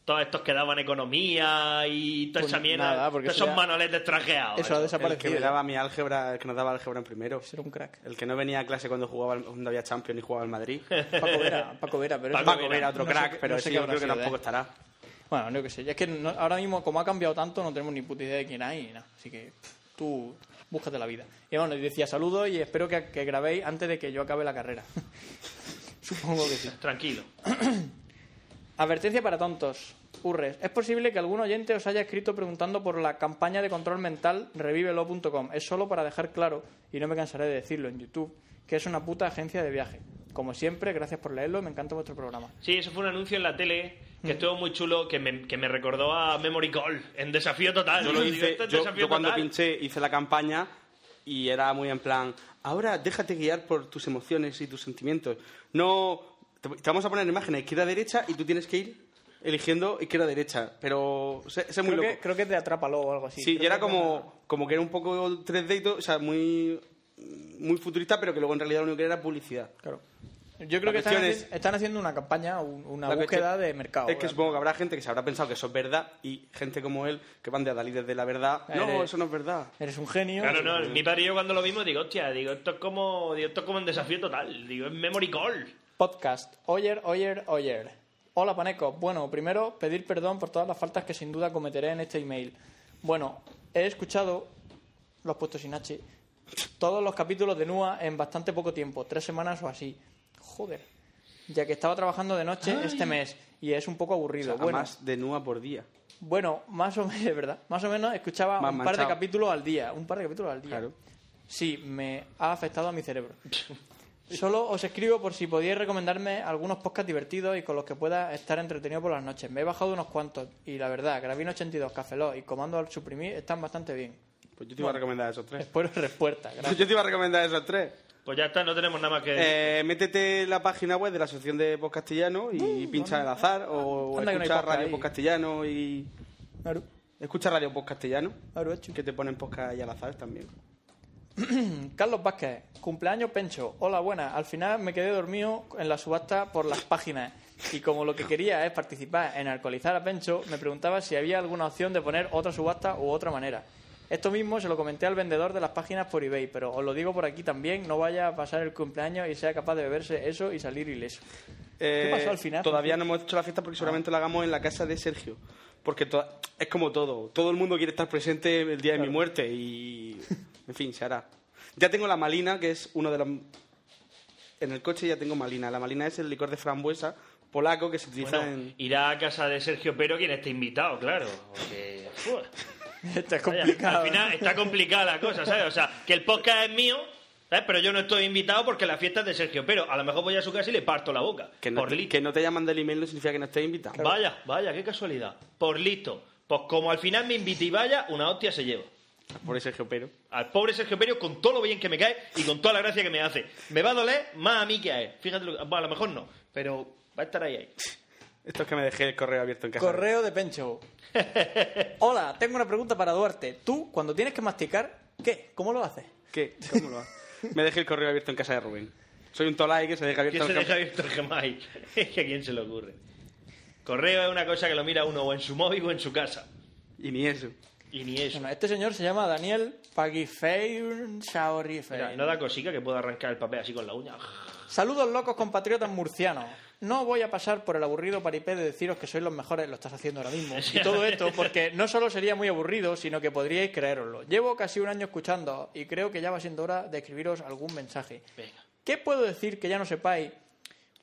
Speaker 3: Todos estos que daban economía y toda
Speaker 5: Pues
Speaker 3: esa mierda.
Speaker 5: nada, porque
Speaker 3: todos
Speaker 5: eso
Speaker 3: esos
Speaker 5: ya-
Speaker 3: manoletes trajeados. eso.
Speaker 5: Eso ha
Speaker 6: El que
Speaker 5: desaparecido.
Speaker 6: me daba mi álgebra, el que nos daba álgebra en primero.
Speaker 5: Ese era un crack.
Speaker 6: El que no venía a clase cuando jugaba al- cuando había Champions y jugaba al Madrid.
Speaker 5: Paco Vera, Paco Vera, pero ese-
Speaker 6: Paco Vera, otro
Speaker 5: no sé-
Speaker 6: crack, pero
Speaker 5: no sé
Speaker 6: ese
Speaker 5: qué
Speaker 6: yo
Speaker 5: habrá
Speaker 6: creo que
Speaker 5: sido ¿eh? de él.
Speaker 6: tampoco estará.
Speaker 5: Bueno, no que sé. Es que no- ahora mismo, como ha cambiado tanto, no tenemos ni puta idea de quién hay ni nada. Así que pff, tú búscate la vida. Y bueno, y decía saludos y espero que, que grabéis antes de que yo acabe la carrera. Supongo que sí.
Speaker 3: Tranquilo.
Speaker 5: Advertencia para tontos. Urres, es posible que algún oyente os haya escrito preguntando por la campaña de control mental revívelo.com. Es solo para dejar claro, y no me cansaré de decirlo en YouTube, que es una puta agencia de viaje. Como siempre, gracias por leerlo, me encanta vuestro programa.
Speaker 3: Sí, eso fue un anuncio en la tele
Speaker 6: Mm.
Speaker 3: que estuvo muy chulo, que me, que me recordó a Memory Call en Desafío Total.
Speaker 6: Yo lo
Speaker 3: Digo,
Speaker 6: hice,
Speaker 3: "Esto es
Speaker 6: yo,
Speaker 3: Desafío
Speaker 6: yo cuando
Speaker 3: Total".
Speaker 6: pinché hice la campaña y era muy en plan, ahora déjate guiar por tus emociones y tus sentimientos. No, te, te vamos a poner imágenes izquierda-derecha y tú tienes que ir eligiendo izquierda-derecha, pero sé, sé muy
Speaker 5: Creo
Speaker 6: loco.
Speaker 5: que, creo que es de Atrápalo o algo así.
Speaker 6: sí,
Speaker 5: Creo
Speaker 6: y era
Speaker 5: que es una-
Speaker 6: como, como que era un poco 3D y todo, o sea, muy, muy futurista, pero que luego en realidad lo único que era era publicidad.
Speaker 5: Claro. Yo creo
Speaker 6: La
Speaker 5: que están,
Speaker 6: cuestión
Speaker 5: haci- están haciendo una campaña, un- una
Speaker 6: La cuestión
Speaker 5: búsqueda de mercado.
Speaker 6: Es que supongo que habrá gente que se habrá pensado que eso es verdad y gente como él que van de adalides de la verdad. No,
Speaker 5: Eres-
Speaker 6: eso no es verdad.
Speaker 5: Eres un genio.
Speaker 3: Claro, no, mi padre y yo cuando lo vimos digo, hostia, digo, esto es como, digo, esto es como en Desafío Total, digo, es Memory Call.
Speaker 5: Podcast. Oyer, oyer, oyer. Hola, Paneco. Bueno, primero, pedir perdón por todas las faltas que sin duda cometeré en este email. Bueno, he escuchado, los puestos sin H, todos los capítulos de NUA en bastante poco tiempo, tres semanas o así. Joder. Ya que estaba trabajando de noche este mes y es un poco aburrido.
Speaker 6: O sea, a
Speaker 5: bueno,
Speaker 6: más de nua por día.
Speaker 5: Bueno, más o menos, es verdad. Más o menos escuchaba
Speaker 6: Más
Speaker 5: un par
Speaker 6: manchado.
Speaker 5: de capítulos al día. Un par de capítulos al día.
Speaker 6: Claro.
Speaker 5: Sí, me ha afectado a mi cerebro. Solo os escribo por si podíais recomendarme algunos podcasts divertidos y con los que pueda estar entretenido por las noches. Me he bajado unos cuantos y la verdad, Gravino 82, Cafeló y Comando al Suprimir están bastante bien.
Speaker 6: Pues yo te iba a recomendar esos tres.
Speaker 5: Espero respuesta. Gracias.
Speaker 6: Yo te iba a recomendar esos tres.
Speaker 3: Pues ya está, no tenemos nada más que decir.
Speaker 6: Eh, métete en la página web de la Asociación de Post Castellano y pincha al azar o
Speaker 5: Uh, Anda que no hay
Speaker 6: escucha
Speaker 5: podcast
Speaker 6: Radio
Speaker 5: ahí.
Speaker 6: Post Castellano y...
Speaker 5: Aru,
Speaker 6: Escucha Radio Post Castellano,
Speaker 5: aru, achu.
Speaker 6: que te ponen podcast y al azar también.
Speaker 5: Carlos Vázquez, cumpleaños Pencho. Hola, buenas. Al final me quedé dormido en la subasta por las páginas. Y como lo que quería es participar en alcoholizar a Pencho, me preguntaba si había alguna opción de poner otra subasta u otra manera. Esto mismo se lo comenté al vendedor de las páginas por eBay, pero os lo digo por aquí también, no vaya a pasar el cumpleaños y sea capaz de beberse eso y salir ileso.
Speaker 6: Eh,
Speaker 5: ¿Qué pasó al final?
Speaker 6: Todavía no hemos hecho la fiesta porque seguramente la hagamos en la casa de Sergio. Porque to- es como todo. Todo el mundo quiere estar presente el día de mi muerte y. En fin, se hará. Ya tengo la malina, que es uno de los. En el coche ya tengo malina. La malina es el licor de frambuesa polaco que se utiliza
Speaker 3: Bueno,
Speaker 6: en.
Speaker 3: irá a casa de Sergio Pero quien esté invitado, claro. porque, ¡fua!
Speaker 5: Esto es
Speaker 3: Vaya,
Speaker 5: complicado. ¿eh?
Speaker 3: Al final está complicada la cosa, ¿sabes? O sea, que el podcast es mío, ¿sabes? Pero yo no estoy invitado porque la fiesta es de Sergio Pero. A lo mejor voy a su casa y le parto la boca.
Speaker 6: Que no,
Speaker 3: por listo.
Speaker 6: que no te llaman del email no significa que no estés invitado.
Speaker 3: Vaya, vaya, qué casualidad. Por listo. Pues como al final me invite y vaya, una hostia se lleva.
Speaker 6: Por Sergio, pero.
Speaker 3: Al pobre Sergio Perio con todo lo bien que me cae y con toda la gracia que me hace. Me va a doler más a mí que a él. Fíjate, lo que- bueno, a lo mejor no, pero va a estar ahí ahí.
Speaker 6: Esto es que me dejé el correo abierto en casa.
Speaker 5: Correo de Pencho. Hola, tengo una pregunta para Duarte. Tú, cuando tienes que masticar, ¿qué? ¿Cómo lo haces?
Speaker 6: ¿Qué? ¿Cómo lo haces? me dejé el correo abierto en casa de Rubén. Soy un tolai que se deja abierto
Speaker 3: ¿Quién se
Speaker 6: el
Speaker 3: deja abierto el Gmail? Es que a quién se le ocurre. Correo es una cosa que lo mira uno o en su móvil o en su casa.
Speaker 6: Y ni eso.
Speaker 3: Y ni eso.
Speaker 5: Bueno, este señor se llama Daniel Pagifeir
Speaker 3: Mira,
Speaker 5: Shaorifeir.
Speaker 3: no da cosica que pueda arrancar el papel así con la uña.
Speaker 5: Saludos locos compatriotas murcianos. No voy a pasar por el aburrido paripé de deciros que sois los mejores, lo estás haciendo ahora mismo. Y todo esto porque no solo sería muy aburrido, sino que podríais creéroslo. Llevo casi un año escuchando y creo que ya va siendo hora de escribiros algún mensaje.
Speaker 3: Venga.
Speaker 5: ¿Qué puedo decir que ya no sepáis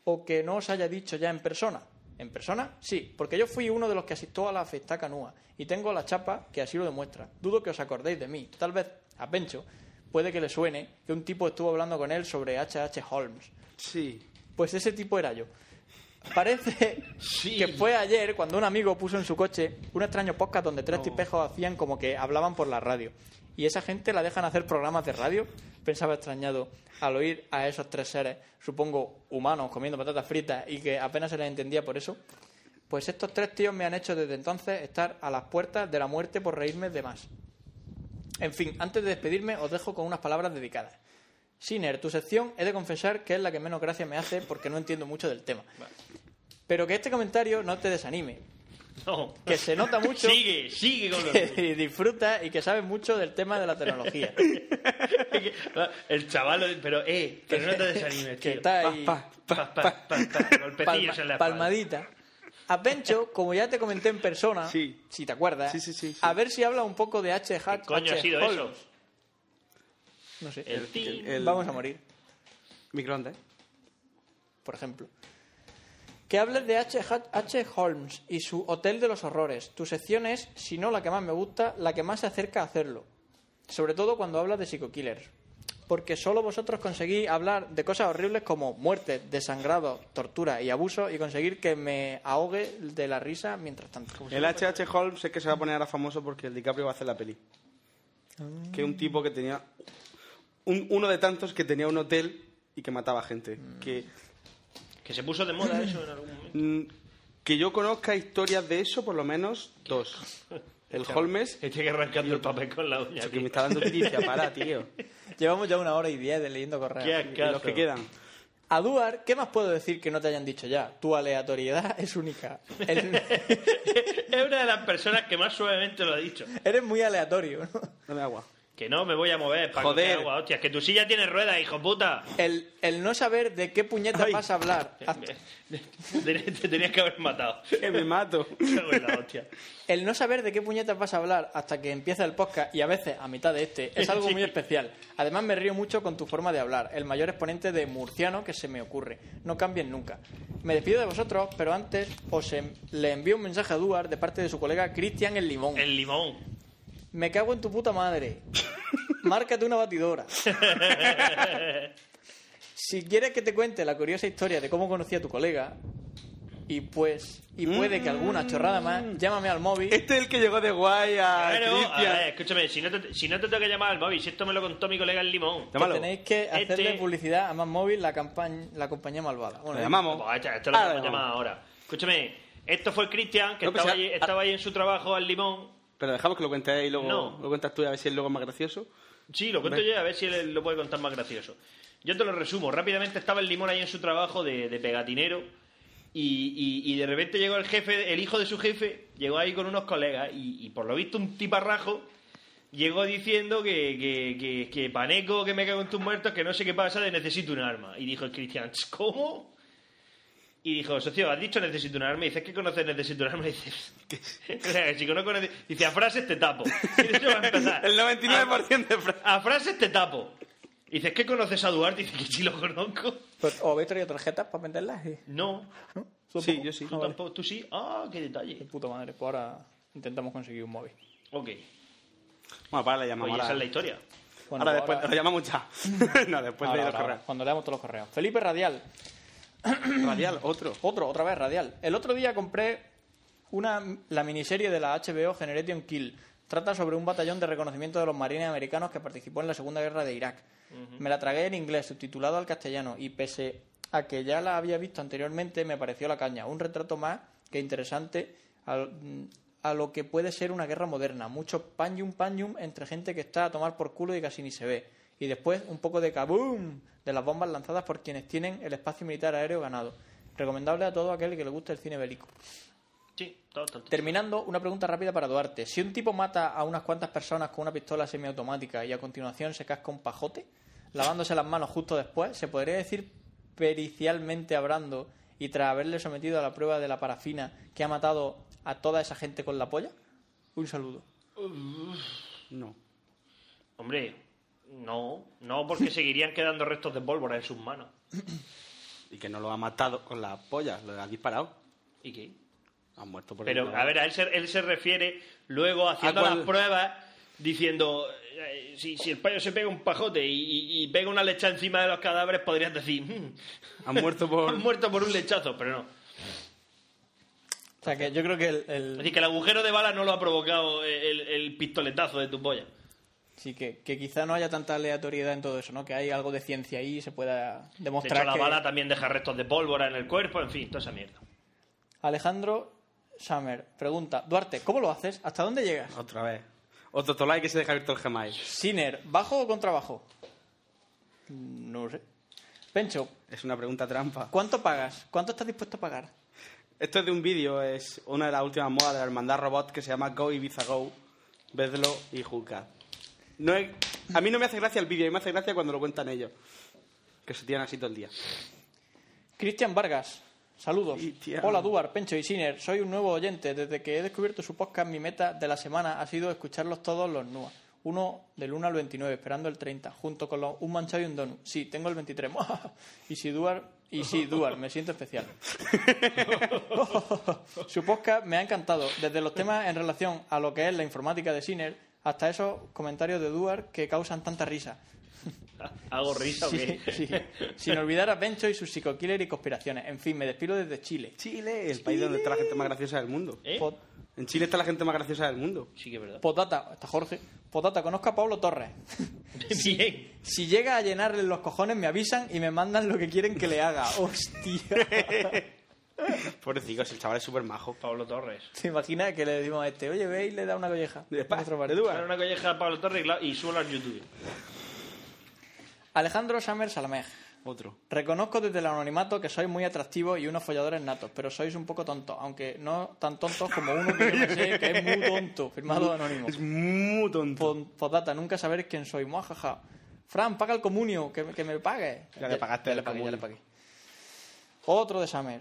Speaker 5: o que no os haya dicho ya en persona? ¿En persona? Sí, porque yo fui uno de los que asistió a la fiesta canúa y tengo la chapa que así lo demuestra. Dudo que os acordéis de mí. Tal vez a Pencho puede que le suene que un tipo estuvo hablando con él sobre H.H. Holmes.
Speaker 6: Sí.
Speaker 5: Pues ese tipo era yo. Parece
Speaker 3: Sí.
Speaker 5: que fue ayer cuando un amigo puso en su coche un extraño podcast donde tres tipejos hacían como que hablaban por la radio. Y esa gente la dejan hacer programas de radio. Pensaba extrañado al oír a esos tres seres, supongo humanos, comiendo patatas fritas y que apenas se les entendía por eso. Pues estos tres tíos me han hecho desde entonces estar a las puertas de la muerte por reírme de más. En fin, antes de despedirme os dejo con unas palabras dedicadas. Siner, tu sección he de confesar que es la que menos gracia me hace porque no entiendo mucho del tema. Pero que este comentario no te desanime,
Speaker 3: No.
Speaker 5: que se nota mucho
Speaker 3: Sigue, sigue con lo tuyo.
Speaker 5: que disfrutas y que sabes mucho del tema de la tecnología.
Speaker 3: El chaval, pero eh, pero no te desanimes,
Speaker 5: que
Speaker 3: tío.
Speaker 5: está ahí
Speaker 6: Pa,
Speaker 3: Pa, pa, pa, pa, golpecillos
Speaker 5: palma-
Speaker 3: en la espalda.
Speaker 5: palmadita. A Pencho, como ya te comenté en persona,
Speaker 6: Sí.
Speaker 5: si te acuerdas,
Speaker 6: Sí, sí, sí, sí.
Speaker 5: a ver si habla un poco de H. Hart.
Speaker 3: Coño, ha sido eso.
Speaker 5: No sé.
Speaker 3: El tin.
Speaker 6: el-
Speaker 5: Vamos a morir.
Speaker 6: Microondas. ¿eh?
Speaker 5: por ejemplo. Que hables de H. Hat- H. Holmes y su Hotel de los Horrores. Tu sección es, si no la que más me gusta, la que más se acerca a hacerlo. Sobre todo cuando hablas de psicokillers. Porque solo vosotros conseguís hablar de cosas horribles como muerte, desangrado, tortura y abuso y conseguir que me ahogue de la risa mientras tanto.
Speaker 6: El H.H. Holmes es que se va a poner ahora famoso porque el DiCaprio va a hacer la peli. Que es un tipo que tenía. un- uno de tantos que tenía un hotel y que mataba gente. Que,
Speaker 3: Que se puso de moda eso en algún momento.
Speaker 6: mm, que yo conozca historias de eso, por lo menos dos. El Holmes.
Speaker 3: Este que arrancando el papel con la uña.
Speaker 6: Eso que
Speaker 3: tío.
Speaker 6: me está dando tiricia, para, tío.
Speaker 5: Llevamos ya una hora y diez de leyendo correos.
Speaker 3: Qué
Speaker 6: Y
Speaker 3: ascazo.
Speaker 6: los que quedan.
Speaker 5: A Duar, ¿qué más puedo decir que no te hayan dicho ya? Tu aleatoriedad es única. El-
Speaker 3: es una de las personas que más suavemente lo ha dicho.
Speaker 5: Eres muy aleatorio, ¿no?
Speaker 6: Dame agua.
Speaker 3: Que no me voy a mover para
Speaker 6: Joder.
Speaker 3: agua, hostias. Que tu silla tiene ruedas, hijo puta.
Speaker 5: El, el no saber de qué puñetas
Speaker 6: Ay.
Speaker 5: vas a hablar.
Speaker 6: Ah.
Speaker 5: Hasta-
Speaker 3: Te tenías que haber matado.
Speaker 6: Que me mato.
Speaker 3: Me cago en la hostia.
Speaker 5: El no saber de qué puñetas vas a hablar hasta que empieza el podcast y a veces a mitad de este es algo
Speaker 3: Sí.
Speaker 5: muy especial. Además me río mucho con tu forma de hablar, el mayor exponente de murciano que se me ocurre. No cambien nunca. Me despido de vosotros, pero antes os en- le envío un mensaje a Duar de parte de su colega Cristian el Limón.
Speaker 3: El limón.
Speaker 5: Me cago en tu puta madre. Márcate una batidora. si quieres que te cuente la curiosa historia de cómo conocí a tu colega, y pues, y puede que alguna chorrada más,
Speaker 6: Mm.
Speaker 5: llámame al móvil.
Speaker 6: Este es el que llegó de guay a
Speaker 3: Claro, a
Speaker 6: Ah, Cristian.
Speaker 3: ver, escúchame, si no, te, si no te tengo que llamar al móvil, si esto me lo contó mi colega el limón.
Speaker 5: Que
Speaker 6: Llámalo.
Speaker 5: tenéis que hacerle
Speaker 3: Este-
Speaker 5: publicidad a más móvil la, campaña, la compañía malvada. Bueno,
Speaker 6: Lo llamamos.
Speaker 3: Pues, esto, esto lo
Speaker 6: Ahora
Speaker 3: podemos
Speaker 6: llamamos.
Speaker 3: llamar ahora. Escúchame, esto fue el Cristian, que
Speaker 6: No, pues
Speaker 3: estaba,
Speaker 6: ya-
Speaker 3: ahí, estaba ahí en su trabajo al limón.
Speaker 6: Pero dejamos que lo cuentes y luego
Speaker 3: No.
Speaker 6: lo cuentas tú y a ver si es luego más gracioso.
Speaker 3: Sí, lo cuento yo a ver si él lo puede contar más gracioso. Yo te lo resumo. Rápidamente estaba el limón ahí en su trabajo de, de pegatinero y, y- y de repente llegó el jefe, el hijo de su jefe, llegó ahí con unos colegas y, y por lo visto un tiparrajo llegó diciendo que, que, que, que Paneco, que me cago en tus muertos, que no sé qué pasa, de necesito un arma. Y dijo el Cristian, ¿cómo? Y dijo, socio, ¿has dicho necesito un arma? Y dice, ¿qué conoces necesito un arma? Y dice, o sea, que si conozco nece- Dice, a frases te tapo. Y dice, "Yo voy a empezar.
Speaker 6: El 99% de frases.
Speaker 3: A frases te tapo. Dices, ¿qué conoces a Duarte? Dice que sí lo conozco.
Speaker 5: Pero, ¿Os habéis traído tarjetas para venderlas? Sí.
Speaker 3: No,
Speaker 5: ¿No?
Speaker 6: Sí,
Speaker 5: tampoco?
Speaker 6: yo
Speaker 3: tú
Speaker 6: sí.
Speaker 5: Ah, vale.
Speaker 3: tampoco. Tú sí. Ah, qué
Speaker 5: Qué
Speaker 3: detalle.
Speaker 5: puta madre. Pues ahora intentamos conseguir un móvil.
Speaker 3: Ok.
Speaker 6: Bueno, para la
Speaker 3: Pues
Speaker 6: llamamos.
Speaker 3: esa
Speaker 6: ahora ¿eh?
Speaker 3: es la historia.
Speaker 5: Bueno,
Speaker 6: Ahora
Speaker 5: pues
Speaker 6: después,
Speaker 5: ahora-
Speaker 6: la llamamos ya.
Speaker 5: ahora,
Speaker 6: no, después de los
Speaker 5: ahora,
Speaker 6: correos.
Speaker 5: ahora, cuando leamos todos los correos. Felipe Radial.
Speaker 6: Radial, otro.
Speaker 5: Otro, otra vez Radial. El otro día compré una, la miniserie de la HBO Generation Kill. Trata sobre un batallón de reconocimiento de los marines americanos que participó en la Segunda Guerra de Irak. Me la tragué en inglés, subtitulado al castellano, y pese a que ya la había visto anteriormente, me pareció la caña. Un retrato más que interesante al- a, lo que puede ser una guerra moderna. Mucho pañum pañum entre gente que está a tomar por culo y casi ni se ve. Y después un poco de kaboom de las bombas lanzadas por quienes tienen el espacio militar aéreo ganado. Recomendable a todo aquel que le guste el cine bélico.
Speaker 3: Sí, todo tanto.
Speaker 5: Terminando, una pregunta rápida para Duarte. Si un tipo mata a unas cuantas personas con una pistola semiautomática y a continuación se casca un pajote, lavándose las manos justo después, ¿se podría decir pericialmente hablando y tras haberle sometido a la prueba de la parafina que ha matado a toda esa gente con la polla? Un saludo.
Speaker 6: No.
Speaker 3: Hombre, no. No, porque seguirían quedando restos de pólvora en sus manos.
Speaker 6: Y que no lo ha matado con las pollas, lo ha disparado.
Speaker 3: ¿Y qué?
Speaker 6: Ha muerto por
Speaker 3: Pero,
Speaker 6: disparar.
Speaker 3: a ver, a él se, él se refiere luego haciendo
Speaker 6: ¿A cuál?
Speaker 3: las pruebas diciendo. eh, Si, si el payo se pega un pajote y, y- y pega una lecha encima de los cadáveres, podrías decir, "Mm,
Speaker 6: Ha muerto por.
Speaker 3: han muerto por un lechazo, pero no.
Speaker 5: O sea que yo creo que el, el-
Speaker 3: Es decir, que el agujero de bala no lo ha provocado eh, el, el pistoletazo de tu polla.
Speaker 5: sí que, que quizá no haya tanta aleatoriedad en todo eso, ¿no? Que hay algo de ciencia ahí y se pueda
Speaker 3: De
Speaker 5: demostrar
Speaker 3: hecho, la
Speaker 5: que-
Speaker 3: bala también deja restos de pólvora en el cuerpo, en fin, toda esa mierda.
Speaker 5: Alejandro Summer pregunta, Duarte, ¿cómo lo haces? ¿Hasta dónde llegas?
Speaker 6: Otra vez. Otro Tolai que se deja abierto el Gmail.
Speaker 5: ¿Siner, bajo o contrabajo? No lo sé. Pencho,
Speaker 6: Es una pregunta trampa.
Speaker 5: ¿cuánto pagas? ¿Cuánto estás dispuesto a pagar?
Speaker 6: Esto es de un vídeo, es una de las últimas modas de la hermandad robot que se llama Go Ibiza Go. Vedlo y juzgad. No es- A mí no me hace gracia el vídeo, a mí me hace gracia cuando lo cuentan ellos. Que se tiran así todo el día.
Speaker 5: Cristian Vargas, saludos.
Speaker 6: Cristian.
Speaker 5: Hola Duar, Pencho y Siner, soy un nuevo oyente. Desde que he descubierto su podcast, mi meta de la semana ha sido escucharlos todos los NUA. Uno del 1 al 29, esperando el 30, junto con los un manchado y un donut. Sí, tengo el 23. y si Duar, y sí, Duar, me siento especial. Su podcast me ha encantado, desde los temas en relación a lo que es la informática de Siner hasta esos comentarios de Duar que causan tanta risa.
Speaker 3: Hago risa, o
Speaker 5: Sí,
Speaker 3: qué?
Speaker 5: sí. Sin olvidar a Bencho y sus psico-killer y conspiraciones. En fin, me despido desde Chile.
Speaker 6: Chile, el país donde está la gente más graciosa del mundo.
Speaker 3: ¿Eh?
Speaker 5: Pod-
Speaker 6: En Chile está la gente más graciosa del mundo.
Speaker 3: Sí que es verdad.
Speaker 5: Podata, está Jorge. Podata, conozco a Pablo Torres.
Speaker 3: Bien.
Speaker 5: Si llega a llenarle los cojones, me avisan y me mandan lo que quieren que le haga. Hostia.
Speaker 6: Pobrecito, si el chaval es súper majo.
Speaker 3: Pablo Torres.
Speaker 5: ¿Te imaginas que le decimos a este, oye, ve y le da una colleja?
Speaker 6: De paz,
Speaker 5: Nuestro bar-
Speaker 6: Eduard.
Speaker 3: Ahora una colleja a Pablo Torres y claro, y suelo al YouTube.
Speaker 5: Alejandro Samer Salamej.
Speaker 6: Otro.
Speaker 5: Reconozco desde el anonimato que sois muy atractivos y unos folladores natos, pero sois un poco tontos, aunque no tan tontos como uno que yo me sé que es muy tonto. Firmado anónimo.
Speaker 6: Es muy tonto.
Speaker 5: Pod- Postdata, nunca saber quién soy. Muajaja. Fran, paga el comunio, que, que me pague.
Speaker 6: Ya le pagaste
Speaker 5: Ya
Speaker 6: el
Speaker 5: le pagué, ya le
Speaker 6: comunio.
Speaker 5: pagué. Otro de Samer.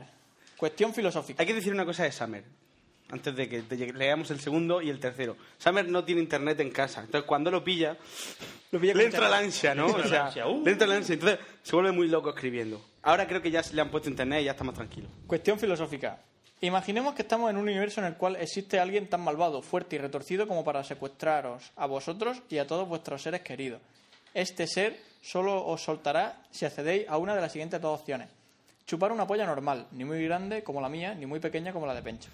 Speaker 5: Cuestión filosófica.
Speaker 6: Hay que decir una cosa de Summer. Antes de que te llegue- leamos el segundo y el tercero. Summer no tiene internet en casa. Entonces, cuando lo pilla,
Speaker 5: Lo pilla
Speaker 6: le
Speaker 5: con
Speaker 6: entra la
Speaker 5: internet.
Speaker 6: ansia, ¿no?
Speaker 3: Le entra
Speaker 6: O
Speaker 3: la
Speaker 6: sea,
Speaker 3: ansia, uh.
Speaker 6: le entra la ansia. Entonces, se vuelve muy loco escribiendo. Ahora creo que ya le han puesto internet y ya está más tranquilo.
Speaker 5: Cuestión filosófica. Imaginemos que estamos en un universo en el cual existe alguien tan malvado, fuerte y retorcido como para secuestraros a vosotros y a todos vuestros seres queridos. Este ser solo os soltará si accedéis a una de las siguientes dos opciones. Chupar una polla normal, ni muy grande como la mía, ni muy pequeña como la de Pencho.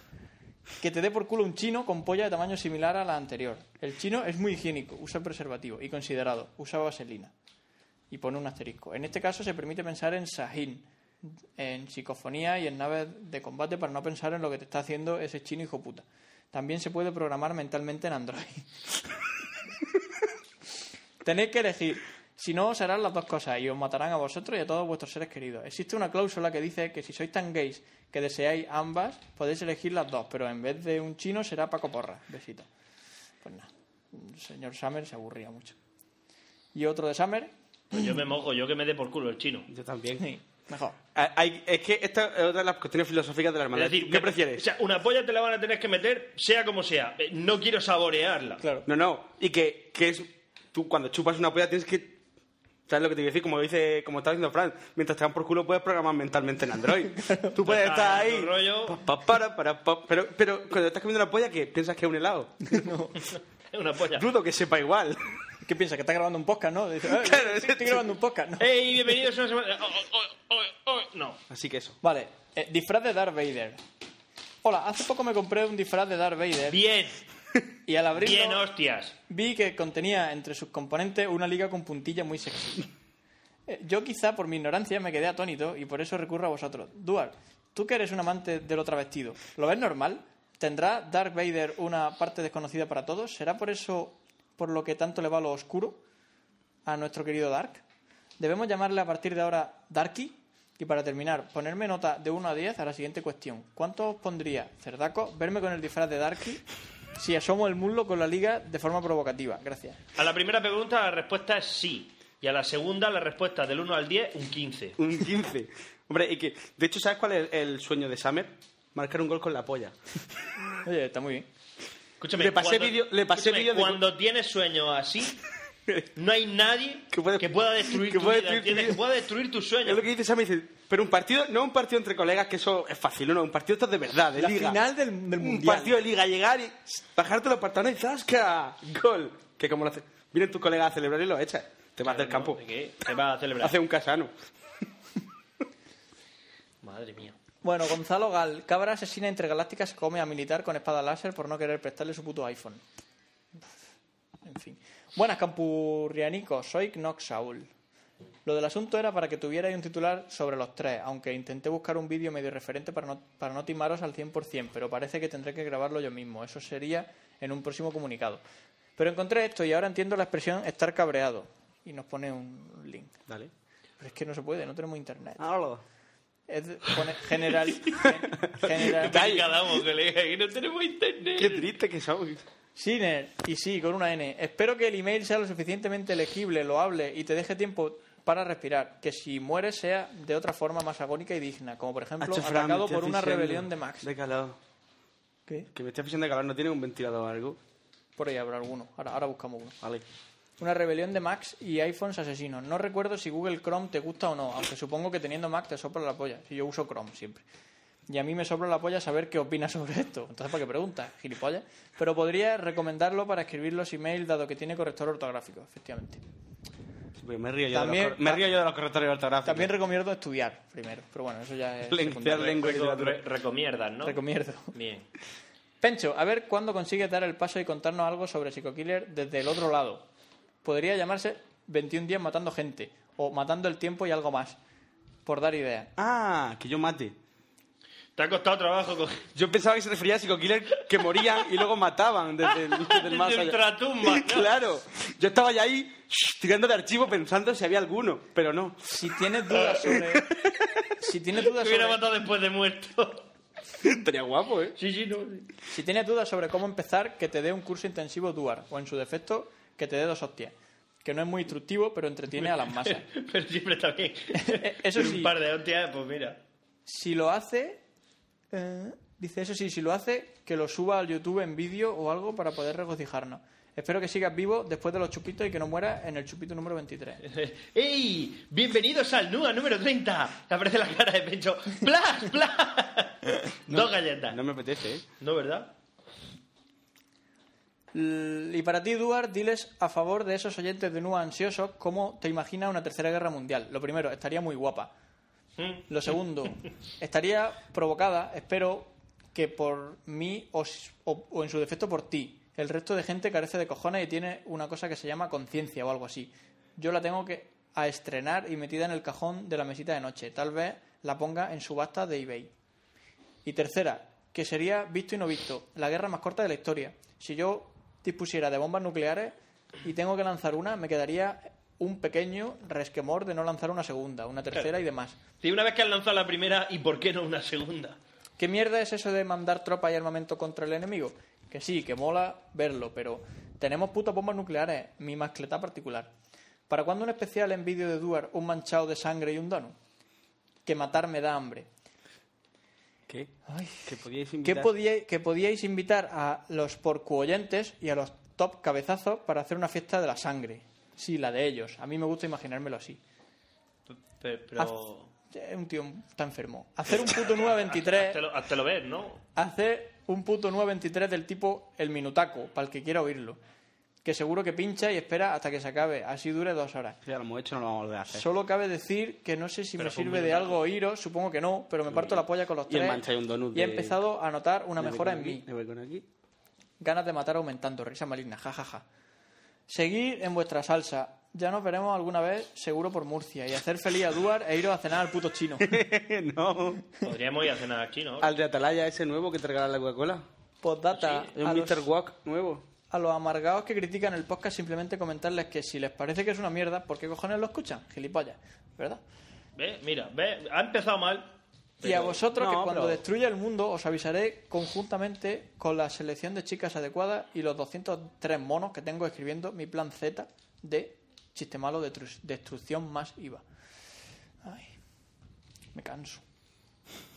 Speaker 5: Que te dé por culo un chino con polla de tamaño similar a la anterior. El chino es muy higiénico, usa preservativo y considerado, usa vaselina y pone un asterisco. En este caso se permite pensar en Sahin, en psicofonía y en naves de combate para no pensar en lo que te está haciendo ese chino hijo puta. También se puede programar mentalmente en Android. Tenéis que elegir. Si no, os harán las dos cosas y os matarán a vosotros y a todos vuestros seres queridos. Existe una cláusula que dice que si sois tan gays que deseáis ambas, podéis elegir las dos, pero en vez de un chino será Paco Porra. Besito. Pues nada, el señor Summer se aburría mucho. Y otro de Summer,
Speaker 3: Pues yo me mojo, yo que me dé por culo el chino.
Speaker 6: Yo también. Ah,
Speaker 5: sí, mejor.
Speaker 6: es que esta es otra de las cuestiones filosóficas de la hermandad.
Speaker 3: Es decir,
Speaker 6: ¿Qué
Speaker 3: me-
Speaker 6: prefieres?
Speaker 3: O sea, una polla te la van a tener que meter, sea como sea. Eh, No quiero saborearla.
Speaker 5: Claro.
Speaker 6: No, no. Y que, que es. Tú cuando chupas una polla tienes que. ¿Sabes lo que te quiero decir? Como dice, como está diciendo Fran, mientras te dan por culo puedes programar mentalmente en Android. Tú puedes estar
Speaker 3: Total,
Speaker 6: ahí.
Speaker 3: tu rollo.
Speaker 6: pa, pa, para, para, pa, pero, pero cuando estás comiendo una polla, ¿qué? ¿Piensas que es un helado?
Speaker 3: Es una polla.
Speaker 6: Dudo que sepa igual.
Speaker 5: ¿Qué piensas? ¿Que estás grabando un podcast, no? Dices, "Eh,
Speaker 6: Claro,
Speaker 5: estoy, estoy grabando un podcast, ¿no?
Speaker 3: ¡Ey, bienvenidos a una semana! Oh, oh, oh, oh, oh. No.
Speaker 6: Así que eso.
Speaker 5: Vale, eh, disfraz de Darth Vader. Hola, hace poco me compré un disfraz de Darth Vader
Speaker 3: Bien,
Speaker 5: y al abrirlo...
Speaker 3: bien, hostias.
Speaker 5: Vi que contenía entre sus componentes una liga con puntilla muy sexy. Eh, Yo quizá por mi ignorancia me quedé atónito y por eso recurro a vosotros. Dual, tú que eres un amante del otro vestido, ¿lo ves normal? ¿Tendrá Darth Vader una parte desconocida para todos? ¿Será por eso por lo que tanto le va lo oscuro a nuestro querido Dark? ¿Debemos llamarle a partir de ahora Darky? Y para terminar, ponerme nota de 1 a 10 a la siguiente cuestión. ¿Cuánto os pondría, Cerdaco, verme con el disfraz de Darky si asomo el muslo con la liga de forma provocativa? Gracias.
Speaker 3: A la primera pregunta la respuesta es sí. Y a la segunda la respuesta del 1 al 10, un 15.
Speaker 6: Un 15. Hombre, y que. De hecho, ¿sabes cuál es el sueño de Summer? Marcar un gol con la polla.
Speaker 5: Oye, está muy bien.
Speaker 3: Escúchame,
Speaker 6: Le pasé
Speaker 3: cuando-
Speaker 6: vídeo- le pasé
Speaker 3: escúchame,
Speaker 6: vídeo de-
Speaker 3: Cuando tienes sueños así, no hay nadie
Speaker 6: Que puede-
Speaker 3: pueda destruir
Speaker 6: que
Speaker 3: tu
Speaker 6: puede
Speaker 3: vida,
Speaker 6: destruir tu
Speaker 3: ¿entiendes?
Speaker 6: vida.
Speaker 3: Que pueda destruir tus
Speaker 6: Es
Speaker 3: sueños.
Speaker 6: lo que dice Summer. Dice, pero un partido, no un partido entre colegas, que eso es fácil, no, un partido esto es de verdad, de
Speaker 5: La
Speaker 6: liga.
Speaker 5: final del, del
Speaker 6: un
Speaker 5: mundial.
Speaker 6: partido de liga, llegar y bajarte los pantalones y ¡zasca! ¡Gol! Que como lo hace, vienen tus colegas a celebrar y lo echas. Te vas del campo.
Speaker 3: ¿De qué? Te vas a celebrar.
Speaker 6: Hace un casano.
Speaker 3: Madre mía.
Speaker 5: Bueno, Gonzalo Gal, cabra asesina intergaláctica se come a militar con espada láser por no querer prestarle su puto iPhone. En fin. Buenas, campurrianicos, soy Knoxaul. Lo del asunto era para que tuvierais un titular sobre los tres, aunque intenté buscar un vídeo medio referente para no, para no timaros al 100%, pero parece que tendré que grabarlo yo mismo. Eso sería en un próximo comunicado. Pero encontré esto y ahora entiendo la expresión estar cabreado. Y nos pone un link.
Speaker 6: Dale.
Speaker 5: Pero es que no se puede, no tenemos internet.
Speaker 6: Ahora.
Speaker 5: Es de- pone general. gen- general
Speaker 3: Cagamos, colega, que no tenemos internet.
Speaker 6: Qué triste que somos.
Speaker 5: Sinner, y sí, con una N. Espero que el email sea lo suficientemente legible, loable y te deje tiempo para respirar. Que si mueres sea de otra forma más agónica y digna, como por ejemplo
Speaker 6: Hacho, Fran, me
Speaker 5: atacado
Speaker 6: estoy
Speaker 5: por una
Speaker 6: asfixiando.
Speaker 5: rebelión de Max.
Speaker 6: De calor.
Speaker 5: ¿Qué?
Speaker 6: Que me estoy aficionando de calor. ¿No tiene un ventilador o algo?
Speaker 5: Por ahí habrá alguno. Ahora, ahora buscamos uno.
Speaker 6: Vale.
Speaker 5: Una rebelión de Max y iPhones asesinos. No recuerdo si Google Chrome te gusta o no, aunque supongo que teniendo Mac te sopla la polla. Si yo uso Chrome siempre. Y a mí me sopla la polla saber qué opinas sobre esto. Entonces, ¿para qué preguntas, gilipollas? Pero podría recomendarlo para escribir los emails, dado que tiene corrector ortográfico, efectivamente.
Speaker 6: Pues Me río yo,
Speaker 5: También-
Speaker 6: de, los, cor- me río yo de los correctores ortográficos.
Speaker 5: También recomiendo estudiar primero, pero bueno, eso ya es.
Speaker 6: Lentear
Speaker 5: secundario.
Speaker 6: lengua y
Speaker 3: Reco-
Speaker 6: literatura.
Speaker 3: re- Recomierdas, ¿no?
Speaker 5: Recomiendo.
Speaker 3: Bien.
Speaker 5: Pencho, a ver cuándo consigues dar el paso y contarnos algo sobre Psico-Killer desde el otro lado. Podría llamarse 21 días matando gente o matando el tiempo y algo más, por dar ideas.
Speaker 6: Ah, que yo mate.
Speaker 3: Te ha costado trabajo coger.
Speaker 6: Yo pensaba que se refería a psicokiller que morían y luego mataban desde el, desde el más
Speaker 3: Desde
Speaker 6: allá.
Speaker 3: ultratumba, ¿no?
Speaker 6: claro. Yo estaba ya ahí shh, tirando de archivo pensando si había alguno, pero no.
Speaker 5: Si tienes dudas sobre. Si tienes dudas
Speaker 3: Te hubiera
Speaker 5: sobre,
Speaker 3: matado después de muerto.
Speaker 6: Estaría guapo, ¿eh?
Speaker 3: Sí, sí, no.
Speaker 5: si tienes dudas sobre cómo empezar, que te dé un curso intensivo Duar, o en su defecto, que te dé dos hostias. Que no es muy instructivo, pero entretiene a las masas.
Speaker 3: Pero siempre está bien.
Speaker 5: Eso sí.
Speaker 3: Un par de hostias, pues mira.
Speaker 5: Si lo hace. eh, dice eso sí, si lo hace, que lo suba al YouTube en vídeo o algo para poder regocijarnos. Espero que sigas vivo después de los chupitos y que no mueras en el chupito número 23.
Speaker 3: ¡Ey! ¡Bienvenidos al NUA número 30! Aparece la cara de Pencho. ¡Plas! ¡Plas! Dos galletas.
Speaker 6: No me apetece, ¿eh?
Speaker 3: ¿No, verdad?
Speaker 5: L- Y para ti, Duar, diles a favor de esos oyentes de NUA ansiosos cómo te imaginas una tercera guerra mundial. Lo primero, estaría muy guapa. Lo segundo, estaría provocada, espero que por mí o, s- o- o en su defecto por ti. El resto de gente carece de cojones y tiene una cosa que se llama conciencia o algo así. Yo la tengo que a estrenar y metida en el cajón de la mesita de noche. Tal vez la ponga en subasta de eBay. Y tercera, que sería visto y no visto, la guerra más corta de la historia. Si yo dispusiera de bombas nucleares, y tengo que lanzar una, me quedaría un pequeño resquemor de no lanzar una segunda, una tercera
Speaker 3: Claro.
Speaker 5: y demás.
Speaker 3: Sí, una vez que has lanzado la primera, ¿y por qué no una segunda?
Speaker 5: ¿Qué mierda es eso de mandar tropas y armamento contra el enemigo? Que sí, que mola verlo, pero tenemos putas bombas nucleares, mi mascleta particular. ¿Para cuándo un especial en vídeo de Duar, un manchado de sangre y un dano? Que matar me da hambre.
Speaker 6: ¿Qué?
Speaker 5: Ay.
Speaker 6: Que podíais
Speaker 5: ¿Qué
Speaker 6: invitar.
Speaker 5: podía- que podíais invitar a los porcuoyentes y a los top cabezazos para hacer una fiesta de la sangre. Sí, la de ellos. A mí me gusta imaginármelo así.
Speaker 3: Pero,
Speaker 5: Haz- eh, Un tío está enfermo. Hacer un puto 923.
Speaker 3: Hasta, lo, hasta lo ves, ¿no?
Speaker 5: Hacer un puto 923 del tipo El Minutaco, para el que quiera oírlo. Que seguro que pincha y espera hasta que se acabe. Así dure dos horas.
Speaker 6: Ya lo hemos hecho, no lo vamos a volver a hacer.
Speaker 5: Solo cabe decir que no sé si
Speaker 3: Pero
Speaker 5: me
Speaker 3: fue un
Speaker 5: sirve de
Speaker 3: minutaco.
Speaker 5: algo oíros, supongo que no, pero me parto la polla con los
Speaker 6: Y el
Speaker 5: tres.
Speaker 6: mancha y un donut
Speaker 5: y he
Speaker 6: de-
Speaker 5: empezado a notar una
Speaker 6: Me voy
Speaker 5: mejora
Speaker 6: con
Speaker 5: en
Speaker 6: aquí,
Speaker 5: mí.
Speaker 6: me voy con aquí.
Speaker 5: Ganas de matar aumentando, risa maligna, jajaja. Seguir en vuestra salsa. Ya nos veremos alguna vez, seguro por Murcia. Y hacer feliz a Duar e iros a cenar al puto chino.
Speaker 6: no.
Speaker 3: Podríamos ir a cenar chino.
Speaker 6: Al de Atalaya ese nuevo que te regala la Coca-Cola.
Speaker 5: Postdata.
Speaker 6: Es un
Speaker 5: a los-
Speaker 6: Mr. Walk nuevo.
Speaker 5: A los amargados que critican el podcast, simplemente comentarles que si les parece que es una mierda, ¿por qué cojones lo escuchan? Gilipollas, ¿verdad?
Speaker 3: ¿Ves? Mira, ¿ves? Ha empezado mal.
Speaker 5: y a vosotros, que
Speaker 6: no,
Speaker 5: cuando
Speaker 6: pero-
Speaker 5: destruya el mundo, os avisaré conjuntamente con la selección de chicas adecuadas y los 203 monos que tengo escribiendo mi plan Z de chiste malo de tru- destrucción más IVA. Ay, me canso.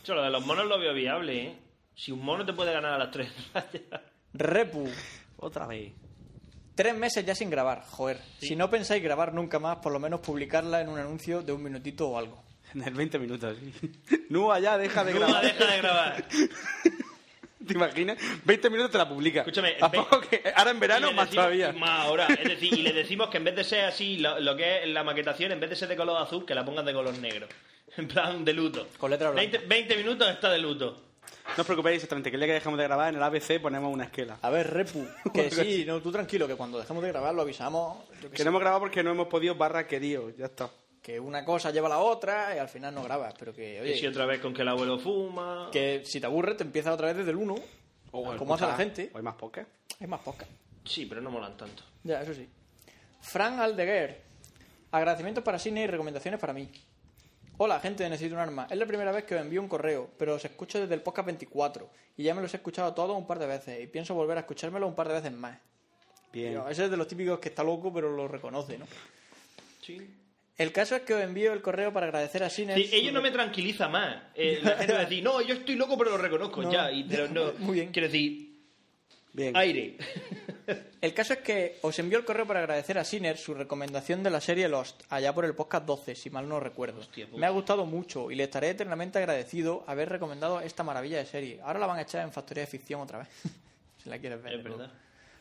Speaker 3: Yo lo de los monos lo veo viable, ¿eh? Si un mono te puede ganar a las tres
Speaker 5: Repu,
Speaker 6: Otra vez.
Speaker 5: Tres meses ya sin grabar, joder.
Speaker 3: Sí.
Speaker 5: Si no pensáis grabar nunca más, por lo menos publicarla en un anuncio de un minutito o algo.
Speaker 6: En el 20 minutos, sí. Nua, ya, deja de
Speaker 3: Nunca
Speaker 6: grabar.
Speaker 3: deja de grabar.
Speaker 6: ¿Te imaginas? 20 minutos te la publica.
Speaker 3: Escúchame, en
Speaker 6: ¿A poco que ahora en verano
Speaker 3: Y le
Speaker 6: más
Speaker 3: decimos-
Speaker 6: todavía.
Speaker 3: y Más ahora. Es decir, y le decimos que en vez de ser así, lo, lo que es la maquetación, en vez de ser de color azul, que la pongan de color negro. En plan, de luto.
Speaker 5: Con letra blanca.
Speaker 3: 20, 20 minutos está de luto.
Speaker 6: No os preocupéis, exactamente. Que el día que dejamos de grabar en el ABC ponemos una esquela.
Speaker 5: A ver, Repu, que sí, no, tú tranquilo, que cuando dejemos de grabar lo avisamos. yo que,
Speaker 6: Que no hemos grabado porque no hemos podido barra querido. Ya está.
Speaker 5: sé, que una cosa lleva a la otra y al final no grabas, pero que,
Speaker 3: Y
Speaker 5: oye,
Speaker 3: si otra vez con que el abuelo fuma.
Speaker 5: que si te aburre te empiezas otra vez desde el 1, como Oh, hace la gente.
Speaker 6: Hoy más poca.
Speaker 5: Es más poca.
Speaker 3: Sí, pero no molan tanto.
Speaker 5: Ya, eso sí. Fran Aldeguer. Agradecimientos para Cine y recomendaciones para mí. Hola, gente de Necesito un Arma. Es la primera vez que os envío un correo, pero os escucho desde el podcast 24 y ya me los he escuchado todos un par de veces y pienso volver a escuchármelo un par de veces más.
Speaker 6: Bien.
Speaker 5: Tío, ese es de los típicos que está loco pero lo reconoce, ¿no?
Speaker 3: Sí.
Speaker 5: El caso es que os envío el correo para agradecer a Cine.
Speaker 3: Sí, ello no me tranquiliza más. Eh, la gente va a decir, no, yo estoy loco, pero lo reconozco
Speaker 5: No,
Speaker 3: ya. Y pero no.
Speaker 5: muy bien.
Speaker 3: Quiero decir,
Speaker 6: Bien.
Speaker 3: aire.
Speaker 5: El caso es que os envió el correo para agradecer a Sinner su recomendación de la serie Lost, allá por el podcast 12, si mal no recuerdo.
Speaker 3: Hostia puta.
Speaker 5: Me ha gustado mucho y le estaré eternamente agradecido haber recomendado esta maravilla de serie. Ahora la van a echar en Factoría de Ficción otra vez, si la quieres ver.
Speaker 3: Es
Speaker 5: de nuevo.
Speaker 3: verdad.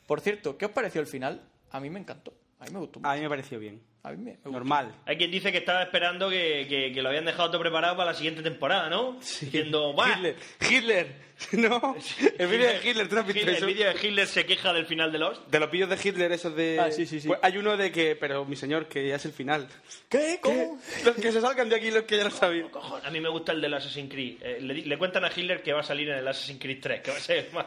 Speaker 5: Por cierto, ¿qué os pareció el final? A mí me encantó. A mí me gustó. mucho.
Speaker 6: A mí me pareció bien.
Speaker 5: A mí me, me gustó.
Speaker 6: Normal.
Speaker 3: Hay quien dice que estaba esperando que, que- que lo habían dejado todo preparado para la siguiente temporada, ¿no? Diciendo, ¡buah!
Speaker 6: Hitler. Hitler. ¿No? El vídeo de Hitler. ¿Tú no has visto
Speaker 3: Hitler-
Speaker 6: eso?
Speaker 3: El vídeo de Hitler se queja del final de Lost.
Speaker 6: De los vídeos de Hitler, esos de.
Speaker 5: Ah, sí, sí, sí.
Speaker 6: Pues hay uno de que. Pero mi señor, que ya es el final.
Speaker 5: ¿Qué? ¿Cómo?
Speaker 6: Los que se salgan de aquí, los que ya lo sabían.
Speaker 3: A mí me gusta el del Assassin's Creed. Eh, le, di- le cuentan a Hitler que va a salir en el Assassin's Creed 3, que va a ser más.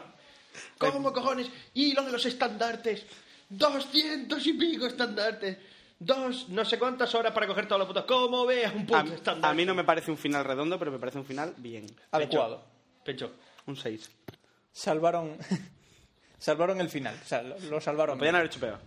Speaker 3: ¿Cómo cojones? Y lo de los estandartes. 200 y pico estandartes. Dos, no sé cuántas horas para coger todos los putos. ¿Cómo veas un puto
Speaker 6: A,
Speaker 3: estandarte?
Speaker 6: a mí no me parece un final redondo, pero me parece un final bien.
Speaker 5: Adecuado.
Speaker 3: Pecho.
Speaker 6: Un 6.
Speaker 5: Salvaron... Salvaron el final. O sea, lo, lo salvaron.
Speaker 6: Podrían haber hecho peor.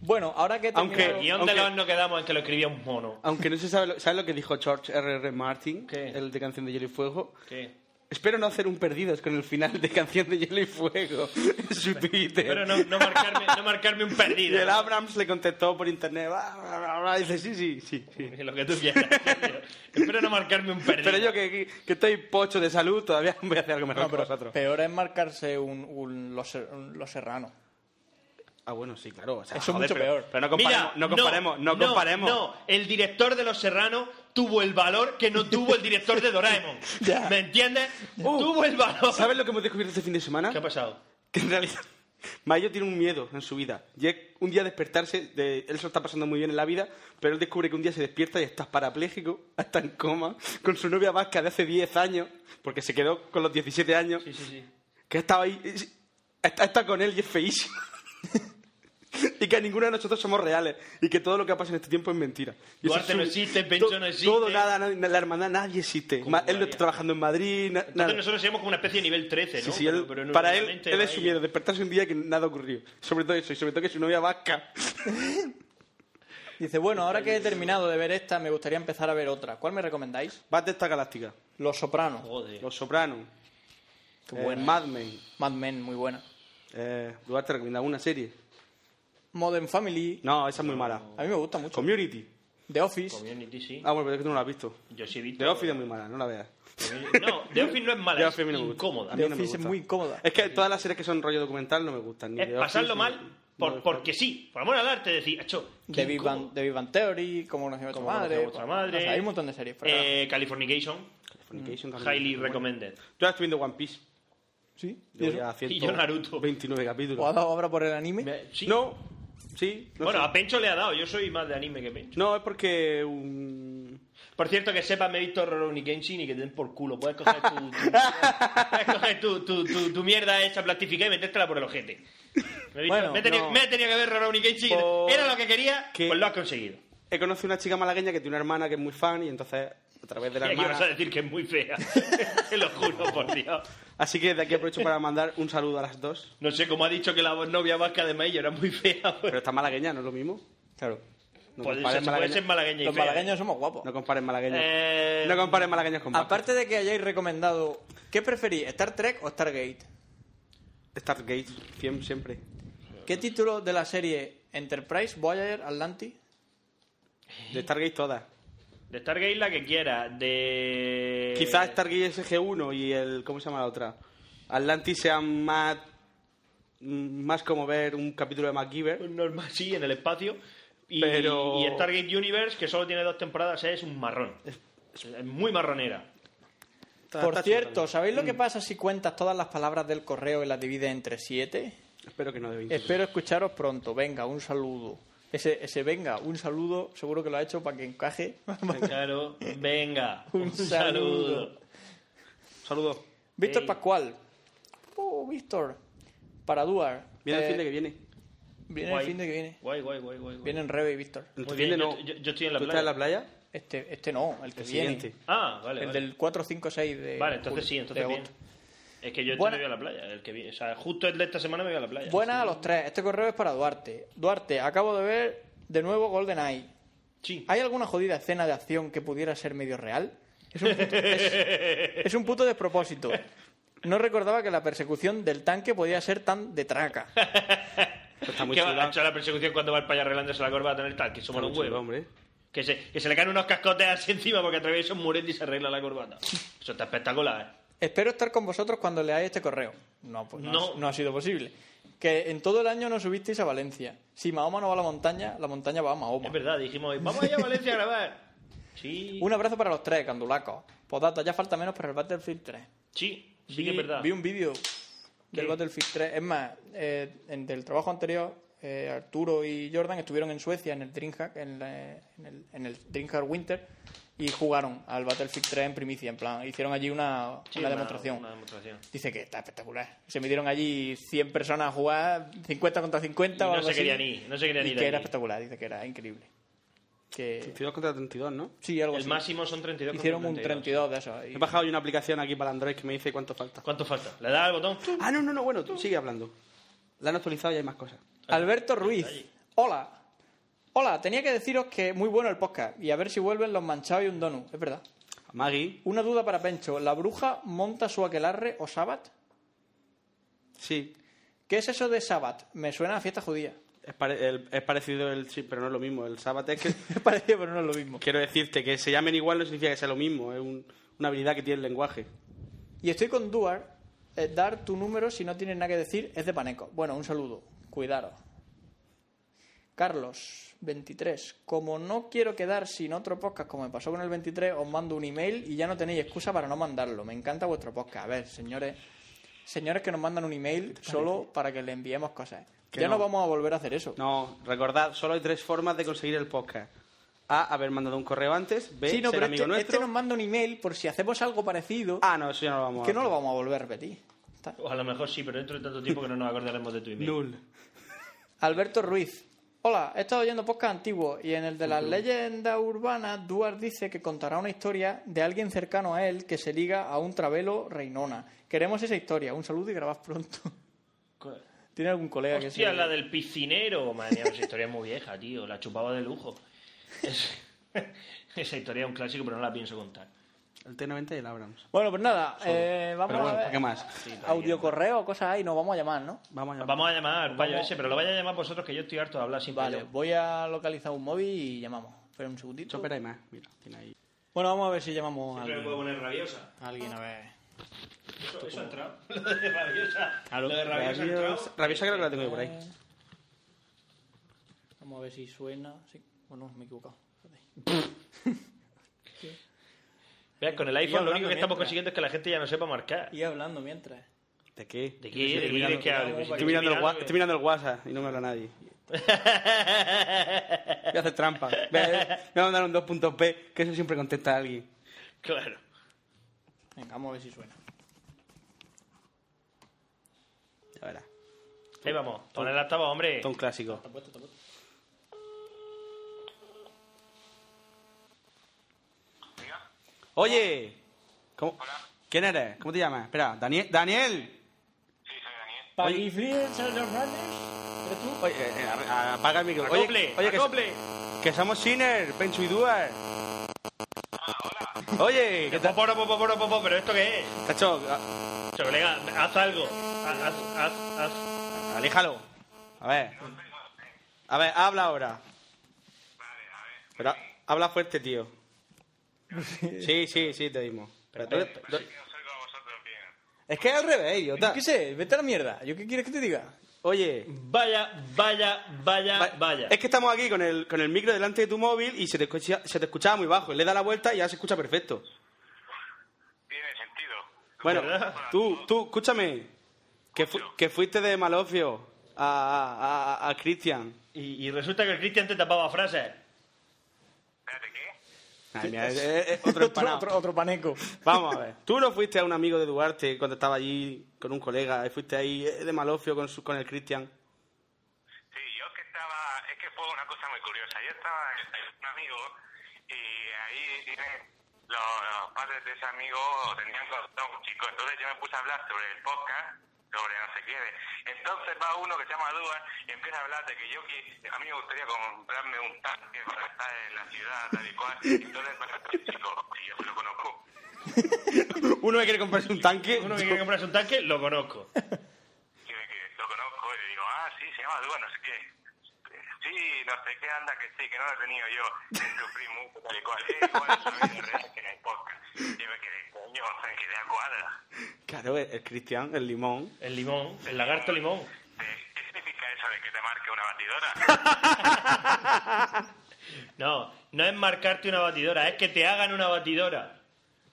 Speaker 5: Bueno, ahora que he
Speaker 6: Aunque-
Speaker 5: terminado-
Speaker 3: El guión
Speaker 6: Aunque-
Speaker 3: de Lost no quedamos en que lo escribía un mono.
Speaker 6: Aunque no se sabe lo, ¿sabe lo que dijo George R.R. Martin,
Speaker 3: ¿Qué?
Speaker 6: el de Canción de Hielo y Fuego.
Speaker 3: ¿Qué?
Speaker 6: Espero no hacer un perdidos con el final de Canción de Hielo y Fuego en su Twitter.
Speaker 3: Pero no, no marcarme, no marcarme un
Speaker 6: y
Speaker 3: perdido.
Speaker 6: el Abrams le contestó por internet. "Bla, bla, bla, bla", y dice, sí, sí, sí. sí.
Speaker 3: Lo que tú quieras. tío. Espero no marcarme un perdido.
Speaker 6: Pero yo que, que- que estoy pocho de salud, todavía voy a hacer algo mejor
Speaker 5: No,
Speaker 6: que
Speaker 5: pero
Speaker 6: vosotros.
Speaker 5: peor es marcarse un, un los, un Los Serrano.
Speaker 6: Ah, bueno, sí, claro. o sea,
Speaker 5: Eso es mucho
Speaker 6: pero-
Speaker 5: peor.
Speaker 6: Pero no comparemos,
Speaker 3: Mira,
Speaker 6: no comparemos, no, comparemos.
Speaker 3: no. el director de Los Serranos tuvo el valor que no tuvo el director de Doraemon.
Speaker 5: Ya.
Speaker 3: ¿Me entiendes?
Speaker 6: Uh,
Speaker 3: tuvo el valor.
Speaker 6: ¿Sabes lo que hemos descubierto este fin de semana?
Speaker 3: ¿Qué ha pasado?
Speaker 6: que en realidad Mayo tiene un miedo en su vida. Y es un día despertarse, de, él se lo está pasando muy bien en la vida, pero él descubre que un día se despierta y está parapléjico, hasta en coma, con su novia vasca de hace 10 años, porque se quedó con los 17 años,
Speaker 3: Sí, sí, sí.
Speaker 6: que estaba ahí, es- está, está con él y es feísimo. y y que ninguno de nosotros somos reales y que todo lo que pasa en este tiempo es mentira. Y eso
Speaker 3: Duarte
Speaker 6: es
Speaker 3: no
Speaker 6: un-
Speaker 3: existe, Pencho
Speaker 6: to-
Speaker 3: no existe.
Speaker 6: Todo, nada, nadie- la hermandad, nadie existe.
Speaker 3: Como
Speaker 6: Ma- Él no
Speaker 3: María.
Speaker 6: está trabajando en Madrid, na- nada.
Speaker 3: Entonces nosotros seríamos como una especie de nivel 13, ¿no?
Speaker 6: Sí, sí,
Speaker 3: Pero-
Speaker 6: él-
Speaker 3: pero en
Speaker 6: para
Speaker 3: una
Speaker 6: él,
Speaker 3: mente
Speaker 6: él
Speaker 3: va
Speaker 6: es su
Speaker 3: ello.
Speaker 6: miedo, despertarse un día que nada ocurrió. Sobre todo eso, y sobre todo que su novia vasca.
Speaker 5: Dice, bueno, ahora que he terminado de ver esta, me gustaría empezar a ver otra. ¿Cuál me recomendáis?
Speaker 6: Vas de esta galáctica.
Speaker 5: Los Sopranos.
Speaker 3: Joder.
Speaker 6: Los Sopranos.
Speaker 5: Qué
Speaker 6: eh,
Speaker 5: buena.
Speaker 6: Mad Men.
Speaker 5: Mad Men, muy buena.
Speaker 6: Eh, Duarte recomienda una serie.
Speaker 5: Modern Family.
Speaker 6: No, esa es muy mala.
Speaker 5: A mí me gusta mucho.
Speaker 6: Community.
Speaker 5: The Office.
Speaker 3: Community, sí.
Speaker 6: Ah, bueno, pero es que tú no la has visto.
Speaker 3: Yo sí he visto.
Speaker 6: The Office es muy mala, no la veas.
Speaker 3: No, The Office no es mala,
Speaker 6: The
Speaker 3: Ah, es
Speaker 6: Office a mí no me gusta.
Speaker 3: incómoda.
Speaker 6: A mí
Speaker 5: The
Speaker 6: no me
Speaker 5: Office es
Speaker 6: gusta.
Speaker 5: muy incómoda.
Speaker 6: Es que todas las series que son rollo documental no me gustan. ni
Speaker 3: Es
Speaker 6: The Office,
Speaker 3: pasarlo
Speaker 6: ni-
Speaker 3: mal por,
Speaker 6: no,
Speaker 3: porque sí. Por amor al arte, decir, hecho
Speaker 5: The Big, Bang, The Big Bang Theory, Como conocí a vuestra
Speaker 3: Cómo conocí a
Speaker 5: madre.
Speaker 3: vuestra madre.
Speaker 5: O sea, hay un montón de series. pero-
Speaker 3: Eh, Californication,
Speaker 6: Fornication también.
Speaker 3: highly recommended.
Speaker 6: Yo ahora estoy viendo One Piece.
Speaker 5: ¿Sí? ¿Y
Speaker 6: Yo
Speaker 5: eso?
Speaker 6: ya
Speaker 3: Y yo Naruto.
Speaker 6: 29
Speaker 5: ¿O ha
Speaker 6: capítulos.
Speaker 5: dado obra por el anime?
Speaker 3: Me- sí.
Speaker 6: No, sí. no
Speaker 3: bueno,
Speaker 6: sé.
Speaker 3: a Pencho le ha dado. Yo soy más de anime que Pencho.
Speaker 6: No, es porque... um,
Speaker 3: Por cierto, que sepas, me he visto Rurouni Kenshin y que te den por culo. Puedes coger tu, tu- puedes coger tu, tu- tu- tu mierda esa plastificada y metértela por el ojete. Me he, visto-
Speaker 5: Bueno,
Speaker 3: me he tenido,
Speaker 5: no.
Speaker 3: me he tenido que ver Rurouni Kenshin. y
Speaker 6: Por-
Speaker 3: Era lo que quería,
Speaker 6: que-
Speaker 3: pues lo has conseguido.
Speaker 6: He conocido una chica malagueña que tiene una hermana que es muy fan y entonces a través de
Speaker 3: Y
Speaker 6: la
Speaker 3: aquí vas a
Speaker 6: hermana...
Speaker 3: decir que es muy fea. te lo juro, por Dios.
Speaker 6: Así que de aquí aprovecho para mandar un saludo a las dos.
Speaker 3: No sé cómo ha dicho que la novia vasca de Maillo era muy fea. pues.
Speaker 6: Pero está malagueña, ¿no es lo mismo?
Speaker 5: Claro.
Speaker 6: No
Speaker 3: Puede
Speaker 6: compares
Speaker 3: ser- puede ser malagueña y
Speaker 5: Los
Speaker 3: fea.
Speaker 5: malagueños somos guapos.
Speaker 6: No compares malagueños.
Speaker 3: Eh,
Speaker 6: No compares malagueños con vascos.
Speaker 5: Aparte de que hayáis recomendado, ¿qué preferís, Star Trek o Stargate?
Speaker 6: Stargate, siem- siempre.
Speaker 5: ¿Qué título de la serie Enterprise, Voyager, Atlantis?
Speaker 6: De Stargate todas.
Speaker 3: De Stargate la que quiera. De.
Speaker 6: Quizás Stargate SG-1 y el... ¿Cómo se llama la otra? Atlantis sean más... mm, Más como ver un capítulo de MacGyver.
Speaker 3: normal, sí, en el espacio. Y,
Speaker 6: Pero-
Speaker 3: y Stargate Universe, que solo tiene dos temporadas, es un marrón. Es muy marronera.
Speaker 6: Está-
Speaker 5: Por
Speaker 6: está
Speaker 5: cierto,
Speaker 6: chulo
Speaker 5: ¿sabéis
Speaker 3: Mm.
Speaker 5: lo que pasa si cuentas todas las palabras del correo y las divides entre siete?
Speaker 6: también. Espero que no de 20.
Speaker 5: Espero escucharos pronto. Venga, un saludo. Ese, ese venga, un saludo, seguro que lo ha hecho para que encaje.
Speaker 3: Claro, venga.
Speaker 5: Un saludo.
Speaker 6: Saludos.
Speaker 5: Víctor
Speaker 3: Ey.
Speaker 5: Pascual. Oh, Víctor. Para Duar.
Speaker 6: Viene
Speaker 5: Eh,
Speaker 6: el fin de que viene.
Speaker 5: Viene el
Speaker 3: Guay.
Speaker 5: fin de que viene.
Speaker 3: Guay, guay, guay, guay. guay.
Speaker 5: Vienen Rebe y Víctor.
Speaker 6: El
Speaker 3: Muy
Speaker 6: fin de
Speaker 3: bien,
Speaker 6: no.
Speaker 3: yo- yo- yo estoy en la
Speaker 6: ¿Tú
Speaker 3: playa.
Speaker 6: estás en la playa?
Speaker 5: Este, este no, el que
Speaker 6: El
Speaker 5: viene.
Speaker 6: siguiente.
Speaker 3: Ah, vale.
Speaker 5: el
Speaker 3: vale.
Speaker 5: del 4, 5, 6 de.
Speaker 3: Vale, entonces
Speaker 5: julio,
Speaker 3: sí, entonces
Speaker 5: de
Speaker 3: bien.
Speaker 5: agosto.
Speaker 3: Es que yo este
Speaker 5: Buena-
Speaker 3: me voy a la playa. El que vi- O sea, justo el de esta semana me voy a la playa.
Speaker 5: Buenas a los tres. Este correo es para Duarte. Duarte, acabo de ver de nuevo GoldenEye.
Speaker 3: Sí.
Speaker 5: ¿Hay alguna jodida escena de acción que pudiera ser medio real? Es un puto, es- es un puto despropósito. No recordaba que la persecución del tanque podía ser tan de traca.
Speaker 6: Pues está muy
Speaker 3: ¿Qué va
Speaker 6: chula.
Speaker 3: a echar la persecución cuando va el payo arreglándose la corbata en el tal? Que
Speaker 6: Está
Speaker 3: somos
Speaker 6: muy
Speaker 3: los
Speaker 6: chula,
Speaker 3: huevos.
Speaker 6: hombre.
Speaker 3: Que se, que se le caen unos cascotes así encima porque atraviesa un muret y se arregla la corbata. Eso está espectacular, ¿eh?
Speaker 5: Espero estar con vosotros cuando leáis este correo. No, pues no,
Speaker 3: No.
Speaker 5: Ha, no ha sido posible. Que en todo el año no subisteis a Valencia. Si Mahoma no va a la montaña, la montaña va a Mahoma.
Speaker 3: Es verdad, dijimos, hoy, vamos allá a Valencia a grabar. Sí.
Speaker 5: Un abrazo para los tres, candulacos. Podata, ya falta menos para el Battlefield 3.
Speaker 3: Sí, sí que es verdad.
Speaker 5: vi un vídeo del
Speaker 3: ¿Qué?
Speaker 5: Battlefield 3. Es más, eh, en- del trabajo anterior, eh, Arturo y Jordan estuvieron en Suecia en el Dreamhack, en, la- en el, en el Dreamhack Winter, y jugaron al Battlefield 3 en primicia. En plan, hicieron allí una,
Speaker 3: Sí,
Speaker 5: una
Speaker 3: una-
Speaker 5: demostración.
Speaker 3: una demostración.
Speaker 5: Dice que está espectacular. Se metieron allí 100 personas a jugar, 50 contra 50
Speaker 3: Y
Speaker 5: o
Speaker 3: no
Speaker 5: algo
Speaker 3: se
Speaker 5: así.
Speaker 3: querían ir, no se querían
Speaker 5: y
Speaker 3: ir
Speaker 5: Que
Speaker 3: de
Speaker 5: era
Speaker 3: allí.
Speaker 5: espectacular, dice que era increíble. Que...
Speaker 6: 32 contra 32, ¿no?
Speaker 5: Sí, algo
Speaker 3: El
Speaker 5: así.
Speaker 3: máximo son 32.
Speaker 5: Hicieron un
Speaker 3: 32.
Speaker 5: 32 de esos. y-
Speaker 6: He bajado hoy una aplicación aquí para Android que me dice cuánto falta.
Speaker 3: ¿Cuánto falta? ¿Le das al botón? Pues
Speaker 6: Ah, no, no, no, bueno, tú sigue hablando. La han actualizado y hay más cosas.
Speaker 5: Alberto Ruiz. Hola. Hola, tenía que deciros que muy bueno el podcast y a ver si vuelven los manchados y un donut, es verdad.
Speaker 6: Maggie,
Speaker 5: Una duda para Pencho, ¿la bruja monta su aquelarre o sábat?
Speaker 6: sí.
Speaker 5: ¿Qué es eso de sábat? Me suena a fiesta judía.
Speaker 6: Es, pare- el- es parecido el sí, pero no es lo mismo. El sábado es que
Speaker 5: Me parecía, pero no es lo mismo.
Speaker 6: quiero decirte que se llamen igual no significa que sea lo mismo. Es un- una habilidad que tiene el lenguaje.
Speaker 5: Y estoy con Duar. eh, dar tu número si no tienes nada que decir es de Paneco. Bueno, un saludo. Cuidaros. Carlos, 23. Como no quiero quedar sin otro podcast como me pasó con el 23, os mando un email y ya no tenéis excusa para no mandarlo. Me encanta vuestro podcast. A ver, señores. Señores que nos mandan un email solo para que le enviemos cosas.
Speaker 6: Que
Speaker 5: ya no.
Speaker 6: no.
Speaker 5: vamos a volver a hacer eso.
Speaker 6: No, recordad, solo hay tres formas de conseguir el podcast. A, haber mandado un correo antes. B,
Speaker 5: Sí, no,
Speaker 6: ser
Speaker 5: pero
Speaker 6: amigo
Speaker 5: este,
Speaker 6: nuestro.
Speaker 5: este nos manda un email por si hacemos algo parecido.
Speaker 6: Ah, no, eso ya no lo vamos a
Speaker 5: que no lo
Speaker 6: hacer.
Speaker 5: vamos a volver a repetir. Está-
Speaker 3: O a lo mejor sí, pero dentro de tanto tiempo que no nos acordaremos de tu email.
Speaker 6: Null.
Speaker 5: Alberto Ruiz, Hola, he estado oyendo podcast antiguos y en el de las leyendas urbanas, Duar dice que contará una historia de alguien cercano a él que se liga a un travelo reinona. Queremos esa historia. Un saludo y grabad pronto. ¿Tiene algún colega que
Speaker 3: Hostia,
Speaker 5: se-
Speaker 3: la del piscinero. Madre mía, esa historia es muy vieja, tío. La chupaba de lujo. Es- esa historia es un clásico, pero no la pienso contar.
Speaker 6: El T90 y el Abrams.
Speaker 5: Bueno, pues nada, eh, vamos
Speaker 6: Pero bueno,
Speaker 5: a ver.
Speaker 6: ¿para qué más?
Speaker 5: Audio correo, cosas ahí, nos vamos a llamar, ¿no?
Speaker 6: Vamos allá.
Speaker 3: Vamos a llamar, vaya
Speaker 5: Vamos.
Speaker 3: ese, pero lo vaya a llamar vosotros que yo estoy harto de hablar sin
Speaker 5: Vale,
Speaker 3: pelo.
Speaker 5: voy a localizar un móvil y llamamos. Espera un segundito.
Speaker 6: Chopera y más. Mira, tiene ahí.
Speaker 5: Bueno, vamos a ver si llamamos a
Speaker 3: Siempre me puedo
Speaker 5: alguien.
Speaker 3: poner rabiosa.
Speaker 5: A alguien, a ver.
Speaker 3: Eso, eso ha entrado. Lo de rabiosa.
Speaker 5: Claro.
Speaker 3: Lo de rabiosa ha
Speaker 6: Rabiosa,
Speaker 3: entrado.
Speaker 6: rabiosa creo que la tengo yo por ahí.
Speaker 5: Eh, Vamos a ver si suena. Sí. Bueno, me he equivocado. Espérate.
Speaker 3: Ves, con el
Speaker 5: Y
Speaker 3: iPhone lo
Speaker 5: hablando
Speaker 3: único que estamos
Speaker 5: mientras.
Speaker 3: consiguiendo es que la gente ya no sepa marcar.
Speaker 5: Y hablando mientras.
Speaker 6: ¿De qué?
Speaker 3: ¿De qué? ¿De qué? ¿De qué? hablo?
Speaker 5: estoy
Speaker 6: Estoy mirando, el, wa- estoy
Speaker 3: que-
Speaker 6: mirando el WhatsApp y no me habla nadie. Voy a hacer trampa. Voy a, voy a mandar un 2.p, que eso siempre contesta a alguien.
Speaker 3: Claro.
Speaker 5: Venga, vamos a ver si suena.
Speaker 6: Ya verás.
Speaker 3: Ahí vamos. Pon el altavoz, hombre.
Speaker 6: Todo un clásico. Oye, ¿cómo- ¿quién eres? ¿Cómo te llamas? Espera, Daniel. ¡Daniel!
Speaker 5: Pagiflier, Sergio Hernández. ¿Eres tú?
Speaker 6: Oye, eh, eh, apaga el micro.
Speaker 3: Acople,
Speaker 6: oye, que,
Speaker 3: acople.
Speaker 6: que somos Sinner, Penchu y Duar. Oye, ¿qué tal?
Speaker 3: Poporo, poporo, poporo, pero ¿esto qué es?
Speaker 6: Cacho, a-
Speaker 3: Che, Colega, haz algo. Haz, haz, haz, haz.
Speaker 6: aléjalo. A ver. A ver, habla ahora. Pero ha- habla fuerte, tío. Sí, sí, sí, te dimos. Pero tú- tú- Es que es al revés, idiota.
Speaker 5: ¿Qué sé? Vete a la mierda. ¿Yo qué quieres que te diga?
Speaker 6: Oye,
Speaker 3: Vaya, vaya, vaya,
Speaker 6: Va-
Speaker 3: vaya.
Speaker 6: Es que estamos aquí con el, con el micro delante de tu móvil y se te, escucha- se te escuchaba muy bajo. Le da la vuelta y ya se escucha perfecto.
Speaker 7: Tiene sentido.
Speaker 6: Bueno,
Speaker 3: ¿Verdad?
Speaker 6: tú, tú, escúchame. Que, fu- que fuiste de Malofio a, a, a- a Cristian.
Speaker 3: Y, y resulta que el Cristian te tapaba frases.
Speaker 7: Espérate, ¿qué?
Speaker 6: Ay, mira, es- es- es otro empanado.
Speaker 5: otro, otro paneco.
Speaker 6: Vamos a ver. Tú no fuiste a un amigo de Duarte cuando estaba allí con un colega y fuiste ahí eh, de Malofio con, su- con el Cristian.
Speaker 7: Sí, yo es que estaba, es que fue una cosa muy curiosa. Yo estaba en un amigo y ahí tiene- los, los padres de ese amigo tenían contado un chico. Entonces yo me puse a hablar sobre el podcast, sobre no sé qué. Entonces va uno que se llama Duan y empieza a hablar de que yo que a mí me gustaría comprarme un tanque para estar en la ciudad, tal y cual. Entonces, bueno, el chico, y yo lo conozco.
Speaker 6: Uno que quiere comprarse un tanque.
Speaker 3: Uno que quiere comprarse un tanque, lo conozco.
Speaker 7: que, que lo conozco y le digo, ah, sí, se llama Duba, no sé qué. Sí, no sé qué, anda que sí, que no lo he tenido yo. Que sufrí mucho, tal y cual. Eh, bueno, soy de real que en el podcast. Yo me quedé, coño, me quedé a cuadra.
Speaker 6: Claro, el, el Cristian, el limón.
Speaker 3: El limón, el lagarto limón.
Speaker 7: Eh, ¿Qué significa eso de que te marque una batidora?
Speaker 3: No, no es marcarte una batidora, es que te hagan una batidora.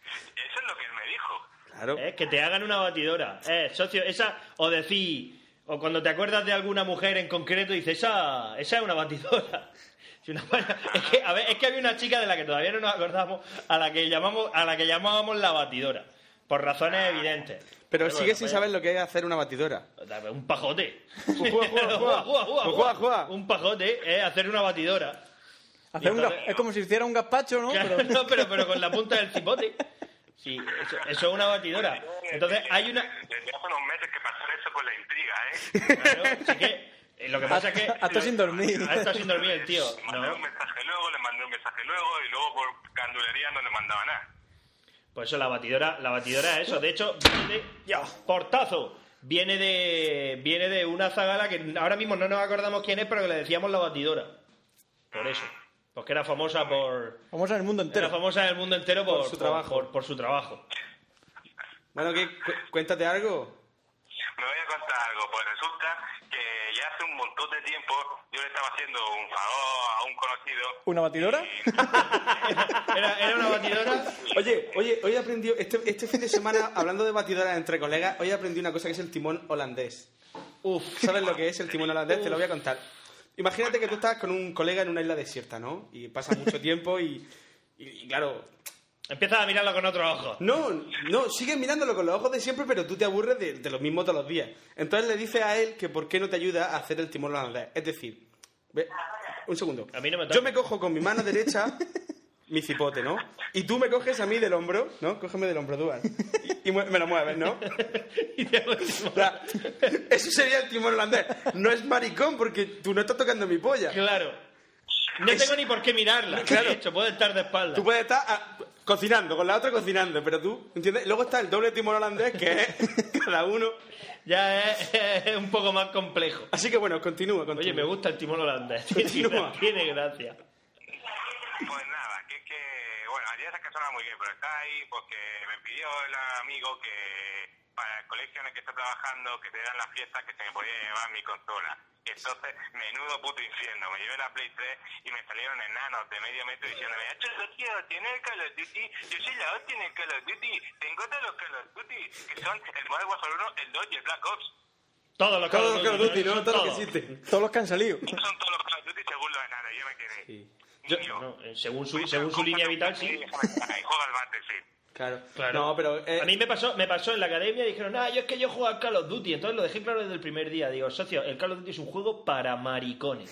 Speaker 7: Eso es lo que él me dijo.
Speaker 6: Claro.
Speaker 3: Es que te hagan una batidora. Eh, socio, esa, o decir, o cuando te acuerdas de alguna mujer en concreto, dices, esa, esa es una batidora. Si una- es, que, a ver, es que había una chica de la que todavía no nos acordamos, a la que llamamos, a la que llamábamos la batidora, por razones evidentes.
Speaker 6: Pero sigue
Speaker 3: bueno,
Speaker 6: sin
Speaker 3: vaya-
Speaker 6: saber lo que es hacer una batidora.
Speaker 3: Dame Un pajote.
Speaker 6: Juega, juega, juega.
Speaker 3: Juega, juega,
Speaker 6: Juega,
Speaker 3: juega.
Speaker 6: juega.
Speaker 3: Un pajote es hacer una batidora.
Speaker 5: Hacer un
Speaker 3: Entonces-
Speaker 5: gaz- es como si hiciera un gazpacho, ¿no?
Speaker 3: Claro,
Speaker 5: Pero-
Speaker 3: no, pero, pero con la punta del cipote. Sí, eso, eso es una batidora. Entonces hay una...
Speaker 7: Desde hace unos meses que pasó eso con la intriga, ¿eh?
Speaker 3: Claro, sí que, eh, lo que pasa es que...
Speaker 5: Ha estado sin dormir.
Speaker 3: Ha estado sin dormir el tío.
Speaker 7: Le mandé
Speaker 3: No,
Speaker 7: un mensaje luego, le mandé un mensaje luego y luego por candulería no le mandaba nada.
Speaker 3: pues eso, la batidora, la batidora es eso. De hecho, viene de... ¡Ya! ¡Portazo! Viene de, viene de una zagala que ahora mismo no nos acordamos quién es, pero que le decíamos la batidora. Por eso. Porque era famosa por...
Speaker 5: Vamos a ver el mundo
Speaker 3: Era
Speaker 5: entero.
Speaker 3: famosa en el mundo entero por,
Speaker 6: su trabajo.
Speaker 3: Por, por su trabajo.
Speaker 6: Bueno, ¿qué? Cu- cuéntate algo.
Speaker 7: Me voy a contar algo, pues resulta que ya hace un montón de tiempo yo le estaba haciendo un favor a un conocido.
Speaker 5: ¿Una batidora?
Speaker 3: Era, era una batidora.
Speaker 6: Oye, oye, hoy aprendí, este, este fin de semana, hablando de batidoras entre colegas, hoy aprendí una cosa que es el timón holandés.
Speaker 3: Uf,
Speaker 6: ¿Sabes lo que es el timón holandés? Te lo voy a contar. Imagínate que tú estás con un colega en una isla desierta, ¿no? Y pasa mucho tiempo y, y, y claro...
Speaker 3: empieza a mirarlo con otro ojo.
Speaker 6: No, no, sigues mirándolo con los ojos de siempre, pero tú te aburres de, de lo mismo todos los días. Entonces le dices a él que por qué no te ayuda a hacer el timón holandés. Es decir, Ve- Un segundo.
Speaker 3: A mí no me toca.
Speaker 6: Yo me cojo con mi mano derecha mi cipote, ¿no? Y tú me coges a mí del hombro, ¿no? Cógeme del hombro tú. Al. Y, y mue- me lo mueves, ¿no?
Speaker 3: Y te hago el
Speaker 6: O
Speaker 3: timón.
Speaker 6: sea, eso sería el timón holandés. No es maricón porque tú no estás tocando mi polla.
Speaker 3: Claro. No tengo ni por qué mirarla.
Speaker 6: Claro.
Speaker 3: De hecho, puedo estar de espalda.
Speaker 6: Tú puedes estar ah, cocinando, con la otra cocinando, pero tú, ¿entiendes? Luego está el doble timón holandés que es cada uno.
Speaker 3: Ya es, es un poco más complejo.
Speaker 6: Así que bueno, continúa. continúa.
Speaker 3: Oye, me gusta el timón holandés.
Speaker 6: Continúa.
Speaker 3: Tiene gracia.
Speaker 7: Pues nada, que es que, bueno, ayer se sonaba muy bien, pero está ahí porque me pidió el amigo que para el colegio en el que estoy trabajando, que te dan las fiestas que se me podía llevar mi consola. Y entonces, menudo puto infierno, me llevé la Play 3 y me salieron enanos de medio metro diciéndome, "Ah, yo no quiero tener Call of Duty, yo soy la hostia en el Call of Duty, tengo todos los Call of Duty, que son el Modern Warfare 1, el 2 y el Black Ops.
Speaker 3: Todos los
Speaker 6: Todo lo que
Speaker 3: Call of
Speaker 6: os guste,
Speaker 3: Duty,
Speaker 6: ¿no?
Speaker 3: son
Speaker 6: Todo lo que
Speaker 3: todos.
Speaker 6: existe.
Speaker 5: Todos los que han salido.
Speaker 7: Son todos los Call of Duty según los enanos, yo me quedé.
Speaker 6: Yo-
Speaker 7: Niño,
Speaker 3: No, eh, según su, según su línea vital, sí.
Speaker 7: Ahí juega el Battlefield.
Speaker 6: Claro.
Speaker 3: Claro.
Speaker 6: No, pero. eh,
Speaker 3: A mí me pasó, me pasó en la academia, dijeron, ah, yo es que yo juego al Call of Duty, entonces lo dejé claro desde el primer día. Digo, socio, el Call of Duty es un juego para maricones.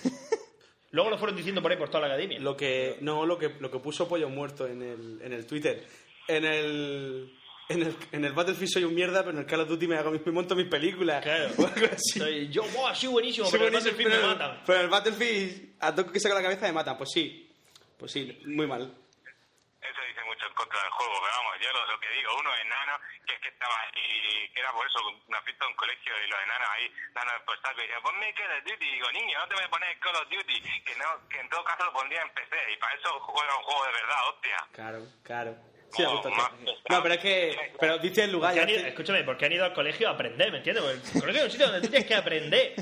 Speaker 3: Luego lo fueron diciendo por ahí por toda la academia.
Speaker 6: Lo que, no, lo que, lo que puso Pollo Muerto en el, en el Twitter. En el, en, el, en el Battlefield soy un mierda, pero en el Call of Duty me, hago, mis- me monto mis películas.
Speaker 3: Claro.
Speaker 6: O algo así.
Speaker 3: Soy- yo, wow, soy buenísimo,
Speaker 6: Soy
Speaker 3: pero el
Speaker 6: buenísimo,
Speaker 3: Battlefield me
Speaker 6: pero-
Speaker 3: matan.
Speaker 6: Pero en el Battlefield, a toque que saca la cabeza me matan. Pues sí, pues sí, muy mal.
Speaker 7: Eso dice mucho en contra del juego, pero vamos, yo lo, lo que digo, uno enano, que es que estaba ahí, que era por eso una fiesta en un colegio y los enanos ahí dando el postazo y decían, ponme Call of Duty, y digo, niño, no te voy a poner Call of Duty, que no, que en todo caso lo pondría en PC, y para eso juega un juego de verdad, hostia.
Speaker 6: Claro, claro. Sí, la
Speaker 7: Oh,
Speaker 6: puta
Speaker 7: más
Speaker 6: que-
Speaker 7: pesado.
Speaker 6: No, pero es que. Pero dice el lugar.
Speaker 3: Porque
Speaker 6: ya
Speaker 3: han ido-
Speaker 6: hace-
Speaker 3: escúchame, porque han ido al colegio a aprender, ¿me entiendes? Porque El colegio es un sitio donde tú tienes que aprender.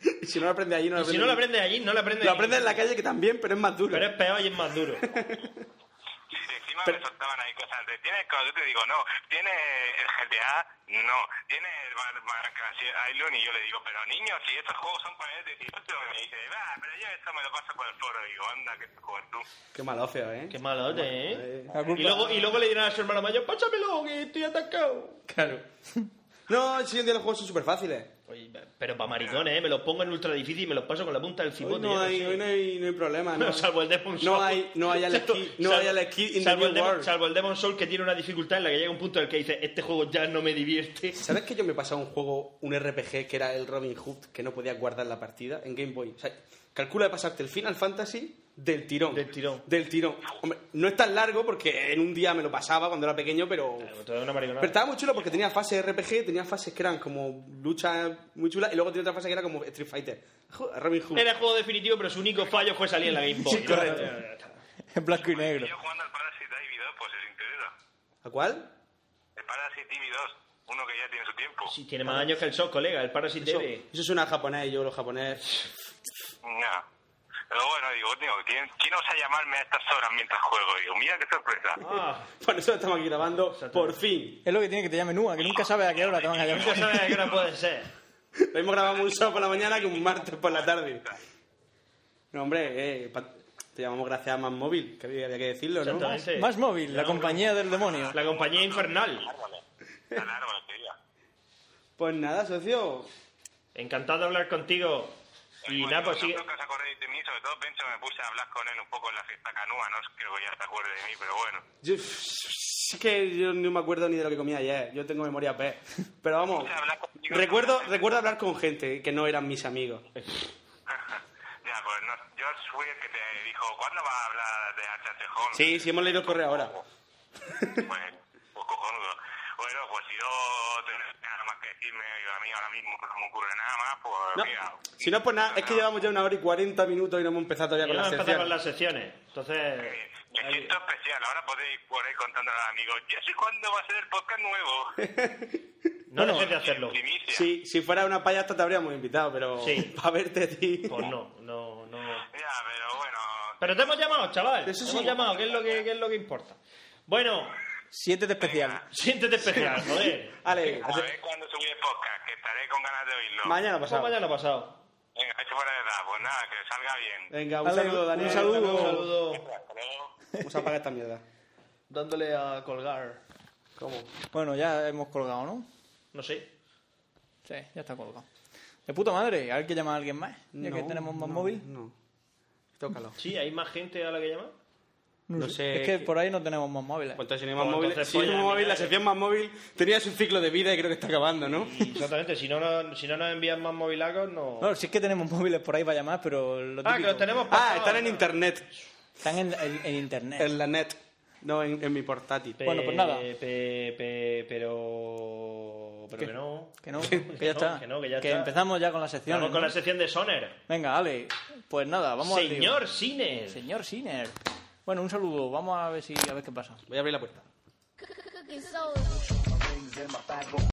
Speaker 6: si no lo aprende allí, no lo
Speaker 3: Y
Speaker 6: aprende.
Speaker 3: si no lo
Speaker 6: allí.
Speaker 3: aprendes allí, no lo aprendes
Speaker 6: Lo
Speaker 3: allí.
Speaker 6: aprende en la calle que también, pero es más duro.
Speaker 3: Pero es peor y es más duro.
Speaker 7: Y encima
Speaker 6: Pero-
Speaker 7: me soltaban ahí cosas de, ¿tienes Call of Duty? Digo, no, ¿tienes el GTA? No, ¿tienes el Bar- Barca- Island? Y yo le digo, pero niño, si estos juegos son para el 18, y me dice, va, pero yo esto me lo paso por el foro, y digo, anda, que te juegas tú.
Speaker 6: Qué malo, feo, ¿eh?
Speaker 3: Qué malote, ¿eh?
Speaker 5: La culpa-
Speaker 3: Y luego, y luego le dirán a su hermano mayor, pásamelo, que estoy atascado.
Speaker 6: Claro. No, el siguiente día los juegos son súper fáciles.
Speaker 3: Oye, pero para maricones, ¿eh? Me los pongo en ultra difícil y me los paso con la punta del cipote.
Speaker 6: Hoy no,
Speaker 3: yo
Speaker 6: hay,
Speaker 3: sé.
Speaker 6: hoy no, hay, no hay problema, ¿no?
Speaker 3: salvo el Demon Soul.
Speaker 6: No hay, no hay Alex Kidd- no
Speaker 3: Salvo-
Speaker 6: hay Alex Kidd in the
Speaker 3: salvo, el
Speaker 6: New
Speaker 3: Demon-
Speaker 6: World.
Speaker 3: salvo el Demon Soul que tiene una dificultad en la que llega un punto en el que dice, este juego ya no me divierte.
Speaker 6: ¿Sabes que yo me pasaba un juego, un RPG, que era el Robin Hood, que no podía guardar la partida en Game Boy? O sea, calcula de pasarte el Final Fantasy del tirón.
Speaker 3: Del tirón.
Speaker 6: Del tirón. Hombre, no es tan largo porque en un día me lo pasaba cuando era pequeño, pero...
Speaker 3: Todo es una mariconada.
Speaker 6: Pero estaba muy chulo porque tenía fases RPG, tenía fases que eran como luchas muy chulas y luego tenía otra fase que era como Street Fighter. Jo- Robin Hood.
Speaker 3: Era juego definitivo, pero su único fallo fue salir en la Game Boy.
Speaker 6: Sí, correcto.
Speaker 5: En blanco y negro.
Speaker 7: Y yo jugando al Parasite Ivy 2, pues es increíble.
Speaker 6: ¿A cuál?
Speaker 7: El Parasite Ivy 2, uno que ya tiene su tiempo.
Speaker 3: Sí, tiene más años que el SOS, colega, el Parasite
Speaker 6: Eso,
Speaker 3: Eve.
Speaker 6: eso suena a japonés y yo los japonés...
Speaker 7: No. Pero bueno, digo, tío, ¿quién, quién osa llamarme a estas horas mientras juego? Digo, mira qué sorpresa.
Speaker 3: Ah,
Speaker 6: Bueno, eso lo estamos aquí grabando por fin.
Speaker 5: Es lo que tiene que te llame Nua, que nunca sabes a qué hora te van a
Speaker 3: nunca
Speaker 5: llamar.
Speaker 3: sabes a qué hora puede ser.
Speaker 6: Lo mismo grabamos un sábado por la mañana que un martes por la tarde. No, hombre, eh, pa- te llamamos gracias a Más Móvil, que había había que decirlo, ¿no?
Speaker 3: Exactamente.
Speaker 5: Más móvil, la compañía del demonio.
Speaker 3: La compañía infernal.
Speaker 7: Árboles. Tan árboles, que diga.
Speaker 6: Pues nada, socio.
Speaker 3: Encantado de hablar contigo. Y nada, pues sigue.
Speaker 7: Vosotros que os acordéis de mí, sobre todo Pencho, me puse a hablar con él un poco en la fiesta canúa, no creo que ya se acuerde de mí, pero bueno.
Speaker 6: Yo, sí que yo no me acuerdo ni de lo que comí ayer. Yo tengo memoria P. Pero vamos, recuerdo, recuerdo hablar con gente que no eran mis amigos.
Speaker 7: ya, pues no, yo fui el que te dijo, ¿cuándo vas a hablar de H.H. Holmes?
Speaker 6: Sí, sí, hemos leído el correo ahora.
Speaker 7: Pues, pues cojonudo. Bueno, pues si no tenés nada más que decirme, yo a mí ahora mismo no me ocurre nada más, pues
Speaker 6: No,
Speaker 7: mira.
Speaker 6: si no, pues nada, es que llevamos ya una hora y cuarenta minutos y no hemos empezado todavía
Speaker 3: Y
Speaker 6: con la
Speaker 3: vamos a empezar con
Speaker 6: sección.
Speaker 3: las secciones. Entonces.
Speaker 7: Eh, Me siento especial, ahora podéis por ahí contando a los amigos, yo sé cuándo va a ser el podcast nuevo.
Speaker 3: No dejes de hacerlo.
Speaker 7: Primicia.
Speaker 6: Sí, si fuera una payasta te habríamos invitado, pero
Speaker 3: Sí.
Speaker 6: para verte a ti.
Speaker 3: Pues no, no, no.
Speaker 7: Ya, pero bueno,
Speaker 3: Pero te hemos llamado, chaval.
Speaker 6: Eso
Speaker 3: te
Speaker 6: sí.
Speaker 3: hemos llamado, que es lo que, que es lo que importa. Bueno,
Speaker 5: Siete de especial.
Speaker 3: siéntete especial, joder.
Speaker 6: Ale,
Speaker 7: a ver cuándo subí el podcast, que estaré con ganas de oírlo.
Speaker 6: Pues mañana
Speaker 3: Pasado.
Speaker 6: pasado.
Speaker 3: mañana pasado.
Speaker 7: Venga, hecho fuera de edad, pues nada, que salga bien.
Speaker 6: Venga, un
Speaker 5: Ale,
Speaker 6: saludo,
Speaker 5: un
Speaker 6: Daniel.
Speaker 3: Un
Speaker 5: saludo.
Speaker 3: saludo. Un saludo.
Speaker 7: Hasta luego.
Speaker 6: Vamos a apagar esta mierda.
Speaker 3: Dándole a colgar.
Speaker 6: ¿Cómo?
Speaker 5: Bueno, ya hemos colgado, ¿no?
Speaker 3: No sé.
Speaker 5: Sí, ya está colgado. De puta madre, a ver que llama a alguien más. Ya que
Speaker 6: No,
Speaker 5: tenemos más
Speaker 6: no,
Speaker 5: móvil.
Speaker 6: No. Tócalo.
Speaker 3: Sí, hay más gente a la que llamar.
Speaker 6: No sé.
Speaker 5: Es que por ahí no tenemos más móviles.
Speaker 6: Pues entonces, si no hay más
Speaker 3: Pues
Speaker 6: móvil,
Speaker 3: entonces,
Speaker 6: si no hay
Speaker 3: polla,
Speaker 6: más móvil,
Speaker 3: mira,
Speaker 6: la
Speaker 3: eh.
Speaker 6: sección más móvil tenía su ciclo de vida y creo que está acabando, ¿no?
Speaker 3: Y Exactamente, si no, nos- si no nos envían más movilacos, no.
Speaker 5: No, sí es que tenemos móviles por ahí para llamar, pero lo
Speaker 3: ah, que
Speaker 5: típico,
Speaker 3: los tenemos
Speaker 6: Ah,
Speaker 3: pasados,
Speaker 6: están en
Speaker 3: ¿no?
Speaker 6: internet.
Speaker 5: están en, en- en internet.
Speaker 6: En la net. No, en, en mi portátil.
Speaker 3: Pe-
Speaker 5: Bueno, pues nada.
Speaker 3: pe- pe- pero. Pero
Speaker 5: ¿Qué?
Speaker 3: que no.
Speaker 5: Que no,
Speaker 3: Que
Speaker 5: que,
Speaker 3: no,
Speaker 5: ya está.
Speaker 3: que no, que ya está.
Speaker 5: empezamos ya con la sección.
Speaker 3: Vamos con la sección de Soner.
Speaker 5: Venga, Ale. Pues nada, vamos al lío.
Speaker 3: Señor Cine.
Speaker 5: Señor Sinner. Bueno, un saludo. Vamos a ver si a ver qué pasa.
Speaker 6: Voy a abrir la puerta.
Speaker 8: Cooking soda.